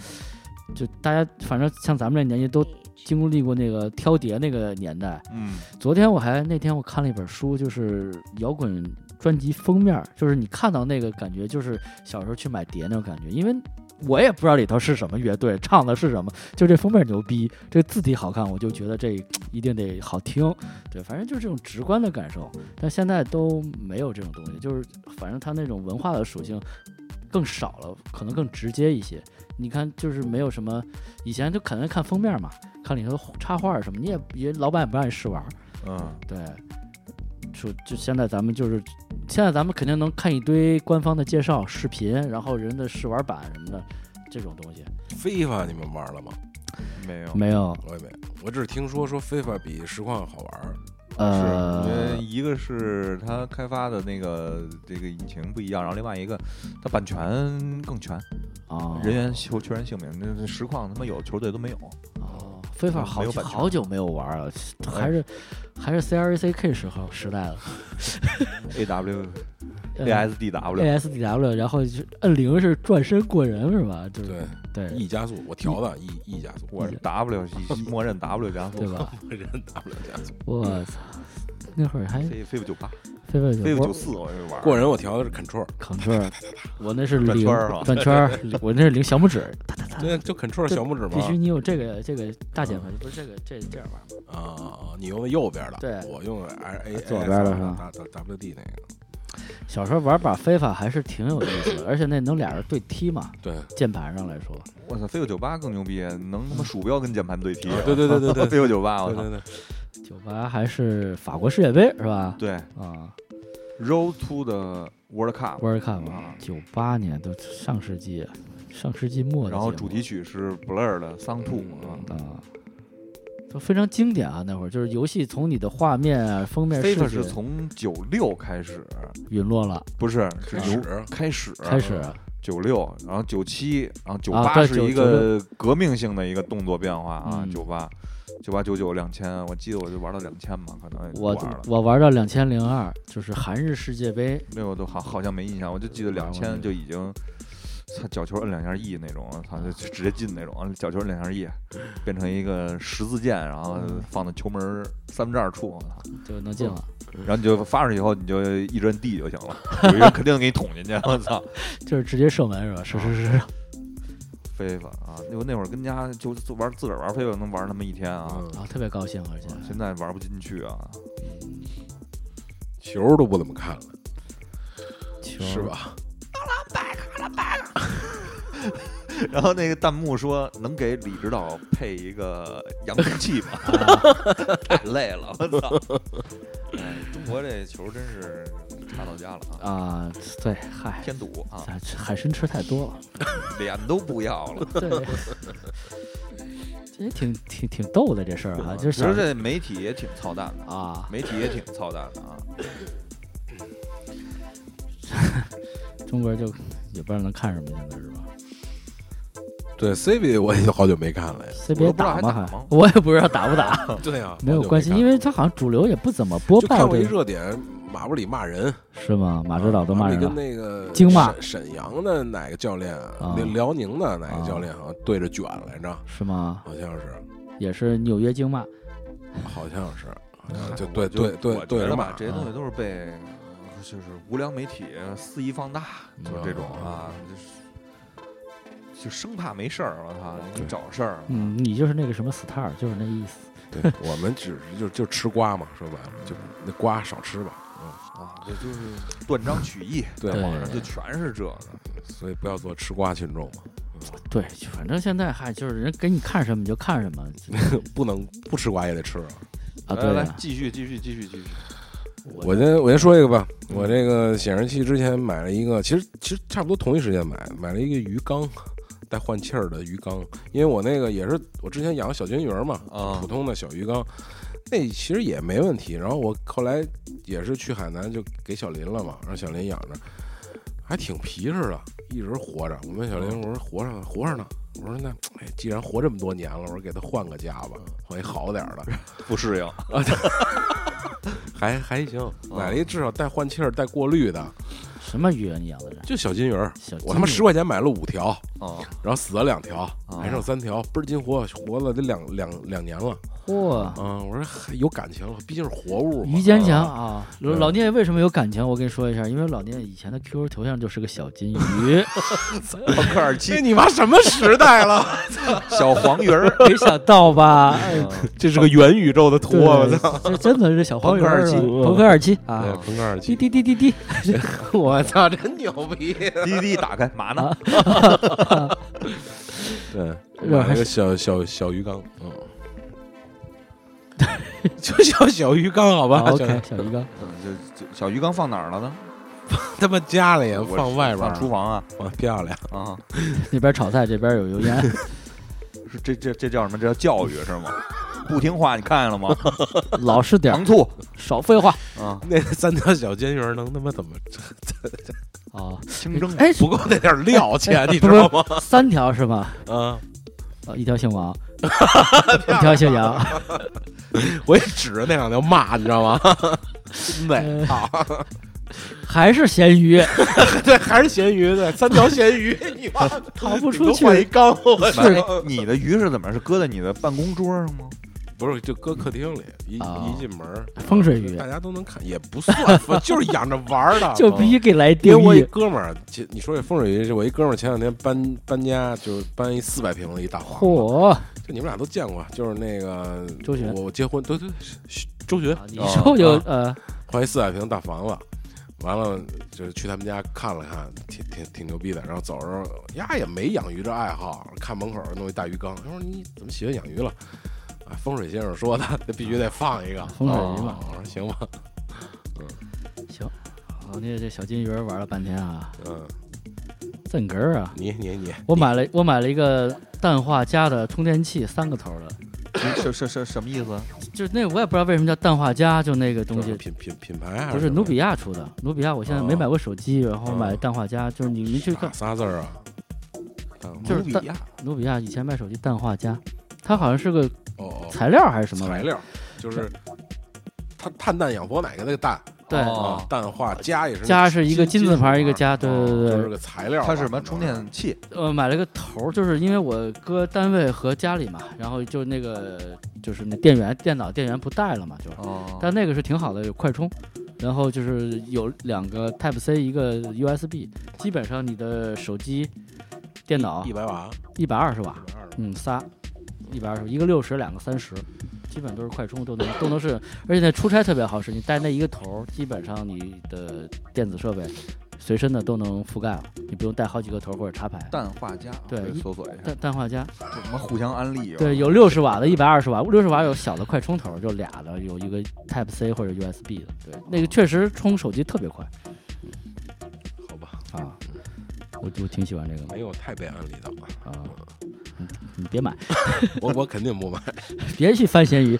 Speaker 2: 就大家反正像咱们这年纪都经历过那个挑碟那个年代。
Speaker 3: 嗯，
Speaker 2: 昨天我还那天我看了一本书，就是摇滚专辑封面儿，就是你看到那个感觉，就是呃小时候去买碟那种感觉，因为。我也不知道里头是什么乐队，唱的是什么，就这封面牛逼，这字体好看，我就觉得这一定得好听，对，反正就是这种直观的感受。但现在都没有这种东西，就是反正它那种文化的属性更少了，可能更直接一些。你看，就是没有什么，以前就可能看封面嘛，看里头插画儿什么，你也也老板也不让你试玩，
Speaker 3: 嗯，
Speaker 2: 对，就就现在咱们就是，现在咱们肯定能看一堆官方的介绍、视频，然后人的试玩版什么的这种东西。
Speaker 1: 非法你们玩了吗？
Speaker 3: 没有，
Speaker 2: 没有，
Speaker 1: 我也没，我只是听说说非法比实况好玩儿。
Speaker 2: 呃
Speaker 3: 是，因，为一个是它开发的那个这个引擎不一样，然后另外一个它版权更全，
Speaker 2: 啊，
Speaker 3: 人员求确认姓名，那那实况他妈有球队都没有。
Speaker 2: 哦，非法好
Speaker 3: 没有
Speaker 2: 久
Speaker 3: 版权哎
Speaker 2: 好久没有玩了，还是还是 CRACK 时候时代了
Speaker 3: A W
Speaker 2: 呃
Speaker 3: <laughs> A S D W，
Speaker 2: ASDW，然后就是摁零是转身过人是吧？就是
Speaker 1: 对
Speaker 2: 对
Speaker 1: ，E 加速，我调的 E E 加速，
Speaker 3: 我是 W 一默认 W 加
Speaker 2: 对
Speaker 3: 速，
Speaker 2: 吧？
Speaker 1: 人 W 加速。
Speaker 2: 我操，那会儿还
Speaker 3: 飞飞不九八，
Speaker 2: 非法
Speaker 3: 飞不九四，我就玩
Speaker 1: 过
Speaker 3: 人
Speaker 1: 人我调的是 Control，
Speaker 2: Ctrl，我那是
Speaker 3: 转
Speaker 2: 零
Speaker 3: 圈儿啊
Speaker 2: 转圈儿，我那是零小拇指，哒哒哒。
Speaker 1: 对，就 Control
Speaker 2: 这
Speaker 1: 小拇指
Speaker 2: 啊必须
Speaker 1: 嘛。
Speaker 2: 你有这个这个大键
Speaker 3: 嗯
Speaker 2: 盘，不是这个这这样玩吗？
Speaker 1: 啊，你用的右边的，
Speaker 2: 对啊
Speaker 1: 我用的 R A
Speaker 2: 左边的是吧
Speaker 1: W W D 那个，
Speaker 2: 小时候玩把非法还是挺有意思的，而且那能俩人对踢嘛，
Speaker 1: 对，
Speaker 2: 键盘上来说，
Speaker 3: 我操，飞不九八更牛逼，能他妈鼠标跟键盘对踢
Speaker 1: 啊，对对对对对
Speaker 3: 飞不九八，我
Speaker 1: 对
Speaker 3: 操，
Speaker 1: 对对，
Speaker 2: 九八还是法国世界杯是吧？
Speaker 3: 对
Speaker 2: 啊
Speaker 3: ，Road to the World Cup，
Speaker 2: ，World Cup 嘛，
Speaker 3: 嗯
Speaker 2: 九八年都上世纪，上世纪末的节目，
Speaker 3: 然后主题曲是 Blur 的《Song Two》啊。
Speaker 2: 啊。都非常经典啊！那会儿就是游戏从你的画面啊、封面视
Speaker 3: FIFA
Speaker 2: 觉
Speaker 3: 是从九六开始，
Speaker 2: 陨落了，
Speaker 3: 不是是
Speaker 1: 开
Speaker 3: 由
Speaker 1: 始
Speaker 3: 开始
Speaker 2: 开始
Speaker 3: 九六，然后九七，然后九
Speaker 2: 啊
Speaker 3: 八
Speaker 2: 对
Speaker 3: 是一
Speaker 2: 96
Speaker 3: 个革命性的一个动作变化啊，
Speaker 2: 嗯
Speaker 3: 九八、九八九九两千，我记得我就玩到两千嘛，可能也不
Speaker 2: 我
Speaker 3: 玩了，
Speaker 2: 我玩到两千零二，就是韩日世界杯，
Speaker 3: 那我都好好像没印象，我就记得
Speaker 2: 玩
Speaker 3: 两
Speaker 2: 过那
Speaker 3: 千
Speaker 2: 个
Speaker 3: 就已经，操脚球摁两下 E 那种，操就就直接进那种，脚球摁两下 E，变成一个十字箭，然后
Speaker 2: 嗯
Speaker 3: 放到球门儿三分之二处，我操
Speaker 2: 就能进
Speaker 1: 哦
Speaker 2: <laughs> 了。
Speaker 3: 然后你就发上去以后，你就一直摁 D 就行
Speaker 2: <laughs>
Speaker 3: 了，有一人肯定给你捅进去，我操！
Speaker 1: 哦
Speaker 2: 就是直接射门是吧？是是是，
Speaker 3: 飞飞啊，就那会儿跟家就自玩自个儿玩飞飞，能玩那么一天啊。
Speaker 1: 嗯
Speaker 2: 然后特别高兴，而且
Speaker 1: 哦
Speaker 3: 现在玩不进去 <laughs> 啊，
Speaker 1: 球都不怎么看了，
Speaker 2: 球
Speaker 1: 是？吧？
Speaker 3: 然后那个弹幕说能给李指导配一个扬声器吗？ <laughs> 太累了，我操！ <laughs> 哎，中国这球真是差到家了啊，
Speaker 2: 啊，对，嗨，
Speaker 3: 添堵啊，
Speaker 2: 咱吃海参吃太多
Speaker 1: <laughs>
Speaker 2: 了，
Speaker 3: 脸都不要 <laughs> 了。
Speaker 2: 对，这也挺挺挺逗的这事儿啊，就是
Speaker 3: 其
Speaker 2: 小
Speaker 3: 实这媒体也挺操蛋的，
Speaker 2: 啊，
Speaker 3: 媒体也挺操蛋的啊。
Speaker 2: 中国就也不知道能看什么现在是吧
Speaker 1: 对 CB 我也好久没看了呀。
Speaker 2: ？CBA 打吗？
Speaker 3: 还打
Speaker 2: 还
Speaker 3: 吗
Speaker 2: 我也不知道打
Speaker 1: <laughs>
Speaker 2: 不打，
Speaker 1: 对啊呀，
Speaker 2: 没有关系，因
Speaker 1: 为
Speaker 2: 为他好像主流也不怎么播
Speaker 1: 就看
Speaker 2: 报
Speaker 1: 过一
Speaker 2: 这，
Speaker 1: 热点，马布里骂人，啊
Speaker 2: 是吗？马指导都
Speaker 1: 马
Speaker 2: 骂
Speaker 1: 布里跟
Speaker 2: 人了，
Speaker 1: 那个
Speaker 2: 京骂
Speaker 1: 沈沈阳的哪个教练
Speaker 2: 啊
Speaker 1: 啊，辽辽宁的哪个教练好像对着卷来着，
Speaker 2: 是吗？
Speaker 1: 好像是，
Speaker 2: 也是纽约经骂，
Speaker 1: 好像是，啊
Speaker 3: 哎
Speaker 1: 就
Speaker 3: 我
Speaker 1: 对对对对啊
Speaker 3: 我觉
Speaker 1: 着
Speaker 3: 得
Speaker 1: 骂
Speaker 3: 吧，，这些东西都是被就是无良媒体肆意放大，就是这种啊，就是就生怕没事儿，我操，你找事儿。
Speaker 2: 嗯，你就是那个什么 star，就是那意思。
Speaker 1: 对我们只是就就吃瓜嘛，说白了就那瓜少吃吧，
Speaker 3: 啊，这就是断章取义，
Speaker 1: 对
Speaker 2: 对
Speaker 3: 网上就全是这个。
Speaker 1: 啊所以不要做吃瓜群众嘛，
Speaker 2: 对，反正现在嗨，就是人给你看什么你就看什么
Speaker 1: 不能不吃瓜也得吃啊。
Speaker 2: 啊。
Speaker 3: 来
Speaker 2: 对
Speaker 3: 来，
Speaker 2: 啊，
Speaker 3: 继续继续继续继续。
Speaker 1: 我先我先说一个吧，我这个显示器之前买了一个，其实其实差不多同一时间买，买了一个鱼缸，带换气儿的鱼缸，因为我那个也是我之前养小金鱼儿嘛，
Speaker 3: 啊
Speaker 1: 普通的小鱼缸，那其实也没问题。然后我后来也是去海南就给小林了嘛，让小林养着，还挺皮实的，一直活着。我问小林，我说活着呢，活着呢。我说那，哎，既然活这么多年了，我说给他换个家吧，换一好点儿的，
Speaker 3: 不适应，
Speaker 1: 还还行，买了一至少带换气儿、带过滤的，
Speaker 2: 什么鱼啊？你养的这
Speaker 1: 就小金鱼儿。
Speaker 2: 小金鱼？
Speaker 1: 我他妈十块钱买了五条，
Speaker 3: <laughs> 啊，
Speaker 1: 然后死了两条，还剩三条，倍儿金活，活了得两两两年了。
Speaker 2: 嚯！
Speaker 1: 嗯，我说还有感情了，毕竟是活物嘛。
Speaker 2: 于坚强
Speaker 1: 啊
Speaker 2: 啊，老老聂为什么有感情？我跟你说一下，因为老聂以前的 QQ 头像就是个小金鱼， <laughs>
Speaker 3: 科尔
Speaker 1: 这
Speaker 3: 基
Speaker 1: 你妈什么时代了？ <laughs>
Speaker 3: 小黄鱼儿，嗯
Speaker 2: 没想到吧？哎
Speaker 1: 这是个元宇宙的图啊！我
Speaker 2: 对
Speaker 1: 操！
Speaker 2: 这真的是小黄鱼
Speaker 3: 朋
Speaker 2: 儿
Speaker 3: 克二期
Speaker 2: 啊，朋克二期
Speaker 1: 对
Speaker 2: 啊，
Speaker 1: 朋克二
Speaker 2: 滴，滴滴滴滴，我操！
Speaker 1: 真牛逼！
Speaker 3: 滴滴打开，嘛
Speaker 1: 啊
Speaker 3: 呢？
Speaker 1: 对，
Speaker 2: 然后
Speaker 1: 买
Speaker 2: 还
Speaker 1: 了个
Speaker 2: 是
Speaker 1: 小
Speaker 2: 啊
Speaker 1: 小小鱼缸，嗯， <laughs> 就叫小鱼缸好吧
Speaker 2: 啊
Speaker 1: 小鱼
Speaker 2: ，OK，小鱼缸
Speaker 3: 嗯就就小鱼缸放哪儿了呢？
Speaker 1: 他妈家里
Speaker 3: 我
Speaker 1: 放外边儿，
Speaker 3: 放厨房啊
Speaker 1: 哇漂亮。
Speaker 3: 啊！
Speaker 2: 那边炒菜，这边有油烟，
Speaker 3: 是这这这叫什么？这叫教育是吗？不听话，你看见了吗？
Speaker 2: 老实点儿
Speaker 3: 糖，醋
Speaker 2: 少废话
Speaker 3: 啊，
Speaker 1: 那三条小金鱼儿能他妈怎么
Speaker 2: 啊！
Speaker 3: 清蒸
Speaker 2: 哎，
Speaker 1: 不够那点儿料 <laughs> 钱，你
Speaker 2: 不
Speaker 1: 知
Speaker 2: 是
Speaker 1: 道吗？
Speaker 2: 三条是吗？
Speaker 1: 啊，
Speaker 2: 啊，一条
Speaker 1: <laughs>
Speaker 2: 姓王，一条姓杨，
Speaker 1: 啊我也指着那两条骂，你知道吗？
Speaker 3: 真呗，
Speaker 2: 呃还是咸
Speaker 1: <laughs>
Speaker 2: 鱼，
Speaker 1: 对，还是咸鱼，对，三条咸鱼，你妈
Speaker 2: 逃不
Speaker 1: 你
Speaker 2: 出
Speaker 1: 都换一
Speaker 2: 去。
Speaker 1: 缸，我
Speaker 2: 是
Speaker 3: 哎你的鱼是怎么？是搁在你的办公桌上吗？
Speaker 1: 不是就搁客厅里，一
Speaker 2: 啊
Speaker 1: 一进门儿，
Speaker 2: 风水鱼
Speaker 1: 大家都能看，也不算， <laughs> 就是养着玩儿的，啊
Speaker 2: 就必须给来
Speaker 1: 因为
Speaker 2: 定
Speaker 1: 我一
Speaker 2: 义
Speaker 1: 哥们儿，其你说这风水鱼，我一哥们儿前两天搬搬家，就是搬一四百平的一大房子，
Speaker 2: 嚯！
Speaker 1: 就你们俩都见过，就是那个
Speaker 2: 周巡
Speaker 1: 我我哦结婚，对对，是周巡
Speaker 2: 啊你说有呃，
Speaker 1: 换一四百平大房子，完了就是去他们家看了看，挺挺挺牛逼的。然后走的时候呀也没养鱼这爱好，看门口弄一大鱼缸，他说你怎么喜欢养鱼了？啊，风水先生说的，那必须得放一个
Speaker 2: <laughs> 风水鱼嘛
Speaker 1: 啊我说行吧，
Speaker 2: 行。啊，那这小金鱼玩了半天啊，
Speaker 1: 嗯，
Speaker 2: 怎根儿啊！
Speaker 1: 你你你，
Speaker 2: 我买了，我买了一个氮化镓的充电器，三个头儿的，
Speaker 3: 什什什什么意思？
Speaker 2: 就是那我也不知道为什么叫氮化镓，就那个东
Speaker 1: 这
Speaker 2: 西
Speaker 1: 是，品品品牌还
Speaker 2: 不是
Speaker 1: 什么
Speaker 2: 努比亚出的。努比亚，我现在没
Speaker 1: 哦
Speaker 2: 买过手机，然后买氮化镓，就是你们去看
Speaker 1: 哪仨字儿啊？啊
Speaker 2: 就是
Speaker 3: 努比
Speaker 2: 氮
Speaker 3: 亚
Speaker 2: 努比亚以前卖手机氮化镓，它好像是个
Speaker 1: 哦哦，
Speaker 2: 材料还是什么玩
Speaker 1: 材
Speaker 2: 意儿？
Speaker 1: 料就是碳碳氮氧氟哪个那个氮
Speaker 2: 对，
Speaker 1: 啊
Speaker 3: 哦，
Speaker 1: 氮化镓也是
Speaker 2: 加是一个金字旁一个
Speaker 1: 加，
Speaker 2: 加，对对
Speaker 1: 哦就
Speaker 2: 对
Speaker 1: 是个材料吧，
Speaker 3: 它是什么
Speaker 1: 可能
Speaker 3: 充电器？
Speaker 2: 呃，买了个头儿，就是因为我搁单位和家里嘛，然后就那个就是那电源，电脑电源不带了嘛，就是，
Speaker 3: 哦
Speaker 2: 但那个是挺好的，有快充，然后就是有两个 Type C，一个 USB，基本上你的手机电脑
Speaker 1: 一百瓦，
Speaker 2: 一百二十瓦，
Speaker 1: 一百二十
Speaker 2: 嗯，仨，一百二十，一个六十，两个三十，基本都是快充，都能都能是，而且那出差特别好使，你带那一个头儿，基本上你的电子设备随身的都能覆盖了，你不用带好几个头儿或者插排。
Speaker 3: 氮化镓，
Speaker 2: 对
Speaker 3: 可以
Speaker 2: 一
Speaker 3: 搜索一下，
Speaker 2: 氮氮化镓，
Speaker 3: 这什么互相安利，啊
Speaker 2: 对，有六十瓦的，一百二十瓦，六十瓦有小的快充头儿，就俩的，有一个 Type C 或者 USB 的，对，那个确实充手机特别快
Speaker 1: 好吧，
Speaker 2: 啊，我我挺喜欢这个
Speaker 1: 没有太被安利到了，
Speaker 2: 的啊，你你别买，
Speaker 1: <laughs> 我我肯定不买。
Speaker 2: 别去翻闲鱼，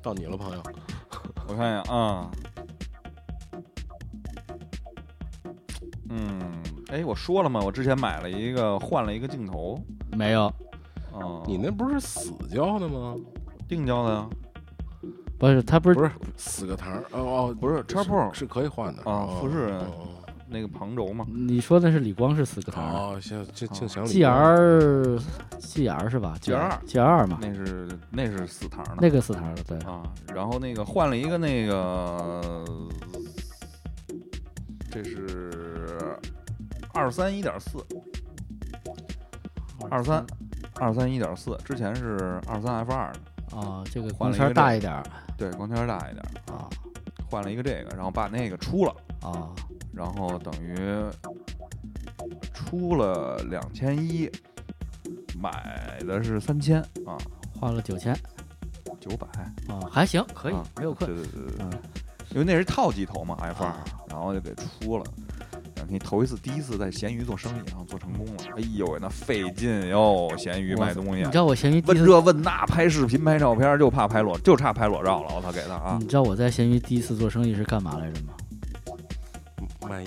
Speaker 1: 到你了，朋友，
Speaker 3: 我看一眼啊，嗯，哎，我说了吗？我之前买了一个，换了一个镜头，
Speaker 2: 没有，
Speaker 3: 啊，
Speaker 1: 你那不是死胶的吗？
Speaker 3: 定焦的呀？
Speaker 2: 不是他不是
Speaker 1: 不是死个糖儿，哦哦，
Speaker 3: 不是
Speaker 1: 是
Speaker 3: Charpo
Speaker 1: 是可以换的
Speaker 3: 啊
Speaker 1: 哦
Speaker 3: 富士
Speaker 1: 哦
Speaker 3: 那个旁轴嘛，
Speaker 2: 你说的是理光是死个
Speaker 1: 哦
Speaker 2: 头儿
Speaker 1: 哦，行，这
Speaker 3: 哦
Speaker 1: 净想理
Speaker 2: G R G R 是吧
Speaker 3: GR
Speaker 2: G R 嘛，
Speaker 3: 那是那是死堂的，
Speaker 2: 那个死堂的对，
Speaker 3: 啊，然后那个换了一个那个，这是二三一点四，二三二三一点四，之前是二三 F 二的，
Speaker 2: 啊，这个光
Speaker 3: 换了一个
Speaker 2: 圈大一点儿
Speaker 3: 对，光圈大一点，
Speaker 2: 啊
Speaker 3: 换了一个这个，然后把那个出了，
Speaker 2: 啊，
Speaker 3: 然后等于出了两千一，买的是三千啊，
Speaker 2: 花了九千
Speaker 3: 九百
Speaker 2: 啊，还行，可以
Speaker 3: 啊，
Speaker 2: 没有困
Speaker 3: 对对对对对
Speaker 2: 嗯，
Speaker 3: 因为那是套机头嘛，F 二
Speaker 2: 啊，
Speaker 3: 然后就给出了。然后你头一次，第一次在闲鱼做生意，然后做成功了。哎呦喂，那费劲哟！闲鱼
Speaker 2: 我
Speaker 3: 卖东西啊
Speaker 2: 你，知道我闲鱼第
Speaker 3: 问
Speaker 2: 一次，
Speaker 3: 这问那，拍视频、拍照片，就怕拍裸，就差拍裸照了。我操，给他啊
Speaker 2: 你！知道我在闲鱼第一次做生意是干嘛来着吗？
Speaker 1: 卖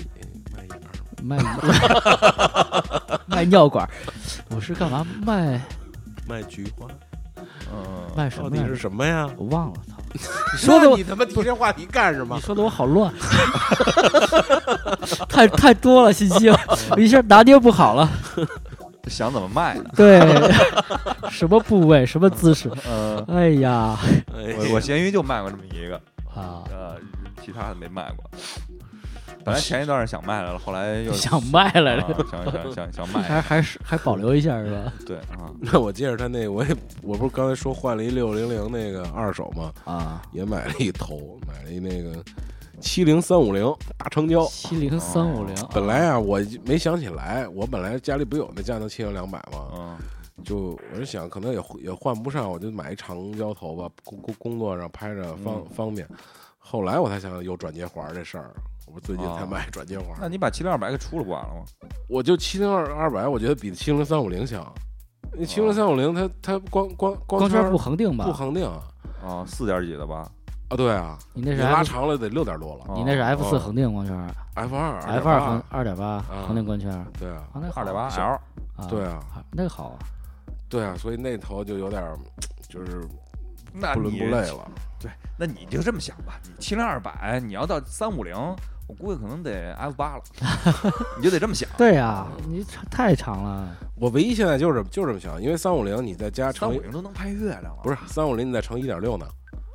Speaker 1: 卖眼儿，
Speaker 3: <laughs>
Speaker 2: 卖卖尿管儿，我是干嘛卖
Speaker 3: 啊
Speaker 1: 卖菊花，
Speaker 3: 嗯，
Speaker 2: 卖什
Speaker 1: 到
Speaker 2: 么
Speaker 1: 底
Speaker 2: 来
Speaker 1: 是？
Speaker 2: 着
Speaker 1: 什么呀？
Speaker 2: 我忘了，操！说的我
Speaker 1: 你他妈提这话题干什
Speaker 2: 你
Speaker 1: 么？
Speaker 2: 说的我好乱， <laughs> 太太多了信息了，我一下拿捏不好了。
Speaker 3: 想怎么卖呢？
Speaker 2: 对， <laughs> 什么部位，什么姿势？
Speaker 3: 呃，
Speaker 2: 哎呀，
Speaker 1: 哎
Speaker 3: 我我闲鱼就卖过这么一个，
Speaker 2: 啊，
Speaker 3: 呃，其他的没卖过。本来前一段是想卖来了，后来又
Speaker 2: 想卖来着，
Speaker 3: 啊想想想想卖，
Speaker 2: 还还是还保留一下是吧？
Speaker 3: 对
Speaker 2: <laughs>
Speaker 3: 啊，
Speaker 1: 那我接着他那，我也我不是刚才说换了一六零零那个二手吗？
Speaker 2: 啊，
Speaker 1: 也买了一头，买了一那个七零三五零大成交。
Speaker 2: 七零三五零，
Speaker 1: 本来啊，我没想起来，我本来家里不有那佳能七零两百吗？
Speaker 3: 嗯
Speaker 1: 就我就想，可能也也换不上，我就买一长焦头吧，工工工作上拍着方、
Speaker 3: 嗯
Speaker 1: 方便。后来我才想有转接环这事儿，我不是最近才
Speaker 3: 哦
Speaker 1: 买转接环，
Speaker 3: 那你把七六二百给出了不完了吗？
Speaker 1: 我就七零二二百，我觉得比七零三五零强。那七零三五零它它光光
Speaker 2: 哦光
Speaker 1: 圈
Speaker 2: 圈不恒定吧
Speaker 1: 不？恒定啊，
Speaker 3: 啊，四点几的吧？
Speaker 1: 啊对啊，
Speaker 2: 你那
Speaker 1: 你
Speaker 2: 是
Speaker 1: 拉
Speaker 2: F，
Speaker 1: 长了得六点多了
Speaker 3: 啊
Speaker 2: 你那是 F 四
Speaker 1: 哦
Speaker 2: 恒定光圈
Speaker 1: ，F 二
Speaker 2: ，F 二恒二点八
Speaker 1: 啊
Speaker 2: 恒定光圈，啊，
Speaker 1: 对啊
Speaker 2: 那
Speaker 3: 二点八
Speaker 2: 好
Speaker 3: L，
Speaker 2: 啊
Speaker 1: 对啊
Speaker 2: 啊那个好啊，
Speaker 1: 对啊，所以那头就有点儿就是
Speaker 3: 那
Speaker 1: 不伦
Speaker 3: 你
Speaker 1: 不类了。
Speaker 3: 对，那你就这么想吧，你七零二百，你要到三五零，我估计可能得 F 八 <laughs> 了，你就得这么想。
Speaker 2: 对呀，你长太长了，
Speaker 1: 我唯一现在就是就这么想，因为三五零你再加
Speaker 3: 三
Speaker 1: 乘
Speaker 3: 五
Speaker 1: 以
Speaker 3: 零都能拍月亮了，
Speaker 1: 不是三五零，你再乘一点六呢？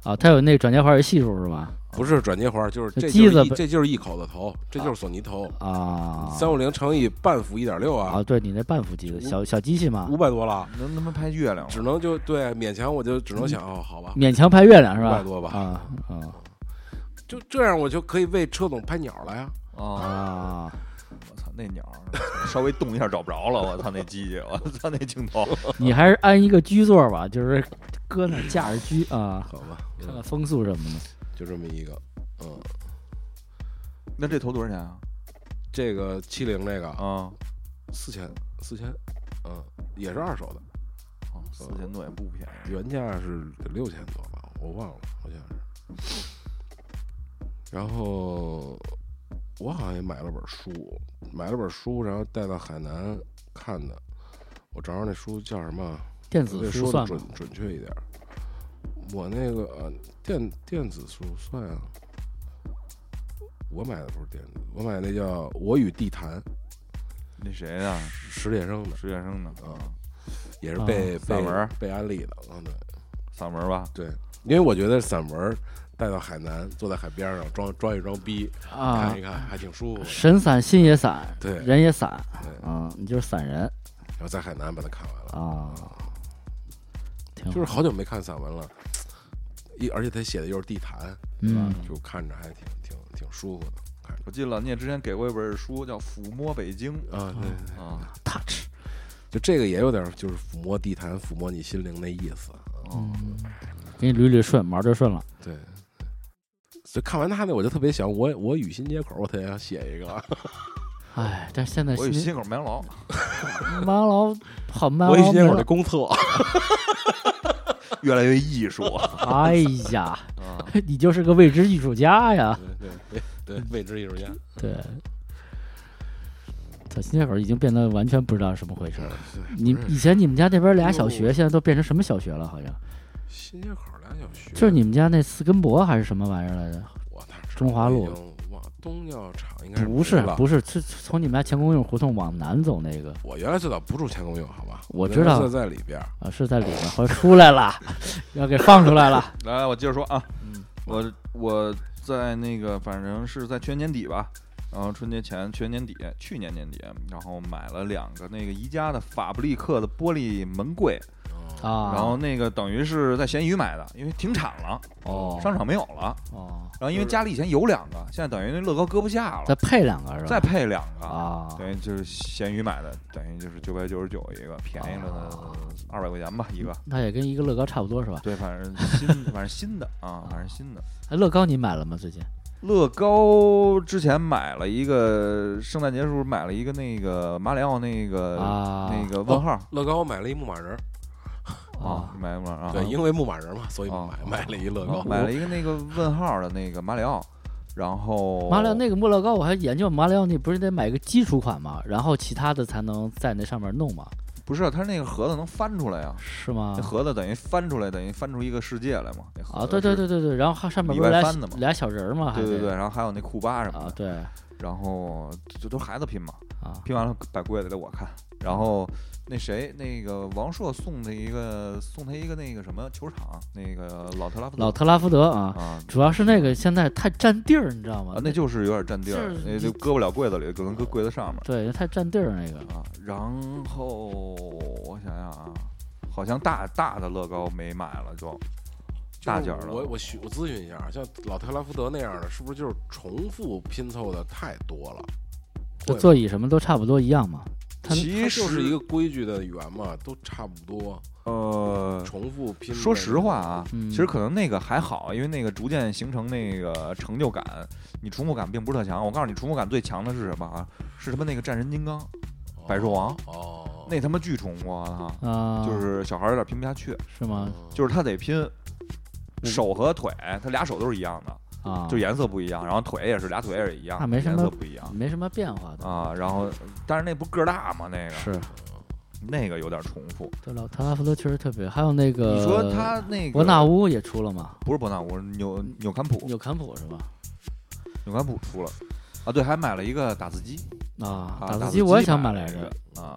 Speaker 2: 啊，它有那个转接环有系数是吧？
Speaker 1: 不是转接环，就是
Speaker 2: 这
Speaker 1: 这
Speaker 2: 机
Speaker 1: 就是
Speaker 2: 子
Speaker 1: 一
Speaker 2: 不
Speaker 1: 这就是一口子头，这就是索尼头。
Speaker 2: 啊，
Speaker 1: 三五零乘以半幅一点六啊
Speaker 2: 啊，，对你那半幅机子小小机器嘛
Speaker 1: 五，百多了，
Speaker 3: 能他妈拍月亮
Speaker 1: 只
Speaker 3: 了。
Speaker 1: 能就对勉强我就只能想哦，好吧，
Speaker 2: 勉强拍月亮嗯是
Speaker 1: 五百
Speaker 2: 吧？
Speaker 1: 多吧，
Speaker 2: 啊啊
Speaker 1: 就这样我就可以为车总拍鸟了呀。
Speaker 3: 啊！
Speaker 2: 啊！
Speaker 3: 我操，那鸟儿 <laughs> 稍微动一下找不着了，我操那机器，我操那镜头，
Speaker 2: 你还是安一个居座吧，就是搁那儿架着居啊，
Speaker 1: 好吧，
Speaker 2: 看
Speaker 1: 嗯
Speaker 2: 看风速什么的。
Speaker 1: 就这么一个，嗯，
Speaker 3: <laughs> 那这头多少钱啊？
Speaker 1: 这个七零这个
Speaker 3: 啊，
Speaker 1: 四千四千，嗯，也是二手的，
Speaker 3: 哦四千多也不便宜。
Speaker 1: 原价是六千多吧，我忘了，好像是。然后我好像也买了本书，买了本书，然后带到海南看的。我找找那书叫什么，
Speaker 2: 电
Speaker 1: 我
Speaker 2: 子
Speaker 1: 得
Speaker 2: 书
Speaker 1: 说的
Speaker 2: 算
Speaker 1: 准
Speaker 2: 吗？
Speaker 1: 准确一点儿。我那个呃电电子书算啊，我买的不是电子，我买那叫《我与地坛》，
Speaker 3: 那谁呀？
Speaker 1: 史铁生的，
Speaker 3: 实习生呢？
Speaker 1: 啊也是被
Speaker 2: 啊
Speaker 3: 散文
Speaker 1: 被
Speaker 3: 儿
Speaker 1: 被安利的，嗯，对。
Speaker 3: 散文吧？
Speaker 1: 对，因为我觉得散文儿带到海南，坐在海边上装装一装逼，
Speaker 2: 啊
Speaker 1: 看一，看还挺舒服的。
Speaker 2: 神散心也散，
Speaker 1: 对
Speaker 2: 人也散
Speaker 1: 对，
Speaker 2: 啊，你就是散人
Speaker 1: 然后在海南把它看完了，
Speaker 2: 啊，挺好
Speaker 1: 就是好久没看散文了，一而且他写的又是地坛，
Speaker 2: 嗯
Speaker 1: 就看着还挺挺挺舒服的，看
Speaker 3: 我记得老聂之前给过一本书叫《抚摸北京
Speaker 1: 着啊，对，对》
Speaker 3: 啊，
Speaker 2: touch，
Speaker 1: 就这个也有点儿就是抚摸地坛、抚摸你心灵那意思。
Speaker 3: 嗯
Speaker 2: 哦给你捋捋顺，毛就顺了。
Speaker 1: 对，所以看完他那，我就特别想，我我与新街口，我特别想写一个。
Speaker 2: 哎，但现在
Speaker 3: 我与
Speaker 2: 新
Speaker 3: 新口麦当劳，
Speaker 2: <laughs> 麦当劳好麦
Speaker 1: 我与
Speaker 2: 当
Speaker 1: 新街
Speaker 2: 劳
Speaker 1: 口
Speaker 2: 没
Speaker 1: 的
Speaker 2: 了，
Speaker 1: 公厕，
Speaker 3: 越来越艺 <laughs> 术啊，
Speaker 2: 哎呀，
Speaker 3: <laughs>
Speaker 2: 你就是个未知艺术家呀！
Speaker 1: 对对 <laughs> 对，未知艺术家。
Speaker 2: 对，在新街口已经变得完全不知道什么回事了。你以前你们家那边俩小学，现在都变成什么小学了？好像
Speaker 1: 新街口俩小学，
Speaker 2: 就是你们家那四根博还是什么玩意儿来着？
Speaker 1: 我哪知道
Speaker 2: 中华路
Speaker 1: 啊我已经忘了东药厂应该是
Speaker 2: 不是
Speaker 1: 没了
Speaker 2: 不是，是从你们家前公用胡同往南走那个
Speaker 1: 我原来最早不住前公用，好吧？
Speaker 2: 我
Speaker 1: 原
Speaker 2: 知
Speaker 1: 来
Speaker 2: 道
Speaker 1: 是在里边儿。
Speaker 2: 啊，是在里面，后来出来了， <laughs> 要给放出
Speaker 3: <laughs>
Speaker 2: 来了。
Speaker 3: 来，我接着说啊，
Speaker 2: 嗯
Speaker 3: 我我在那个反正是在去年年底吧，然后春节前，去年年底，去年年底，然后买了两个那个宜家的法布利克的玻璃门柜，
Speaker 2: 啊，
Speaker 3: 然后那个等于是在闲鱼买的，因为停产了，
Speaker 2: 哦
Speaker 3: 商场没有了，
Speaker 2: 哦，
Speaker 3: 然后因为家里以前有两个，现在等于那乐高搁不下
Speaker 2: 再
Speaker 3: 了，
Speaker 2: 配两个是吧？
Speaker 3: 再配两个。
Speaker 2: 啊，
Speaker 3: 等于就是闲鱼买的，等于就是九百九十九一个，便宜
Speaker 2: 啊
Speaker 3: 了二百块钱吧一
Speaker 2: <laughs>
Speaker 3: 个。
Speaker 2: 哦那也跟一个乐高差不多是吧？
Speaker 3: 对，反正新，反正新的啊，反正新的。
Speaker 2: 哎，乐高你买了吗？最近
Speaker 3: 乐高之前买了一个，圣诞节时候买了一个那个马里奥那个、
Speaker 2: 啊，
Speaker 3: 呃那个问号
Speaker 1: 乐高买了一牧马人儿，
Speaker 2: 啊
Speaker 3: 买了啊，
Speaker 1: 对，因为牧马人嘛，所以
Speaker 3: 啊
Speaker 1: 买买了一乐高。
Speaker 3: 买了一个那个问号的那个马里奥，然后
Speaker 2: 马里奥那个莫乐高，我还研究马里奥，你不是得买个基础款吗？然后其他的才能在那上面弄吗？
Speaker 3: 不是它那个盒子能翻出来呀、
Speaker 2: 是吗
Speaker 3: 那？盒子等于翻出来，等于翻出一个世界来嘛。那盒
Speaker 2: 啊，
Speaker 3: 子
Speaker 2: 对对
Speaker 3: 是
Speaker 2: 对对对，然后还上面不是
Speaker 3: 里外
Speaker 2: 俩
Speaker 3: 翻的嘛
Speaker 2: 俩小人儿吗？还
Speaker 3: 对对
Speaker 2: 得
Speaker 3: 对，然后还有那库巴什么
Speaker 2: 啊，
Speaker 3: 的，
Speaker 2: 对
Speaker 3: 然后这都孩子拼嘛，
Speaker 2: 啊，
Speaker 3: 拼完了摆柜子给我看，然后那谁那个王朔送他一个送他一个那个什么球场，那个老特拉福德
Speaker 2: 老特拉福德啊，
Speaker 3: 啊
Speaker 2: 主要是那个现在太占地儿，你知道吗
Speaker 3: 啊，？那就是有点占地儿
Speaker 2: 就是，
Speaker 3: 那就搁不了柜子里，只能搁柜子上面
Speaker 2: 对，太占地儿那个
Speaker 3: 啊。然后我想想啊，好像大大的乐高没买了，就大件儿了
Speaker 1: 我我询我咨询一下啊，像老特拉福德那样的，是不是就是重复拼凑的太多了？
Speaker 2: 就
Speaker 1: 会
Speaker 2: 座椅什么都差不多一样嘛。它
Speaker 1: 它
Speaker 3: 其实
Speaker 1: 就是一个规矩的圆嘛，都差不多，
Speaker 3: 呃。
Speaker 1: 重复拼。
Speaker 3: 说实话啊，
Speaker 2: 嗯
Speaker 3: 其实可能那个还好，因为那个逐渐形成那个成就感。你重复感并不是特强。我告诉你，重复感最强的是什么啊？
Speaker 2: 嗯
Speaker 3: 是他妈那个战神金刚，
Speaker 1: 哦，
Speaker 3: 百兽王
Speaker 1: 哦，
Speaker 3: 那他妈巨重复啊！
Speaker 2: 啊，
Speaker 3: 就是小孩儿有点拼不下去，
Speaker 2: 是吗？
Speaker 3: 啊就是他得拼手和腿，他俩手都是一样的，
Speaker 2: 啊，
Speaker 3: 就颜色不一样，然后腿也是俩腿也是一样
Speaker 2: 那，没什
Speaker 3: 颜
Speaker 2: 么
Speaker 3: 色不一样
Speaker 2: 没什么变化的。
Speaker 3: 啊。然后，但是那不个儿大吗？那个
Speaker 2: 是，
Speaker 3: 那个有点重复。
Speaker 2: 对老特拉福德确实特别，还有那个
Speaker 3: 你说他那个
Speaker 2: 呃伯纳乌也出了嘛？
Speaker 3: 不是伯纳乌，是纽纽坎普，
Speaker 2: 有坎普是吧？
Speaker 3: 纽坎普出了啊，对，还买了一个打字机
Speaker 2: 啊，
Speaker 3: 啊，
Speaker 2: 打
Speaker 3: 字
Speaker 2: 字机我也想买
Speaker 3: 买
Speaker 2: 来
Speaker 3: 了一
Speaker 2: 着
Speaker 3: 个，啊。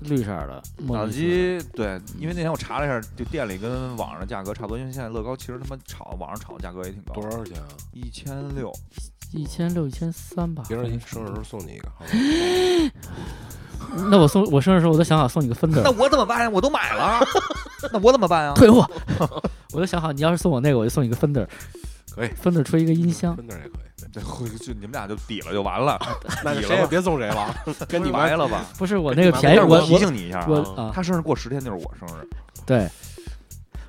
Speaker 2: 绿色的。墨
Speaker 3: 打
Speaker 2: 绿
Speaker 3: 字
Speaker 2: 色
Speaker 3: 机对，因为那天我查了一下，就店里跟网上的价格差不多，因为现在乐高其实他妈炒网上炒价格也挺高
Speaker 1: 多，少钱啊？
Speaker 3: 一千六。
Speaker 2: 一千六、一千三吧。
Speaker 1: 别人生日 <laughs> 时候送你一个，
Speaker 3: <laughs>
Speaker 1: 好吧？
Speaker 2: 那我送我生日时候，我都想好送你个芬
Speaker 3: 那
Speaker 2: 德
Speaker 3: 我怎么办呀？我都买了，那我怎么办呀？
Speaker 2: <laughs> 退货。我都想好，你要是送我那个，我就送你个芬德。
Speaker 1: 可以
Speaker 2: 芬德出一个音箱，
Speaker 1: 分那儿也可以，
Speaker 3: 这回就你们俩就抵了就完了，
Speaker 1: 那
Speaker 3: 抵
Speaker 1: 就
Speaker 3: 了
Speaker 1: 谁也
Speaker 3: 吧
Speaker 1: 别送谁
Speaker 3: <laughs>
Speaker 1: 了，跟你
Speaker 3: 掰
Speaker 1: 们
Speaker 3: 了吧。
Speaker 2: 不是我那个
Speaker 1: 跟你妈
Speaker 2: 便宜，
Speaker 3: 但是
Speaker 2: 我
Speaker 3: 提醒你一下啊，
Speaker 2: 我
Speaker 1: 啊
Speaker 2: 我啊，
Speaker 3: 他生日过十天就是我生日，
Speaker 2: 对，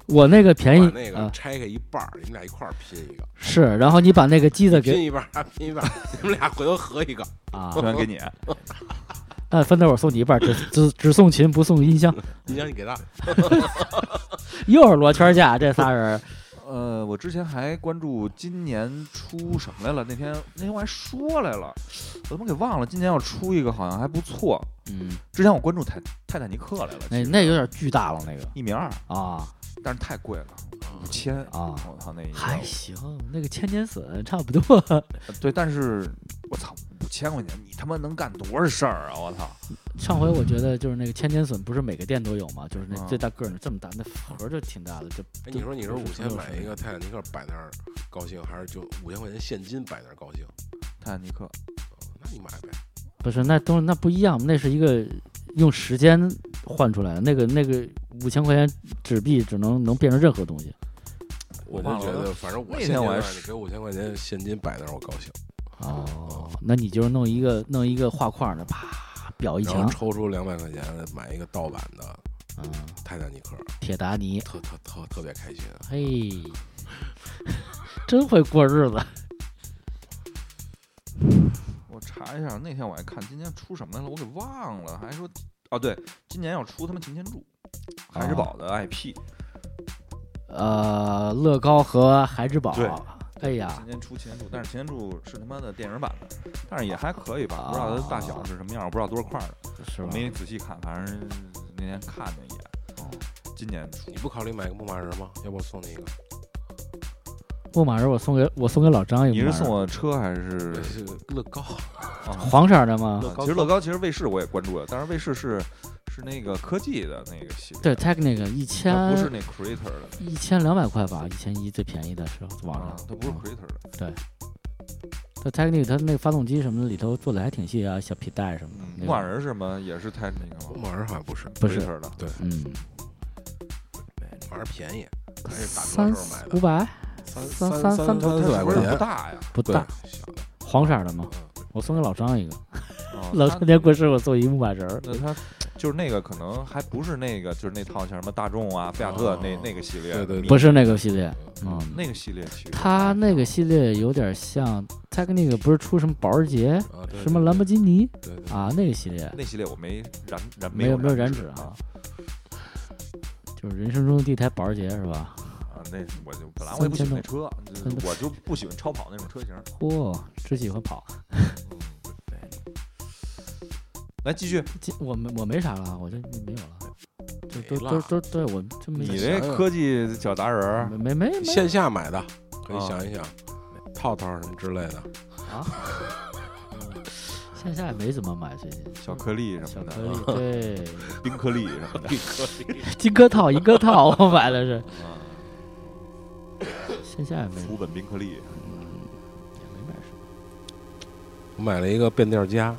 Speaker 2: 我那个便宜
Speaker 1: 把那个
Speaker 2: 啊
Speaker 1: 拆开一半儿，你们俩一块儿拼一个，
Speaker 2: 是，然后你把那个机子
Speaker 1: 拼 <laughs>
Speaker 2: 给
Speaker 1: 一半儿，拼一半儿，你们俩回头合一个。
Speaker 2: 啊，
Speaker 3: 全给你。
Speaker 2: 那芬德我送你一半，只只只送琴不送音箱，
Speaker 1: 你想你给他，
Speaker 2: 又是罗圈架这仨人。
Speaker 3: 呃，我之前还关注今年出什么来了，那天那天我还说来了，我怎么给忘了？今年要出一个好像还不错。
Speaker 2: 嗯，
Speaker 3: 之前我关注泰泰坦尼克来了，
Speaker 2: 那那有点巨大了那个
Speaker 3: 一米二，
Speaker 2: 啊
Speaker 3: 但是太贵了，五千。
Speaker 2: 啊，
Speaker 3: 我操，那一个
Speaker 2: 还行，那个千年隼差不多。
Speaker 3: 对，但是我操，五千块钱，你他妈能干多少事儿啊！我操，
Speaker 2: 上回我觉得就是那个千年笋，不是每个店都有嘛，就是那
Speaker 3: 啊
Speaker 2: 最大个儿这么大，那盒儿就挺大的，就
Speaker 1: 哎，你说你说
Speaker 2: 就
Speaker 1: 五千
Speaker 2: 就
Speaker 1: 买一个泰坦尼克摆那儿高兴，还是就五千块钱现金摆那儿高兴？
Speaker 3: 泰坦尼克
Speaker 1: 哦那你买呗。
Speaker 2: 不是那东西那不一样，那是一个用时间换出来的，那个那个五千块钱纸币只能能变成任何东西
Speaker 1: 我就
Speaker 3: 忘了
Speaker 1: 觉得，反正我
Speaker 3: 那
Speaker 1: 现阶
Speaker 3: 天我还
Speaker 1: 段
Speaker 3: 是
Speaker 1: 你给五千块钱现金摆那儿，我高兴。
Speaker 2: 哦，那你就是弄一个弄一个画框的，啪裱一
Speaker 1: 然后
Speaker 2: 墙，
Speaker 1: 抽出两百块钱买一个盗版的
Speaker 2: 嗯，
Speaker 1: 泰坦尼克，
Speaker 2: 铁达尼，
Speaker 1: 特特特特别开心。啊
Speaker 2: 嘿， <laughs> 真会过日子，
Speaker 3: 我查一下，那天我还看今年出什么来了，我给忘了，还说哦对，今年要出他妈擎天柱，
Speaker 2: 哦
Speaker 3: 海之宝
Speaker 2: 啊
Speaker 3: 的 IP，、
Speaker 2: 呃，乐高和孩之宝
Speaker 3: 对，
Speaker 2: 哎呀
Speaker 3: 今，年出擎天柱，但是擎天柱是他妈的电影版的，但是也还可以吧，不知道它大小是什么样，不知道多少块儿的，
Speaker 2: 啊是
Speaker 3: 我
Speaker 2: 吧？
Speaker 3: 没仔细看，反正那天看见一眼。
Speaker 2: 哦
Speaker 3: 今年出
Speaker 1: 你不考虑买个牧马人吗？要不我送你一个？
Speaker 2: 牧马人我送给我送给老张一个
Speaker 3: 你
Speaker 2: 牧马人，
Speaker 3: 是送我车还是
Speaker 1: 这是乐高，
Speaker 3: 啊？
Speaker 2: 黄色的吗？
Speaker 1: 乐高
Speaker 3: 其实乐高其实卫士我也关注了，但是卫士是是那个科技的那个系列，
Speaker 2: 对，Technic 一
Speaker 3: 它
Speaker 2: 千
Speaker 3: 啊不是那 Creator 的
Speaker 2: 一千两百块吧，一千一最便宜的时候网
Speaker 3: 啊
Speaker 2: 上，，
Speaker 3: 它不是
Speaker 2: 嗯
Speaker 3: Creator 的，
Speaker 2: 它 Technic 它那个发动机什么的里头做的还挺细啊，小皮带什么的
Speaker 3: 嗯，
Speaker 2: 那
Speaker 3: 牧马
Speaker 2: 个，
Speaker 3: 人是吗？也是太那个
Speaker 1: 牧
Speaker 3: 吗
Speaker 1: 马人好像不是，
Speaker 2: 不是，
Speaker 3: ？Creator 的，
Speaker 2: 嗯，
Speaker 1: 牧马人便宜，还是打折
Speaker 2: 三
Speaker 1: 时候买
Speaker 2: 五
Speaker 1: 的，
Speaker 2: 百
Speaker 1: 三
Speaker 2: 三
Speaker 1: 三
Speaker 2: 三
Speaker 1: 三四百
Speaker 3: 不
Speaker 1: 块
Speaker 3: 是
Speaker 1: 钱
Speaker 3: 不，大呀，
Speaker 2: 不
Speaker 1: 对
Speaker 2: 大，，
Speaker 1: 小的。
Speaker 2: 黄色的嘛，
Speaker 1: 嗯
Speaker 2: 我送给老张一个，
Speaker 3: 啊
Speaker 2: <laughs> 老
Speaker 3: 它
Speaker 2: 张年过世我送一牧马人儿，
Speaker 3: 那它就是那个可能还不是那个，就是那套像什么大众啊、菲亚特那
Speaker 1: 哦
Speaker 3: 那个系列，
Speaker 1: 对对对
Speaker 2: 不是那个系列，
Speaker 3: 啊
Speaker 2: 嗯，
Speaker 3: 那个系列其实
Speaker 2: 它那个系列有点像 Technic 不是出什么保时捷、
Speaker 1: 啊，对
Speaker 2: 什么兰博基尼
Speaker 1: 对对对
Speaker 2: 啊那个系列，
Speaker 3: 那系列我没燃燃
Speaker 2: 没有没有
Speaker 3: 燃
Speaker 2: 染指啊，就是人生中的第一台保时捷是吧？
Speaker 3: 啊，那我就本来我也不喜欢那车，就是我就不喜欢超跑那种车型。
Speaker 2: 嚯、只喜欢跑。
Speaker 3: 来继续，
Speaker 2: 这我没我没啥了，我这没有了，这都
Speaker 1: 没
Speaker 2: 都
Speaker 1: 了
Speaker 2: 都对我这没
Speaker 3: 你
Speaker 1: 的
Speaker 3: 这科技小达人儿
Speaker 2: 没没没没
Speaker 1: 线下买的，可以
Speaker 3: 啊
Speaker 1: 想一想，套套什么之类的。
Speaker 2: 啊，线下也没怎么买最近。
Speaker 3: 小颗粒什
Speaker 2: 小
Speaker 3: 么
Speaker 2: 颗
Speaker 3: 的，啊
Speaker 2: 粒对，
Speaker 3: 冰颗粒什么的，
Speaker 2: 金鸽套银鸽套，我买的是
Speaker 3: 啊，
Speaker 2: 线下也没
Speaker 3: 福本冰颗粒，
Speaker 2: 也没买什么。
Speaker 1: 我买了一个变调夹，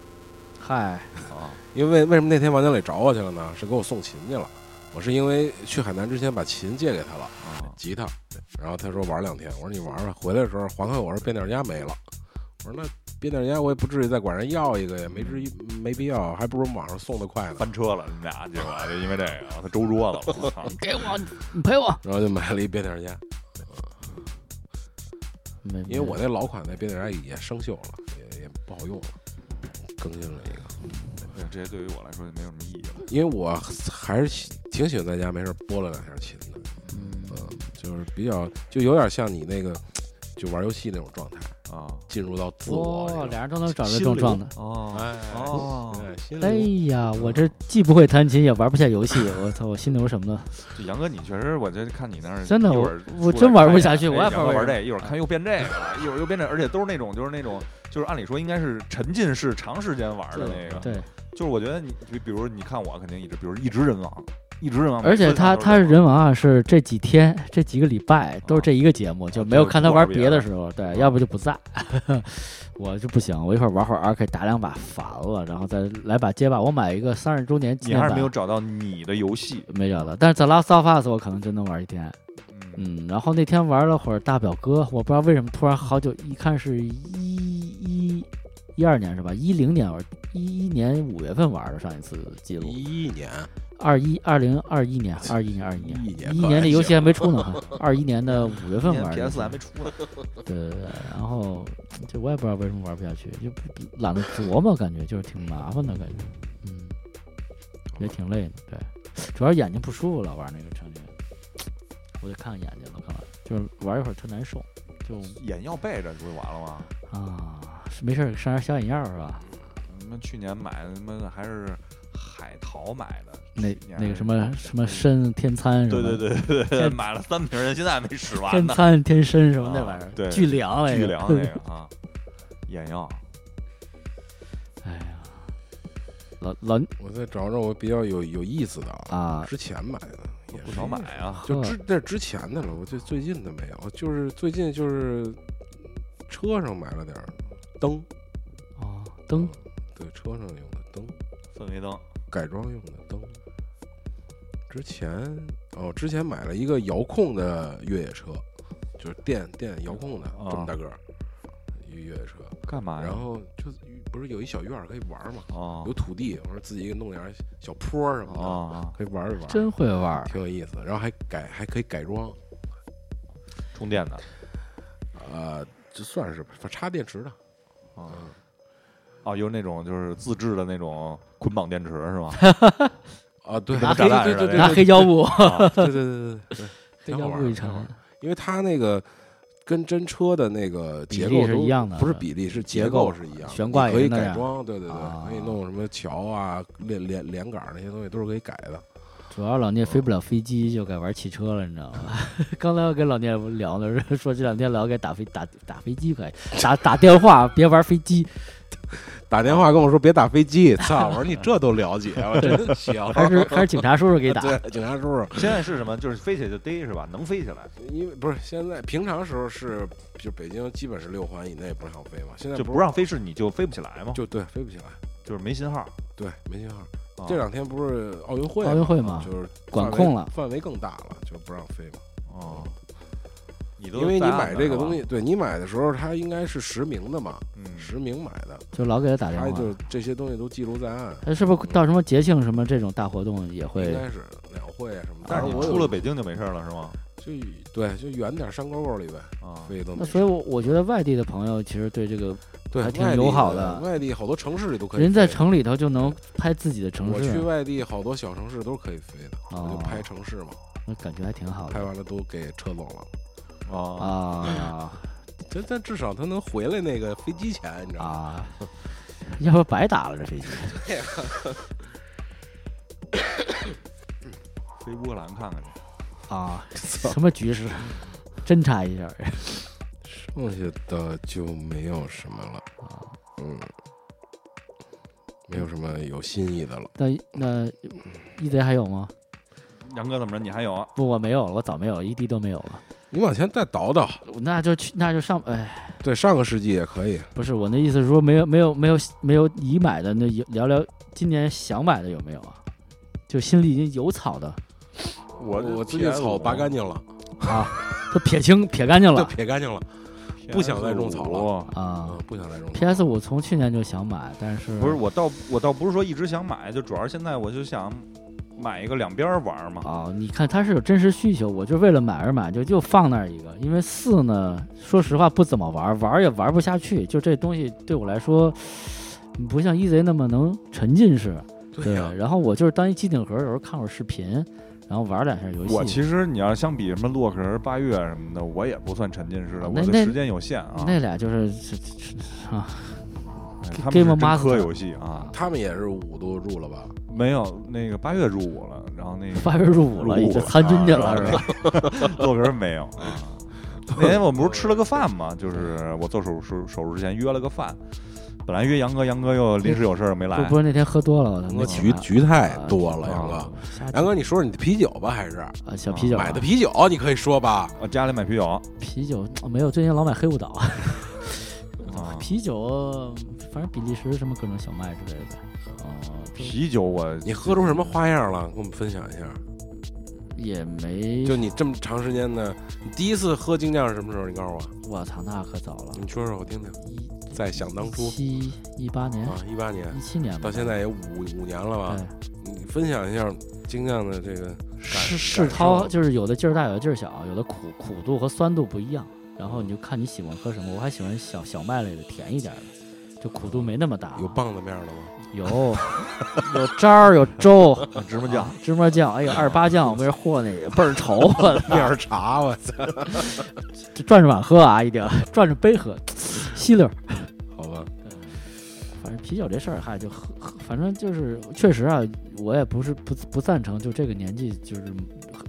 Speaker 2: 嗨，
Speaker 3: 啊，
Speaker 1: 因为为什么那天王经理找我去了呢？是给我送琴去了。我是因为去海南之前把琴借给他了，
Speaker 3: 啊，
Speaker 1: 吉他，然后他说玩两天，我说你玩吧，回来的时候还给我，我说变调夹没了，我说那变调夹我也不至于再管人要一个呀，没至于没必要，还不如网上送的快呢。
Speaker 3: 翻车了，你们俩结果就因为这个，他周桌子了，
Speaker 2: <laughs>
Speaker 3: 我操！
Speaker 2: 给我，你陪我。
Speaker 1: 然后就买了一变调夹，
Speaker 2: 没，
Speaker 1: 因为我那老款那变调夹也生锈了，也也不好用了，更新了一个。
Speaker 3: 这些对于我来说就没有什么意义了。
Speaker 1: 因为我还是喜挺喜欢在家没事儿拨了两下琴的，嗯，就是比较就有点像你那个就玩游戏那种状态，
Speaker 3: 啊，
Speaker 1: 进入到自我
Speaker 2: 哇，
Speaker 1: 那种，
Speaker 2: 哦俩人都能找着这种状态。
Speaker 3: 哦，
Speaker 1: 哎
Speaker 3: 哦，
Speaker 1: 哎，心
Speaker 2: 哎
Speaker 1: 里
Speaker 2: 呀，我这既不会弹琴，也玩不下游戏，我操，我心里有什么呢？
Speaker 3: 就杨哥，你确实，我就看你那儿，
Speaker 2: 真的
Speaker 3: 一会儿
Speaker 2: 我我
Speaker 3: 出来
Speaker 2: 真玩
Speaker 3: 看
Speaker 2: 不
Speaker 3: 一
Speaker 2: 下
Speaker 3: 眼
Speaker 2: 去
Speaker 3: 哎
Speaker 2: 我也
Speaker 3: 杨
Speaker 2: 不
Speaker 3: 哥
Speaker 2: 玩
Speaker 3: 玩
Speaker 2: 这
Speaker 3: 这，一会儿看又变这个了，一会儿又变这，而且都是那种，就是那种，就是按理说应该是沉浸式长时间玩的那个，
Speaker 2: 对，
Speaker 3: 就是我觉得你，就比如你看我肯定一直，比如一直人王，一直人王，
Speaker 2: 而且
Speaker 3: 每次
Speaker 2: 他
Speaker 3: 看都
Speaker 2: 他是人王啊，是这几天这几个礼
Speaker 3: 啊
Speaker 2: 拜都是这一个节目，就没有看他玩别的时候，对，要不就不在， <laughs> 我就不行，我一会儿玩会儿 R K 打两把烦了，然后再来把街霸，我买一个三十周年纪
Speaker 3: 你
Speaker 2: 念
Speaker 3: 还
Speaker 2: 版
Speaker 3: 是没有找到你的游戏，
Speaker 2: 没找到，但是 The Last of Us 我可能真能玩一天，
Speaker 3: 嗯，
Speaker 2: 嗯，然后那天玩了会儿大表哥，我不知道为什么突然好久一看是一一一二年是吧？一零年玩，一一年五月份玩的上一次记录，
Speaker 1: 一一年
Speaker 2: 二一二零二一
Speaker 3: <laughs>
Speaker 2: 年，二一年二一年，
Speaker 1: 一年
Speaker 2: 一年这游戏还没出呢，还二一年的五月份玩的。
Speaker 3: PS 还没出呢，
Speaker 2: 对对对，然后这我也不知道为什么玩不下去，就不懒得琢磨，感觉就是挺麻烦的感觉，嗯，也挺累的，对，主要眼睛不舒服了，玩那个场景，我得看看眼睛了，看完就是玩一会儿特难受，就
Speaker 3: 眼药背着不就完了吗？
Speaker 2: 啊，是没事儿上点小眼药是吧？
Speaker 3: 他妈嗯去年买的他妈的还是海淘买的，
Speaker 2: 那
Speaker 3: 去年
Speaker 2: 那个什么什么
Speaker 3: 对
Speaker 2: 参天参什
Speaker 3: 对
Speaker 2: 么，
Speaker 3: 对
Speaker 2: 对，
Speaker 3: 对对对，
Speaker 2: 天
Speaker 3: 买了三瓶儿，现在还没使完
Speaker 2: 天
Speaker 3: 呢，
Speaker 2: 参天参什么那
Speaker 3: 啊
Speaker 2: 玩意儿，哎
Speaker 3: 对
Speaker 2: <laughs> 巨凉那个，
Speaker 3: 巨凉那个啊，眼药。
Speaker 2: 哎呀，老老
Speaker 1: 我再找找我比较有有意思的啊，
Speaker 2: 啊，
Speaker 1: 之前买的也
Speaker 3: 不
Speaker 1: 是
Speaker 3: 少买啊，
Speaker 1: 就
Speaker 2: 呵
Speaker 1: 之那是之前的了，我最最近的没有，就是最近就是车上买了点儿灯，
Speaker 2: 哦，灯
Speaker 1: 对，车上用的灯，
Speaker 3: 氛围灯，
Speaker 1: 改装用的灯。之前哦，之前买了一个遥控的越野车，就是电电遥控的，这么大个儿一越野车，
Speaker 3: 干嘛呀
Speaker 1: 然？后就不是有一小院儿可以玩儿嘛，
Speaker 3: 啊
Speaker 1: 有土地，我说自己弄点儿小坡儿什么的，
Speaker 3: 啊，
Speaker 1: 可以玩一玩儿，
Speaker 2: 真会玩儿，
Speaker 1: 挺有意思。然后还改还可以改装，
Speaker 3: 充电的
Speaker 1: 呃，就算是吧，反正插电池的，
Speaker 3: 啊
Speaker 1: 嗯
Speaker 3: 哦，有那种就是自制的那种捆绑电池是 <laughs> 吗？
Speaker 1: 啊，对，
Speaker 3: 拿
Speaker 1: 对
Speaker 3: 黑
Speaker 1: 对对对，
Speaker 2: 拿
Speaker 1: 对
Speaker 2: 黑胶布，
Speaker 3: 啊
Speaker 1: 对对对对对，
Speaker 2: 黑
Speaker 1: 挺好
Speaker 2: 胶
Speaker 1: 玩
Speaker 2: 布
Speaker 1: 儿，
Speaker 2: 一
Speaker 1: 挺好玩
Speaker 2: 缠
Speaker 1: 儿，，因为它那个跟真车的那个
Speaker 2: 比
Speaker 1: 结
Speaker 2: 例
Speaker 1: 构
Speaker 2: 是
Speaker 1: 都
Speaker 2: 一样的嗯
Speaker 1: 不是比例是结
Speaker 2: 结构
Speaker 1: 构是一样的，
Speaker 2: 悬挂
Speaker 1: 你
Speaker 2: 也
Speaker 1: 可以
Speaker 2: 是那
Speaker 1: 改
Speaker 2: 样
Speaker 1: 装，对对
Speaker 2: 啊
Speaker 1: 对，可以弄什么桥啊、连连连杆儿那些东西都是可以改的。
Speaker 2: 主要老聂飞不了飞机，就改玩汽车了，你知道吗？刚才我跟老聂聊呢，说这两天老该打飞打打飞
Speaker 1: <laughs>
Speaker 2: 机可以，打打电话别玩飞机，
Speaker 1: 打电话跟我说别打飞机，操！我说你这都了解，啊我真行。
Speaker 2: <laughs> 还
Speaker 1: <laughs>
Speaker 2: 是还是警察叔叔给打。
Speaker 1: 对，警察叔叔，
Speaker 3: 现在是什么？就是飞起来就逮是吧？能飞起来
Speaker 1: 因为不是现在平常时候是就北京基本是六环以内不让飞嘛，现在
Speaker 3: 就不
Speaker 1: 是
Speaker 3: 让飞是你就飞不起来吗？
Speaker 1: 就对飞不起来，
Speaker 3: 就是没信号。
Speaker 1: 对没信号。
Speaker 3: 啊
Speaker 1: 这两天不是奥运会
Speaker 2: 哦奥运会嘛
Speaker 1: 就是
Speaker 2: 管
Speaker 1: 范围
Speaker 2: 控了
Speaker 1: 范围更大了，就不让飞嘛。
Speaker 3: 哦，你
Speaker 1: 嗯
Speaker 3: 都
Speaker 1: 因为你
Speaker 3: 在岸
Speaker 1: 买
Speaker 3: 呢
Speaker 1: 这个东，
Speaker 3: 是
Speaker 1: 西，
Speaker 3: 吧
Speaker 1: 对你买的时候，它应该是实名的嘛，
Speaker 3: 嗯，
Speaker 1: 实名买的，
Speaker 2: 就老给他打电
Speaker 1: 它
Speaker 2: 话。
Speaker 1: 就这些东西都记录在案，
Speaker 2: 他是不是到什么节庆什么这种大活动也
Speaker 1: 应
Speaker 2: 会？
Speaker 1: 该是两会啊什么的。
Speaker 3: 但是你
Speaker 1: 我
Speaker 3: 出
Speaker 1: 有
Speaker 3: 了北京就没事了是吗？
Speaker 1: 就对，就远点山沟沟里呗，
Speaker 3: 啊，
Speaker 1: 飞都没
Speaker 2: 那
Speaker 1: 事
Speaker 2: 所以我，我觉得外地的朋友其实对这个，
Speaker 1: 对
Speaker 2: 还挺
Speaker 1: 外地
Speaker 2: 友好
Speaker 1: 的
Speaker 2: 的，
Speaker 1: 外地好多城市里都可以飞。
Speaker 2: 人在城里头就能拍自己的城
Speaker 1: 我去
Speaker 2: 市，啊
Speaker 1: 外地好多小城市都可以飞的，我就
Speaker 2: 哦
Speaker 1: 拍城市嘛，
Speaker 2: 那感觉还挺好
Speaker 1: 拍
Speaker 2: 的
Speaker 1: 完了都给撤走了。
Speaker 3: 啊，
Speaker 2: 啊
Speaker 1: 但但至少他能回来那个飞机钱，你知道吗？
Speaker 2: 啊！要不白打了这飞机。
Speaker 3: 飞乌克兰看看去。
Speaker 2: 啊，
Speaker 1: <laughs>
Speaker 2: 什么局势？侦查一下儿
Speaker 1: 剩下的就没有什么了，
Speaker 2: 啊。
Speaker 1: 嗯，没有什么有新意的了。
Speaker 2: 那那一贼还有吗？
Speaker 3: 杨哥怎么着？你还有啊？
Speaker 2: 不，我没有了，我早没有了，一滴都没有了。
Speaker 1: 你往前再倒倒，
Speaker 2: 那就去，那就上。哎，
Speaker 1: 对，上个世纪也可以。
Speaker 2: 不是我那意思是说，没有没有没有没有已买的，那有聊聊今年想买的有没有啊？就心里已经有草的
Speaker 1: 我
Speaker 3: 我
Speaker 1: 我最近草拔干净了，
Speaker 2: 啊，都撇清撇干净
Speaker 1: 对，
Speaker 2: 了
Speaker 1: 撇干净了。
Speaker 3: PS5
Speaker 1: 不想再种草了
Speaker 2: 啊
Speaker 1: 嗯。，不想再种草。
Speaker 2: P.S. 五从去年就想买，但是
Speaker 3: 不是我倒我倒不是说一直想买，就主要是现在我就想买一个两边玩嘛。
Speaker 2: 啊、你看它是有真实需求，我就为了买而买，就就放那儿一个。因为四呢，说实话不怎么玩儿，玩儿也玩儿不下去，就这东西对我来说，嗯不像 e z 那么能沉浸式。
Speaker 1: 对呀，
Speaker 2: 然后我就是当一机顶盒，有时候看会儿视频，然后玩儿两下
Speaker 1: 嗯
Speaker 2: 游戏。
Speaker 3: 我其实你要相比什么洛克人、八月什么的，我也不算沉浸式的，
Speaker 2: 哦那
Speaker 3: 我的
Speaker 2: 那
Speaker 3: 时间有限啊。
Speaker 2: 那俩就是是
Speaker 3: 哎他们是
Speaker 2: Game
Speaker 3: 真
Speaker 2: Master
Speaker 3: 磕游戏啊，
Speaker 1: 他们也是五都入了吧？
Speaker 3: 没有那个八月入伍了，然后那个
Speaker 2: 八月入伍了，
Speaker 3: 入伍
Speaker 2: 已经参军去
Speaker 3: 啊
Speaker 2: 了，是吧？
Speaker 3: <laughs> 豆皮儿没有
Speaker 2: <laughs>
Speaker 3: 啊。那天我们不是吃了个饭吗？就是我做手术手术之前约了个饭，本来约杨哥，杨哥又临时有事儿没来
Speaker 2: 哎不不是那天喝多了，我他妈
Speaker 1: 那局局太
Speaker 2: 啊
Speaker 1: 多了，杨哥。
Speaker 2: 瞎
Speaker 1: 杨哥，你说说你的啤酒吧，还是
Speaker 2: 啊小啤酒啊
Speaker 1: 买的啤酒？你可以说吧。
Speaker 3: 啊，家里买啤酒啊，
Speaker 2: 啤酒、哦没有，最近老买黑雾岛。
Speaker 1: 啊
Speaker 3: 啊
Speaker 2: 啤酒，反正比利时什么各种小麦之类的，啊、
Speaker 3: 啤酒我
Speaker 1: 你喝出什么花样了？跟我们分享一下。
Speaker 2: 也没，
Speaker 1: 就你这么长时间的，你第一次喝精酿是什么时候？你告诉我，
Speaker 2: 我操，那可早了，
Speaker 1: 你说说我听听。
Speaker 2: 一
Speaker 1: 在想当初
Speaker 2: 七一八年、
Speaker 1: 嗯啊，一八年
Speaker 2: 一七年吧
Speaker 1: 到现，在也啊五五年了吧？
Speaker 2: 对，
Speaker 1: 你分享一下精酿的这个
Speaker 2: 世
Speaker 1: 感
Speaker 2: 世涛就是有的劲儿大，有的劲儿小，有的苦苦度和酸度不一样，然后你就看你喜欢喝什么，我还喜欢小小麦类的，甜一点的，就苦度没那么大，
Speaker 1: 有棒子面的
Speaker 2: <laughs>
Speaker 1: 吗？
Speaker 2: 有有渣儿，有粥，
Speaker 1: <laughs>
Speaker 3: 芝麻酱
Speaker 2: 啊芝麻酱，哎呦，二八酱，我跟人和那个倍儿稠，我操
Speaker 1: 面儿茶，我操！
Speaker 2: 这转着碗喝啊，一定 <laughs> 转着杯喝，吸溜儿。
Speaker 1: <laughs> 好吧，
Speaker 2: 反正啤酒这事儿，嗨，就喝，喝反正就是确实啊，我也不是不不赞成，就这个年纪就是喝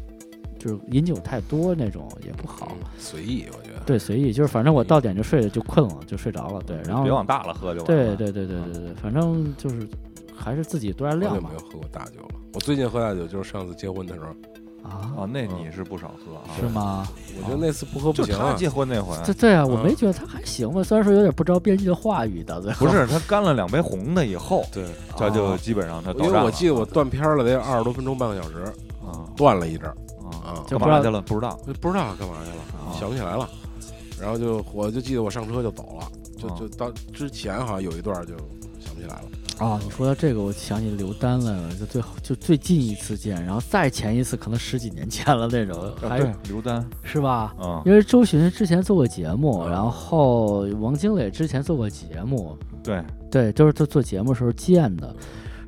Speaker 2: 就是饮酒太多那种也不好。
Speaker 1: 嗯随意，我觉得。
Speaker 2: 对，随意，就是反正我到点就睡了，就困了，就睡着了。对，然后
Speaker 3: 别往大了喝就完
Speaker 2: 对
Speaker 3: 了。
Speaker 2: 对对对对对，反正就是还是自己多
Speaker 1: 好
Speaker 2: 量
Speaker 1: 久
Speaker 2: 量嘛
Speaker 1: 没有喝过大酒了。我最近喝大酒就是上次结婚的时候，
Speaker 2: 啊，
Speaker 3: 哦，那你是不少喝啊？
Speaker 2: 是吗？
Speaker 1: 我觉得那次不喝不
Speaker 3: 就
Speaker 1: 行
Speaker 3: 他
Speaker 1: 啊。
Speaker 3: 结婚那回，
Speaker 2: 这对啊，我
Speaker 1: 嗯
Speaker 2: 没觉得他还行吧，虽然说有点不着边际的话语的，对，
Speaker 3: 不是他干了两杯红的以后，
Speaker 1: 对，
Speaker 3: 他就
Speaker 2: 哦
Speaker 3: 基本上他
Speaker 1: 因
Speaker 3: 到
Speaker 1: 为
Speaker 3: 站
Speaker 1: 我
Speaker 3: 了
Speaker 1: 记得我断片儿了，得有二十多分钟，半个小时，
Speaker 3: 啊
Speaker 1: 断了一阵儿
Speaker 3: 啊，
Speaker 1: 啊，
Speaker 2: 就
Speaker 3: 干
Speaker 2: 不知道
Speaker 3: 嘛去了不知道，
Speaker 1: 我不知道干嘛去了，
Speaker 3: 啊
Speaker 1: 想不起来了。然后就我就记得我上车就走了，就
Speaker 3: 啊
Speaker 1: 就到之前好像有一段就想不起来了。
Speaker 2: 啊，你说到这个，我想起刘丹了，就最后就最近一次见，然后再前一次可能十几年前了那种， <laughs> 还
Speaker 3: 呃啊对刘丹
Speaker 2: 是吧？
Speaker 3: 啊，
Speaker 2: 因为周巡之前做过节目，然后王经磊之前做过节目，
Speaker 3: 对，
Speaker 2: 对，都是他做节目时候见的。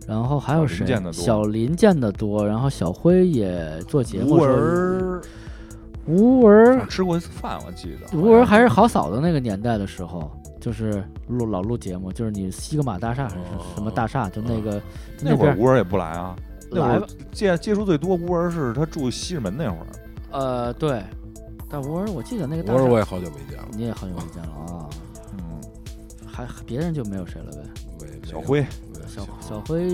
Speaker 2: 然后还有谁
Speaker 3: 小林见得？多
Speaker 2: 小林见的多，然后小辉也做节目
Speaker 3: 吴
Speaker 2: 时候。
Speaker 3: 儿
Speaker 2: 吴文，
Speaker 3: 吃过一次饭，我记得
Speaker 2: 吴文嗯还是好嫂子那个年代的时候，就是录老录节目，就是你西格玛大厦还是什么大厦，就那个
Speaker 3: 哦嗯那会
Speaker 2: 边
Speaker 3: 儿
Speaker 2: 儿
Speaker 3: 吴儿也不来啊，那会
Speaker 2: 来
Speaker 3: 儿
Speaker 2: 吧，
Speaker 3: 接接触最多吴儿是他住西直门那会儿，
Speaker 2: 呃，对，但吴文我记得那个大
Speaker 1: 我说我
Speaker 2: 厦，
Speaker 1: 也好久没见了，
Speaker 2: 你也很久没见了啊，
Speaker 3: 嗯，
Speaker 2: 还别人就没有谁了呗？
Speaker 1: 没没
Speaker 3: 小辉
Speaker 1: 对
Speaker 2: 小
Speaker 1: 小
Speaker 2: 小辉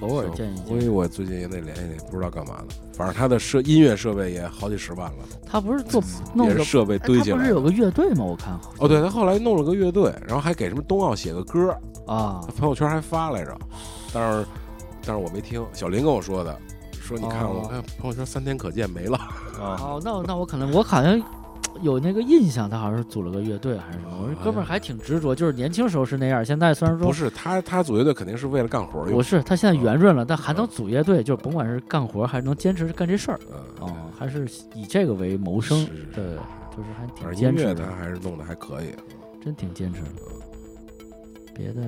Speaker 2: 偶尔见一
Speaker 1: 因
Speaker 2: 见，
Speaker 1: 为我最近也得联系联系，不知道干嘛呢。反正他的设音乐设备也好几十万了，
Speaker 2: 他不是做
Speaker 1: 嗯也
Speaker 2: 弄
Speaker 1: 是
Speaker 2: 个，
Speaker 1: 设备
Speaker 2: 哎
Speaker 1: 堆
Speaker 2: 他
Speaker 1: 起
Speaker 2: 不
Speaker 1: 来
Speaker 2: 是有
Speaker 1: 的。
Speaker 2: 个乐队吗？我看
Speaker 1: 哦，对他后来弄了个乐队，然后还给什么冬奥写个歌，
Speaker 2: 啊
Speaker 1: 他，朋友圈还发来着，但是但是我没听。小林跟我说的，说你看
Speaker 2: 哦
Speaker 1: 我看朋友圈三天可见没了，
Speaker 3: 啊，
Speaker 2: 哦，那我那我可能我好像有那个印象，他好像是组了个乐队还是什么。我说
Speaker 1: 好
Speaker 2: 哥们儿
Speaker 1: 像
Speaker 2: 还挺执着，就是年轻时候是那样，现在虽然
Speaker 1: 哦
Speaker 2: 说
Speaker 1: 哎不是他他组乐队肯定是为了干活儿
Speaker 2: 我
Speaker 1: 用，
Speaker 2: 是他现在圆润了，但还能
Speaker 1: 嗯
Speaker 2: 组乐队，就是甭管是干活还是能坚持干这事儿啊、
Speaker 1: 嗯，
Speaker 2: 还是以这个为谋生
Speaker 1: 是是是，
Speaker 2: 对，就是还挺
Speaker 1: 反正
Speaker 2: 坚
Speaker 1: 音乐
Speaker 2: 持
Speaker 1: 他
Speaker 2: 的，
Speaker 1: 还是弄得还可以。
Speaker 2: 真挺坚持的。别的，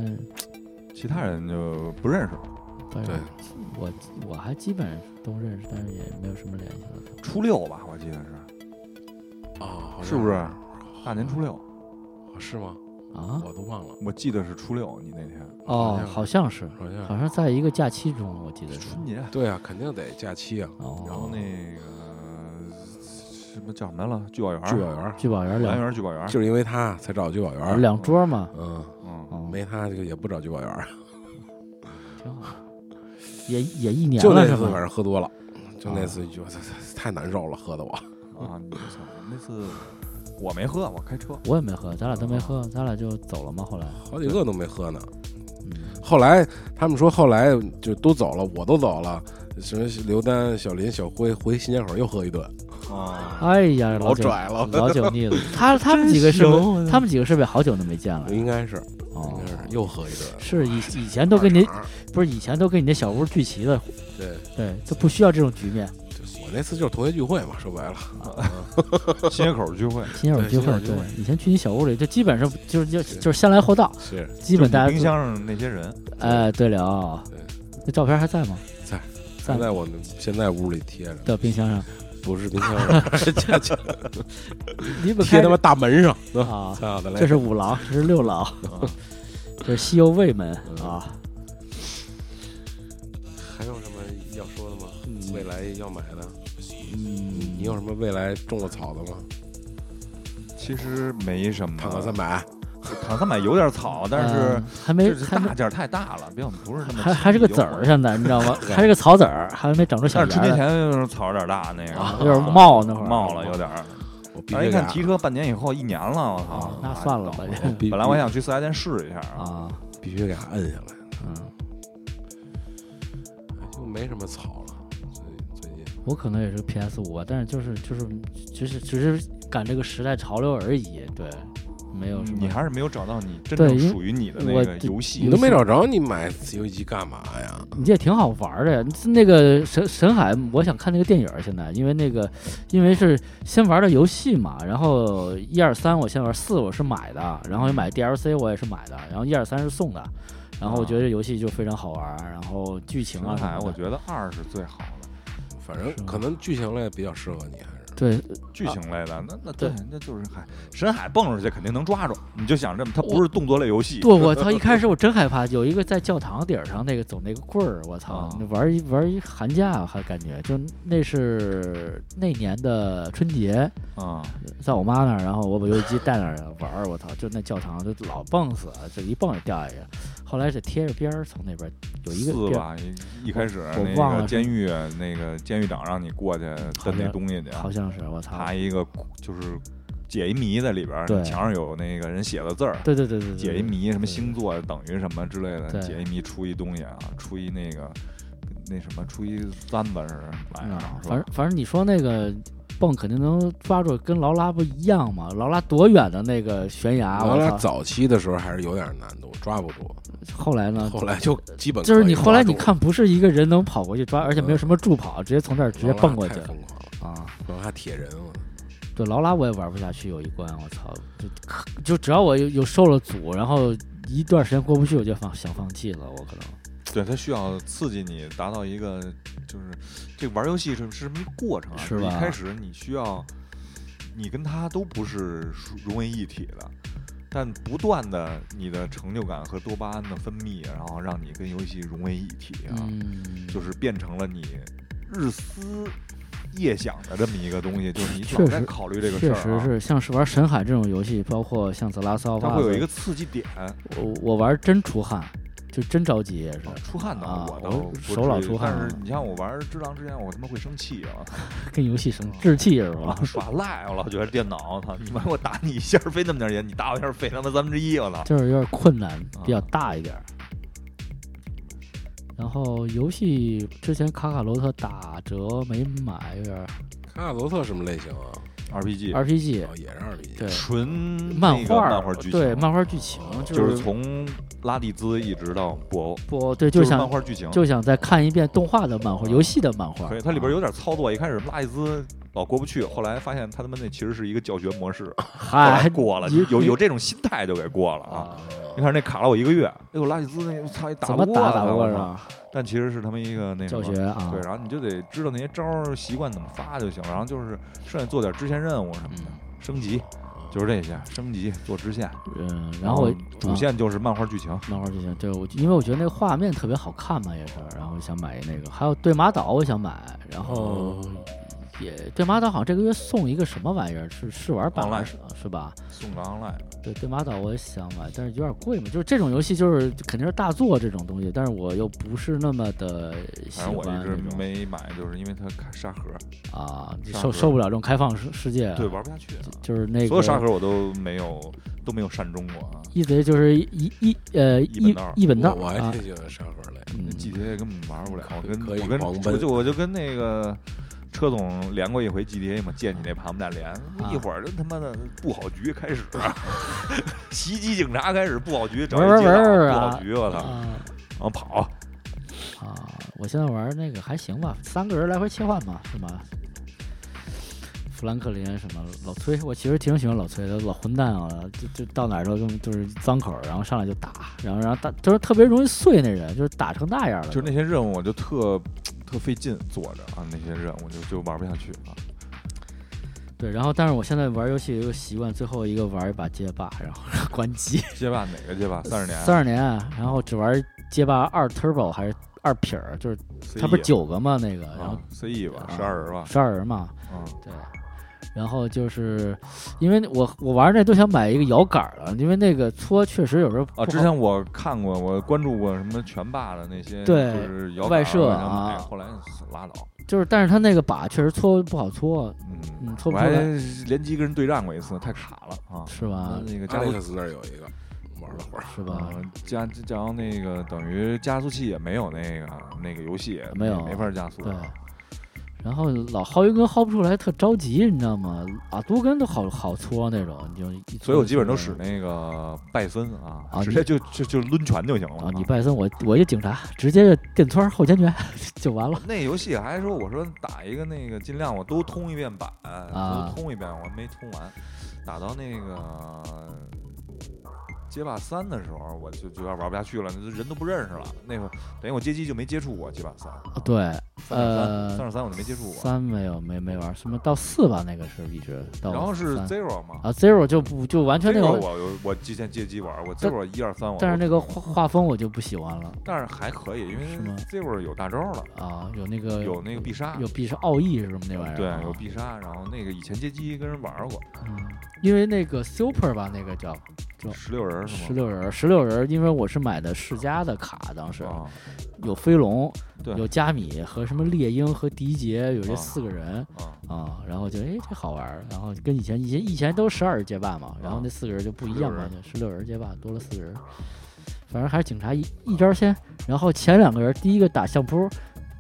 Speaker 3: 其他人就不认识了。
Speaker 2: 但是
Speaker 1: 对
Speaker 2: 我我还基本上都认识，但是也没有什么联系了。
Speaker 3: 初六吧，我记得是，
Speaker 1: 啊，
Speaker 3: 是不是？大年初六，
Speaker 1: 是吗？
Speaker 2: 啊，
Speaker 1: 我都忘了，
Speaker 3: 我记得是初六，你那天
Speaker 2: 哦，好像是，
Speaker 1: 好嗯
Speaker 2: 好
Speaker 1: 像
Speaker 2: 像在一个假期中，我记得是。
Speaker 3: 春节，
Speaker 1: 对啊，肯定得假期啊，
Speaker 2: 哦，
Speaker 3: 然后那个什么叫什么来了？聚宝园儿，
Speaker 1: 聚宝园儿，
Speaker 2: 聚宝园啊
Speaker 3: 南
Speaker 2: 两
Speaker 3: 园儿聚宝园儿，
Speaker 1: 就是因为他啊才找聚宝园儿。
Speaker 2: 两桌嘛，
Speaker 1: 嗯，
Speaker 3: 嗯，
Speaker 2: 哦，
Speaker 1: 没他这个也不找聚宝园儿，
Speaker 2: 挺好，也也一年
Speaker 1: 就
Speaker 2: 了
Speaker 1: 那
Speaker 2: 是
Speaker 1: 次反
Speaker 2: 吧？嗯啊
Speaker 1: 正喝多了，就那次就太难受了，喝的我。
Speaker 3: 啊，你操，那次我没喝，我开车。
Speaker 2: 我也没喝，咱俩都没喝，咱俩就走了嘛。后来，
Speaker 1: 好几个都没喝呢。
Speaker 2: 嗯，
Speaker 1: 后来他们说，后来就都走了，我都走了。什么刘丹、小林、小辉回新街口又喝一顿，
Speaker 3: 啊，
Speaker 2: 哎呀，
Speaker 1: 老
Speaker 2: 九
Speaker 1: 拽了，
Speaker 2: 老酒腻了。他他们几个是不是，他们几个是不是好久都没见了？
Speaker 1: 应该是，应
Speaker 2: 哎哦
Speaker 1: 该，是又喝一顿。
Speaker 2: 是以以前都跟你
Speaker 1: 大肠
Speaker 2: 不是以前都跟你那小屋聚齐的，
Speaker 1: 对，
Speaker 2: 对，就不需要这种局面。
Speaker 1: 对我那次就是同学聚会嘛，说白了，
Speaker 3: 新街口聚会，
Speaker 2: 新友
Speaker 1: 对新
Speaker 2: 聚会，
Speaker 1: 友聚
Speaker 2: 对
Speaker 1: 会，
Speaker 2: 以前去你小屋里，就基本上就是就是就是先来后到，
Speaker 1: 是
Speaker 2: 基本大家
Speaker 3: 就是冰
Speaker 2: 都
Speaker 3: 箱上那些人，
Speaker 2: 哎，对了
Speaker 1: 对，
Speaker 2: 那照片还在吗？
Speaker 1: 在，
Speaker 2: 在
Speaker 1: 还在我们现在屋里贴着，
Speaker 2: 的冰箱上，
Speaker 1: 不是冰箱上，
Speaker 2: <laughs>
Speaker 1: 是家家
Speaker 2: 离不
Speaker 1: 贴
Speaker 2: 开
Speaker 1: 他妈大门上。
Speaker 3: 嗯
Speaker 2: 啊！
Speaker 1: 操的嘞！
Speaker 2: 这是五郎，这是六郎，这是西游卫门啊！
Speaker 1: 还有什么要说的吗？
Speaker 2: 嗯
Speaker 1: 未来要买的，
Speaker 2: 嗯
Speaker 1: 你有什么未来种了草的吗？
Speaker 3: 其实没什
Speaker 2: 啊
Speaker 3: 么。
Speaker 1: 坦克三百，
Speaker 3: 坦克三百有点草，但是
Speaker 2: 嗯还没
Speaker 3: 就是
Speaker 2: 还没
Speaker 3: 大件儿太大了，比我们不是那么
Speaker 2: 还还是个
Speaker 3: 起
Speaker 2: 籽
Speaker 3: 油
Speaker 2: 儿，
Speaker 3: 嘛。
Speaker 2: 现在你知道
Speaker 3: <laughs>
Speaker 2: 吗？还是个草籽儿，还没长出小
Speaker 3: 但是
Speaker 2: 芽
Speaker 3: 春节
Speaker 2: 来，
Speaker 3: 前就是草有点大，那个
Speaker 2: 啊有
Speaker 3: 啊
Speaker 2: 点冒那会儿。
Speaker 3: 冒了，有点儿。
Speaker 1: 我必
Speaker 3: 但
Speaker 1: 须
Speaker 3: 是一
Speaker 1: 给
Speaker 3: 哎看
Speaker 1: 它
Speaker 3: 提车半年以后，一年了，我操
Speaker 2: 啊！那算了吧
Speaker 3: 等
Speaker 2: 这
Speaker 1: 必
Speaker 3: 本来我还想去四 S 店试一下啊，
Speaker 2: 啊，
Speaker 1: 必须给它摁下来，
Speaker 2: 嗯，
Speaker 1: 就没什么草了。最最近
Speaker 2: 我可能也是 PS 五，但是就是就是就是只是赶这个时代潮流而已，对，没有什么。
Speaker 3: 你还是没有找到你真
Speaker 2: 对
Speaker 3: 正
Speaker 2: 因为
Speaker 3: 属于你的
Speaker 2: 我
Speaker 3: 那个游
Speaker 1: 你
Speaker 3: 戏
Speaker 1: 都没找着，你买游戏机干嘛呀？
Speaker 2: 你这也挺好玩儿的呀。那个沈沈海，我想看那个电影儿，现在因为那个，因为是先玩的游戏嘛，然后一二三我先玩，四我是买的，然后买 DLC 我也是买的，然后一二三是送的，然后我觉
Speaker 3: 啊
Speaker 2: 得这游戏就非常好玩儿，然后剧情啊
Speaker 3: 平
Speaker 2: 啥
Speaker 3: 台，
Speaker 2: 的，
Speaker 3: 我觉得二是最好的。
Speaker 1: 反正
Speaker 2: 是吗啊
Speaker 1: 可能剧情类比较适合你，还是啊
Speaker 2: 对，
Speaker 3: 剧情类的，那那
Speaker 2: 啊对
Speaker 3: 对，那就是海神海蹦出去肯定能抓住，你就想这么，它不是动作类游 <laughs> 戏，
Speaker 2: 对我操！一开始我真害怕，有一个在教堂顶上那个走那个棍儿，我操！
Speaker 3: 啊
Speaker 2: 那玩一玩一寒假，还感觉就那是那年的春节，
Speaker 3: 啊，
Speaker 2: 在我妈那儿，然后我把游戏机带那儿玩儿，我操！就那教堂就老蹦死，就一蹦就掉下去。后来是贴着边儿从那边有一个
Speaker 3: 四
Speaker 2: 边儿，
Speaker 3: 吧，一一开始
Speaker 2: 我忘
Speaker 3: 那
Speaker 2: 了
Speaker 3: 个
Speaker 2: 是
Speaker 3: 监狱啊那个监狱长让你过去
Speaker 2: 好
Speaker 3: 蹬那
Speaker 2: 像
Speaker 3: 东西去，啊
Speaker 2: 好像是我操
Speaker 3: 爬！一个就是解一谜在里边儿，
Speaker 2: 对
Speaker 3: 墙上有那个人写的字儿，
Speaker 2: 对对对对，对
Speaker 3: 解一谜，什
Speaker 2: 对
Speaker 3: 么星座等于什么之类的
Speaker 2: 对，
Speaker 3: 解一谜出一东西啊，出一那个那什么，出一簪子似的玩
Speaker 2: 嗯
Speaker 3: 意儿，啊是
Speaker 2: 反正？
Speaker 3: 吧
Speaker 2: 反正你说那个蹦肯定能抓住，跟劳拉不一样嘛？劳拉多远的那个悬崖，
Speaker 1: 劳
Speaker 2: 啊我
Speaker 1: 拉
Speaker 2: 操！
Speaker 1: 早期的时候还是有点难度，抓不住，
Speaker 2: 后来呢？
Speaker 1: 后来就基本
Speaker 2: 啊就是
Speaker 1: 可以
Speaker 2: 你后来
Speaker 1: 抓
Speaker 2: 你
Speaker 1: 住
Speaker 2: 看，不是一个人能跑过去抓，而且没有
Speaker 1: 嗯
Speaker 2: 什么助跑，直接从这儿直接
Speaker 1: 劳拉
Speaker 2: 蹦过
Speaker 1: 太
Speaker 2: 去
Speaker 1: 疯狂了，
Speaker 2: 啊！
Speaker 1: 劳拉铁人了，
Speaker 2: 对，劳拉我也玩不下去，有一关我操，就可就只要我有有受了阻，然后一段时间过不去，我就放想放弃了，我可能。
Speaker 3: 对，它需要刺激你达到一个，就是这玩游戏是是这么一过程啊，
Speaker 2: 是
Speaker 3: 就是一
Speaker 2: 吧
Speaker 3: 开始你需要，你跟他都不是属融为一体的。但不断的，你的成就感和多巴胺的分泌，然后让你跟游戏融为一体啊，
Speaker 2: 嗯，
Speaker 3: 就是变成了你日思夜想的这么一个东西，就是你
Speaker 2: 确
Speaker 3: 老在
Speaker 2: 实
Speaker 3: 考虑这个事
Speaker 2: 确
Speaker 3: 儿、啊，
Speaker 2: 实是，像是玩神海这种游戏，包括像泽拉斯奥
Speaker 3: 它
Speaker 2: 巴，
Speaker 3: 会有一个刺激点。
Speaker 2: 我我玩真出汗，就真着急也是，
Speaker 3: 出汗的
Speaker 2: 啊
Speaker 3: 我倒
Speaker 2: 我
Speaker 3: 不
Speaker 2: 手
Speaker 3: 至于
Speaker 2: 老出汗
Speaker 3: 但是
Speaker 2: 了
Speaker 3: 你像我玩《只狼》之前，我他妈会生气啊，
Speaker 2: 跟游戏生置气是吧
Speaker 3: 啊？耍赖，我老觉得电脑，操你妈，我打你一下儿费那么点儿钱，你打我一下儿费他妈三分之一，
Speaker 2: <laughs>
Speaker 3: 我操！
Speaker 2: 就是有点困难比较
Speaker 3: 啊
Speaker 2: 大一点。儿。然后游戏之前卡卡罗特打折没买，有点儿
Speaker 1: 卡卡罗特什么类型啊？
Speaker 3: RPG
Speaker 2: RPG，
Speaker 1: 哦，也是二 P，
Speaker 2: 对，
Speaker 3: 纯
Speaker 2: 漫
Speaker 3: 那个
Speaker 2: 画儿，
Speaker 3: 漫画剧情，
Speaker 2: 对，漫画剧情
Speaker 3: 就是是从拉蒂兹一直到布欧，
Speaker 2: 不对，
Speaker 3: 就
Speaker 2: 就是
Speaker 3: 漫
Speaker 2: 想
Speaker 3: 画剧情，
Speaker 2: 就想再看一遍动画的漫画，
Speaker 3: 啊
Speaker 2: 游戏的漫画。
Speaker 3: 可以，它里边有
Speaker 2: 啊
Speaker 3: 点操作，一开始拉蒂兹老过不去，后来发现他他妈那其实是一个教学模式，后来
Speaker 2: 嗨，
Speaker 3: 过了，
Speaker 2: 哎啊你
Speaker 3: 有
Speaker 2: 你
Speaker 3: 有这种心态就给过了啊。
Speaker 2: 啊
Speaker 3: 你看那卡了我一个月，哎呦拉蒂兹那我操，一打
Speaker 2: 怎
Speaker 3: 不
Speaker 2: 么
Speaker 3: 过
Speaker 2: 打打
Speaker 3: 了
Speaker 2: 不过
Speaker 3: 我操
Speaker 2: 啊？
Speaker 3: 但其实是他们一个那什
Speaker 2: 教
Speaker 3: 么
Speaker 2: 学啊
Speaker 3: 对，，然后你就得知道那些招儿习惯怎么发就行，然后就是剩下做点支线任务什么的，升级就是这些，升级做支线，
Speaker 2: 嗯，然后我
Speaker 3: 主
Speaker 2: 啊
Speaker 3: 线就是漫画剧情。
Speaker 2: 漫画就行。对，我因为我觉得那个画面特别好看嘛，也是，然后想买那个。还有对马岛，我想买，然
Speaker 1: 哦
Speaker 3: 哦
Speaker 2: 后也对马岛好像这个月送一个什么玩意儿，是试玩版
Speaker 3: Online
Speaker 2: 是是吧？
Speaker 3: 送个 online，
Speaker 2: 对对马岛我也想买，但是有点贵嘛。就是这种游戏就是肯定是大作这种东西，但是我又不是那么的喜
Speaker 3: 反正
Speaker 2: 欢
Speaker 3: 我一直
Speaker 2: 这种
Speaker 3: 没买，就是因为它开沙盒，
Speaker 2: 啊，受
Speaker 3: 上手
Speaker 2: 受不了这种开放世世界。
Speaker 3: 对，玩不下去啊。
Speaker 2: 就是那个
Speaker 3: 所有沙盒我都没有都没有善终过啊。
Speaker 2: 意思就是一一呃
Speaker 3: 一
Speaker 2: 一
Speaker 3: 本道儿
Speaker 2: 一本道
Speaker 1: 我我
Speaker 2: 儿
Speaker 1: 还
Speaker 2: 啊，
Speaker 1: 挺喜欢沙盒类的，
Speaker 2: 嗯
Speaker 3: 那 GTA 根本玩不了，我跟
Speaker 1: 可以
Speaker 3: 我跟
Speaker 1: 狂
Speaker 3: 我
Speaker 1: 奔
Speaker 3: 就我就跟那个车总连过一回 GTA 嘛，借你那盘我们俩
Speaker 1: 啊
Speaker 3: 连，一会儿就他妈的布好局开始，袭击警察开始布好局，找人接
Speaker 2: 玩儿玩儿
Speaker 3: 道
Speaker 2: 玩儿
Speaker 3: 布
Speaker 2: 啊
Speaker 3: 好局，我操，然
Speaker 2: 啊
Speaker 3: 后跑，
Speaker 2: 啊，我现在玩那个还行吧，三个人来回切换嘛，是吧？富兰克林什么老崔，我其实挺喜欢老崔的，老混蛋啊，就就到哪儿都跟就是脏口儿，然后上来就打，然后然后打就是特别容易碎那人，就是打成那样了。
Speaker 3: 就是那些任务我就特特费劲做着啊，那些任务就就玩不下去啊。
Speaker 2: 对，然后但是我现在玩游戏有一个习惯，最后一个玩一把街霸，然后关机
Speaker 3: 街霸哪个街霸？三十年，
Speaker 2: 三十年，然后只玩街霸二 Turbo 还是二撇儿，就是
Speaker 3: CE
Speaker 2: 它不是九个嘛那个，然后
Speaker 3: E 啊 CE 吧，
Speaker 2: 啊
Speaker 3: 十二人吧，
Speaker 2: 十二人嘛，
Speaker 1: 啊
Speaker 3: 嗯，
Speaker 2: 对，然后就是因为我我玩那都想买一个摇杆儿了，因为那个搓确实有时候不好
Speaker 3: 啊，之前我看过，我关注过什么拳霸的那些，
Speaker 2: 对
Speaker 3: 就是摇
Speaker 2: 外
Speaker 3: 杆
Speaker 2: 设
Speaker 3: 我想买
Speaker 2: 啊
Speaker 3: 后来拉倒，
Speaker 2: 就是，但是他那个把确实搓不好搓，嗯
Speaker 3: 嗯
Speaker 2: 搓
Speaker 3: 我
Speaker 2: 不
Speaker 3: 还
Speaker 2: 出来
Speaker 3: 联机跟人对战过一次，太卡了啊。
Speaker 2: 是吧？
Speaker 3: 那个
Speaker 1: 阿
Speaker 3: 加
Speaker 1: 历
Speaker 3: 速
Speaker 1: 克斯那儿有一个，玩了会儿，
Speaker 2: 是吧？
Speaker 3: 嗯加加上那个等于加速器也没有那个那个游戏
Speaker 2: 没有
Speaker 3: 也没法加速
Speaker 2: 对。然后老薅一根薅不出来，特着急，你知道吗？啊，多根都好好搓那种，你就一搓
Speaker 3: 所以我基本
Speaker 2: 就
Speaker 3: 都
Speaker 2: 搓
Speaker 3: 使那个拜森啊
Speaker 2: 啊，
Speaker 3: 直
Speaker 2: 你
Speaker 3: 接就就就抡拳就行了
Speaker 2: 啊，你拜森我我一警察，直接就电村儿后前拳就完了。
Speaker 3: 那游戏还说我说打一个那个尽量我都通一遍版，
Speaker 2: 啊
Speaker 3: 都通一遍，我没通完，打到那个街霸三的时候，我就就有点玩不下去了，那人都不认识了。那会儿等于我街机就没接触过街霸三，
Speaker 2: 对，
Speaker 3: 三点啊三，
Speaker 2: 呃
Speaker 3: 三，点三我就没接触过。
Speaker 2: 三没有没没玩，什么到四吧，那个是一直到
Speaker 3: 然后是
Speaker 2: 三
Speaker 3: Zero 嘛
Speaker 2: 啊 zero 就不就完全那
Speaker 3: Zero
Speaker 2: 种，
Speaker 3: 我有我之前街机玩过
Speaker 2: 但
Speaker 3: ，Zero 一二三我都，
Speaker 2: 但是那个画画风我就不喜欢了
Speaker 3: 但是还可以，因为
Speaker 2: 是吗
Speaker 3: Zero 有大招了，
Speaker 2: 啊，有那个
Speaker 3: 有那个必杀，
Speaker 2: 有必是奥义是什么那玩意儿，啊
Speaker 3: 对，有必杀，然后那个以前街机跟人玩过，
Speaker 2: 嗯，因为那个 super 吧，那个叫哦
Speaker 3: 十六人是
Speaker 2: 十
Speaker 3: 吗？
Speaker 2: 六人儿，十六人儿，因为我是买的世嘉的卡，当时
Speaker 3: 啊，
Speaker 2: 有飞龙，
Speaker 3: 对
Speaker 2: 有加米和什么猎鹰和迪杰，有这
Speaker 3: 啊
Speaker 2: 四个人
Speaker 3: 啊，
Speaker 2: 啊，然后就哎这好玩儿，然后跟以前以前以前都十二人结霸嘛，然后
Speaker 3: 啊
Speaker 2: 那四个人就不一
Speaker 3: 16
Speaker 2: 样了
Speaker 3: 人，
Speaker 2: 十六人结霸多了四个人，反正还是警察一一招先，然后前两个人第一个打相扑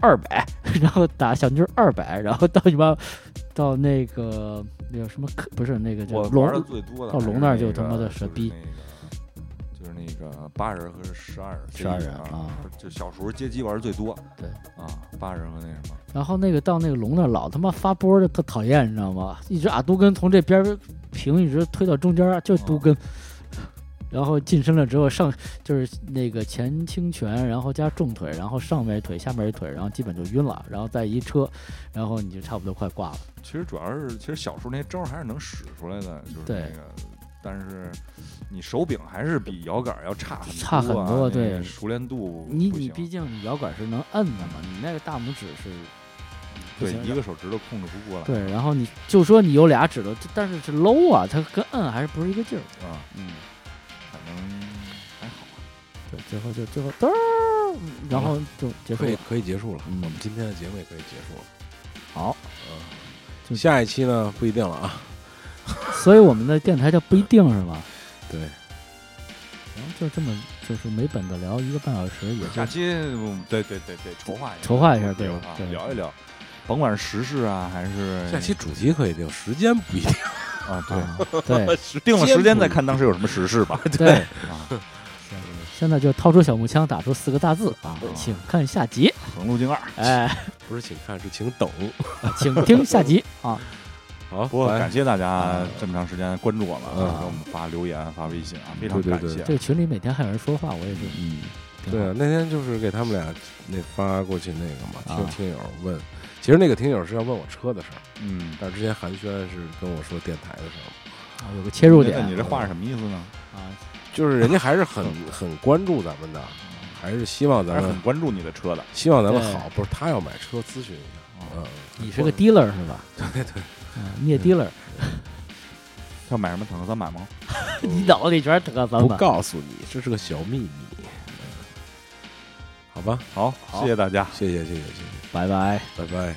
Speaker 2: 二百， <laughs> 然后打小妞二百，然后到你妈到那个那叫什么克不是那个叫
Speaker 3: 我
Speaker 2: 龙
Speaker 3: 玩的最多的
Speaker 2: 到
Speaker 3: 还是
Speaker 2: 龙那儿
Speaker 3: 那
Speaker 2: 就他妈
Speaker 3: 个
Speaker 2: 的蛇逼，
Speaker 3: 就是那个就是那个八人和十二人，
Speaker 2: 12人
Speaker 3: 啊
Speaker 2: 啊，
Speaker 3: 就小时候街机玩的最多，
Speaker 2: 对
Speaker 3: 啊，八人和那什么，
Speaker 2: 然后那个到那个龙那儿老他妈发波就特讨厌，你知道吗？一直阿啊都根从这边儿平一直推到中间儿，啊
Speaker 3: 哦
Speaker 2: 就都根。然后近身了之后上就是那个前倾拳，然后加重腿，然后上面一腿，下面一腿，然后基本就晕了，然后再一车，然后你就差不多快挂了。
Speaker 3: 其实主要是，其实小时候那些招儿还是能使出来的，就是
Speaker 2: 对
Speaker 3: 那个，但是你手柄还是比摇杆儿要差很
Speaker 2: 差很
Speaker 3: 多啊，
Speaker 2: 多
Speaker 3: 那个
Speaker 2: 对
Speaker 3: 熟练度
Speaker 2: 你
Speaker 3: 不
Speaker 2: 你
Speaker 3: 行
Speaker 2: 毕竟你摇杆是能摁的嘛，你那个大拇指是不
Speaker 3: 对
Speaker 2: 行
Speaker 3: 一
Speaker 2: 的
Speaker 3: 个手指头控制不过来
Speaker 2: 对，然后你就说你有俩指头，但是是 low 啊，它跟摁还是不是一个劲儿。
Speaker 3: 啊，
Speaker 2: 嗯，
Speaker 3: 反正还好。
Speaker 2: 对，最后就最后嘚儿，然后就结束
Speaker 1: 可
Speaker 2: 了
Speaker 1: 以。可以结束了，
Speaker 2: 嗯
Speaker 1: 我们今天的节目也可以结束了。
Speaker 2: 好，就
Speaker 1: 嗯，下一期呢不一定了啊。
Speaker 2: 所以我们的电台叫不一定是吧？
Speaker 1: 对，
Speaker 2: 然后就这么就是没本子聊一个半小时，也
Speaker 3: 下
Speaker 2: 就
Speaker 3: 期嗯对对对对，筹划一下，
Speaker 2: 筹划一下对
Speaker 3: 啊
Speaker 2: 对
Speaker 3: 聊一聊，甭管是时事啊还是
Speaker 1: 下期主题可以定，时间不一定。
Speaker 3: 啊，
Speaker 2: 啊
Speaker 3: 对， <laughs>
Speaker 2: 对
Speaker 3: 定了时间再看当时有什么时事吧。
Speaker 2: 对，
Speaker 3: 啊，
Speaker 2: 现在就掏出小木枪，打出四个大字啊，请看下集，
Speaker 3: 横路径二，
Speaker 2: 哎，
Speaker 1: 不是请看，是请等。
Speaker 2: 请听下集啊，
Speaker 1: 好，
Speaker 3: 不过
Speaker 1: 来
Speaker 3: 感谢大家这么长时间关注我们，
Speaker 1: 哎啊嗯
Speaker 3: 给我们发留言、发微信啊，非常
Speaker 1: 对对
Speaker 3: 感
Speaker 1: 对
Speaker 3: 谢。
Speaker 2: 这个群里每天还有人说话，我也是
Speaker 3: 嗯，
Speaker 2: 挺
Speaker 1: 对
Speaker 2: 好
Speaker 1: 啊，那天就是给他们俩那发过去那个嘛，听
Speaker 2: 啊
Speaker 1: 听友问，其实那个听友是要问我车的事儿，
Speaker 3: 嗯，
Speaker 1: 但是之前寒暄是跟我说电台的事儿，
Speaker 2: 啊有个切入
Speaker 3: 那
Speaker 2: 点
Speaker 3: 你这话是什么意思呢？
Speaker 2: 啊，
Speaker 1: 就是人家还是
Speaker 2: <laughs>
Speaker 1: 很很关注咱们的，还是希望
Speaker 3: 还
Speaker 1: 咱
Speaker 3: 是
Speaker 1: 们
Speaker 3: 很关注你的车的。啊
Speaker 1: 希望咱们
Speaker 2: 对
Speaker 1: 好，不是他要买车咨询一下，嗯，
Speaker 2: 你是
Speaker 1: <laughs>
Speaker 2: 个 dealer 是吧？对对，啊，灭 dealer，
Speaker 3: 要买什么坦克三百吗？
Speaker 2: 你脑子里全是特三
Speaker 1: 不
Speaker 2: 板。
Speaker 1: 告诉你，这是个小秘密，嗯好吧，
Speaker 3: 好，谢谢大家。
Speaker 1: 谢谢谢谢谢谢，
Speaker 2: 拜拜。
Speaker 1: 拜拜。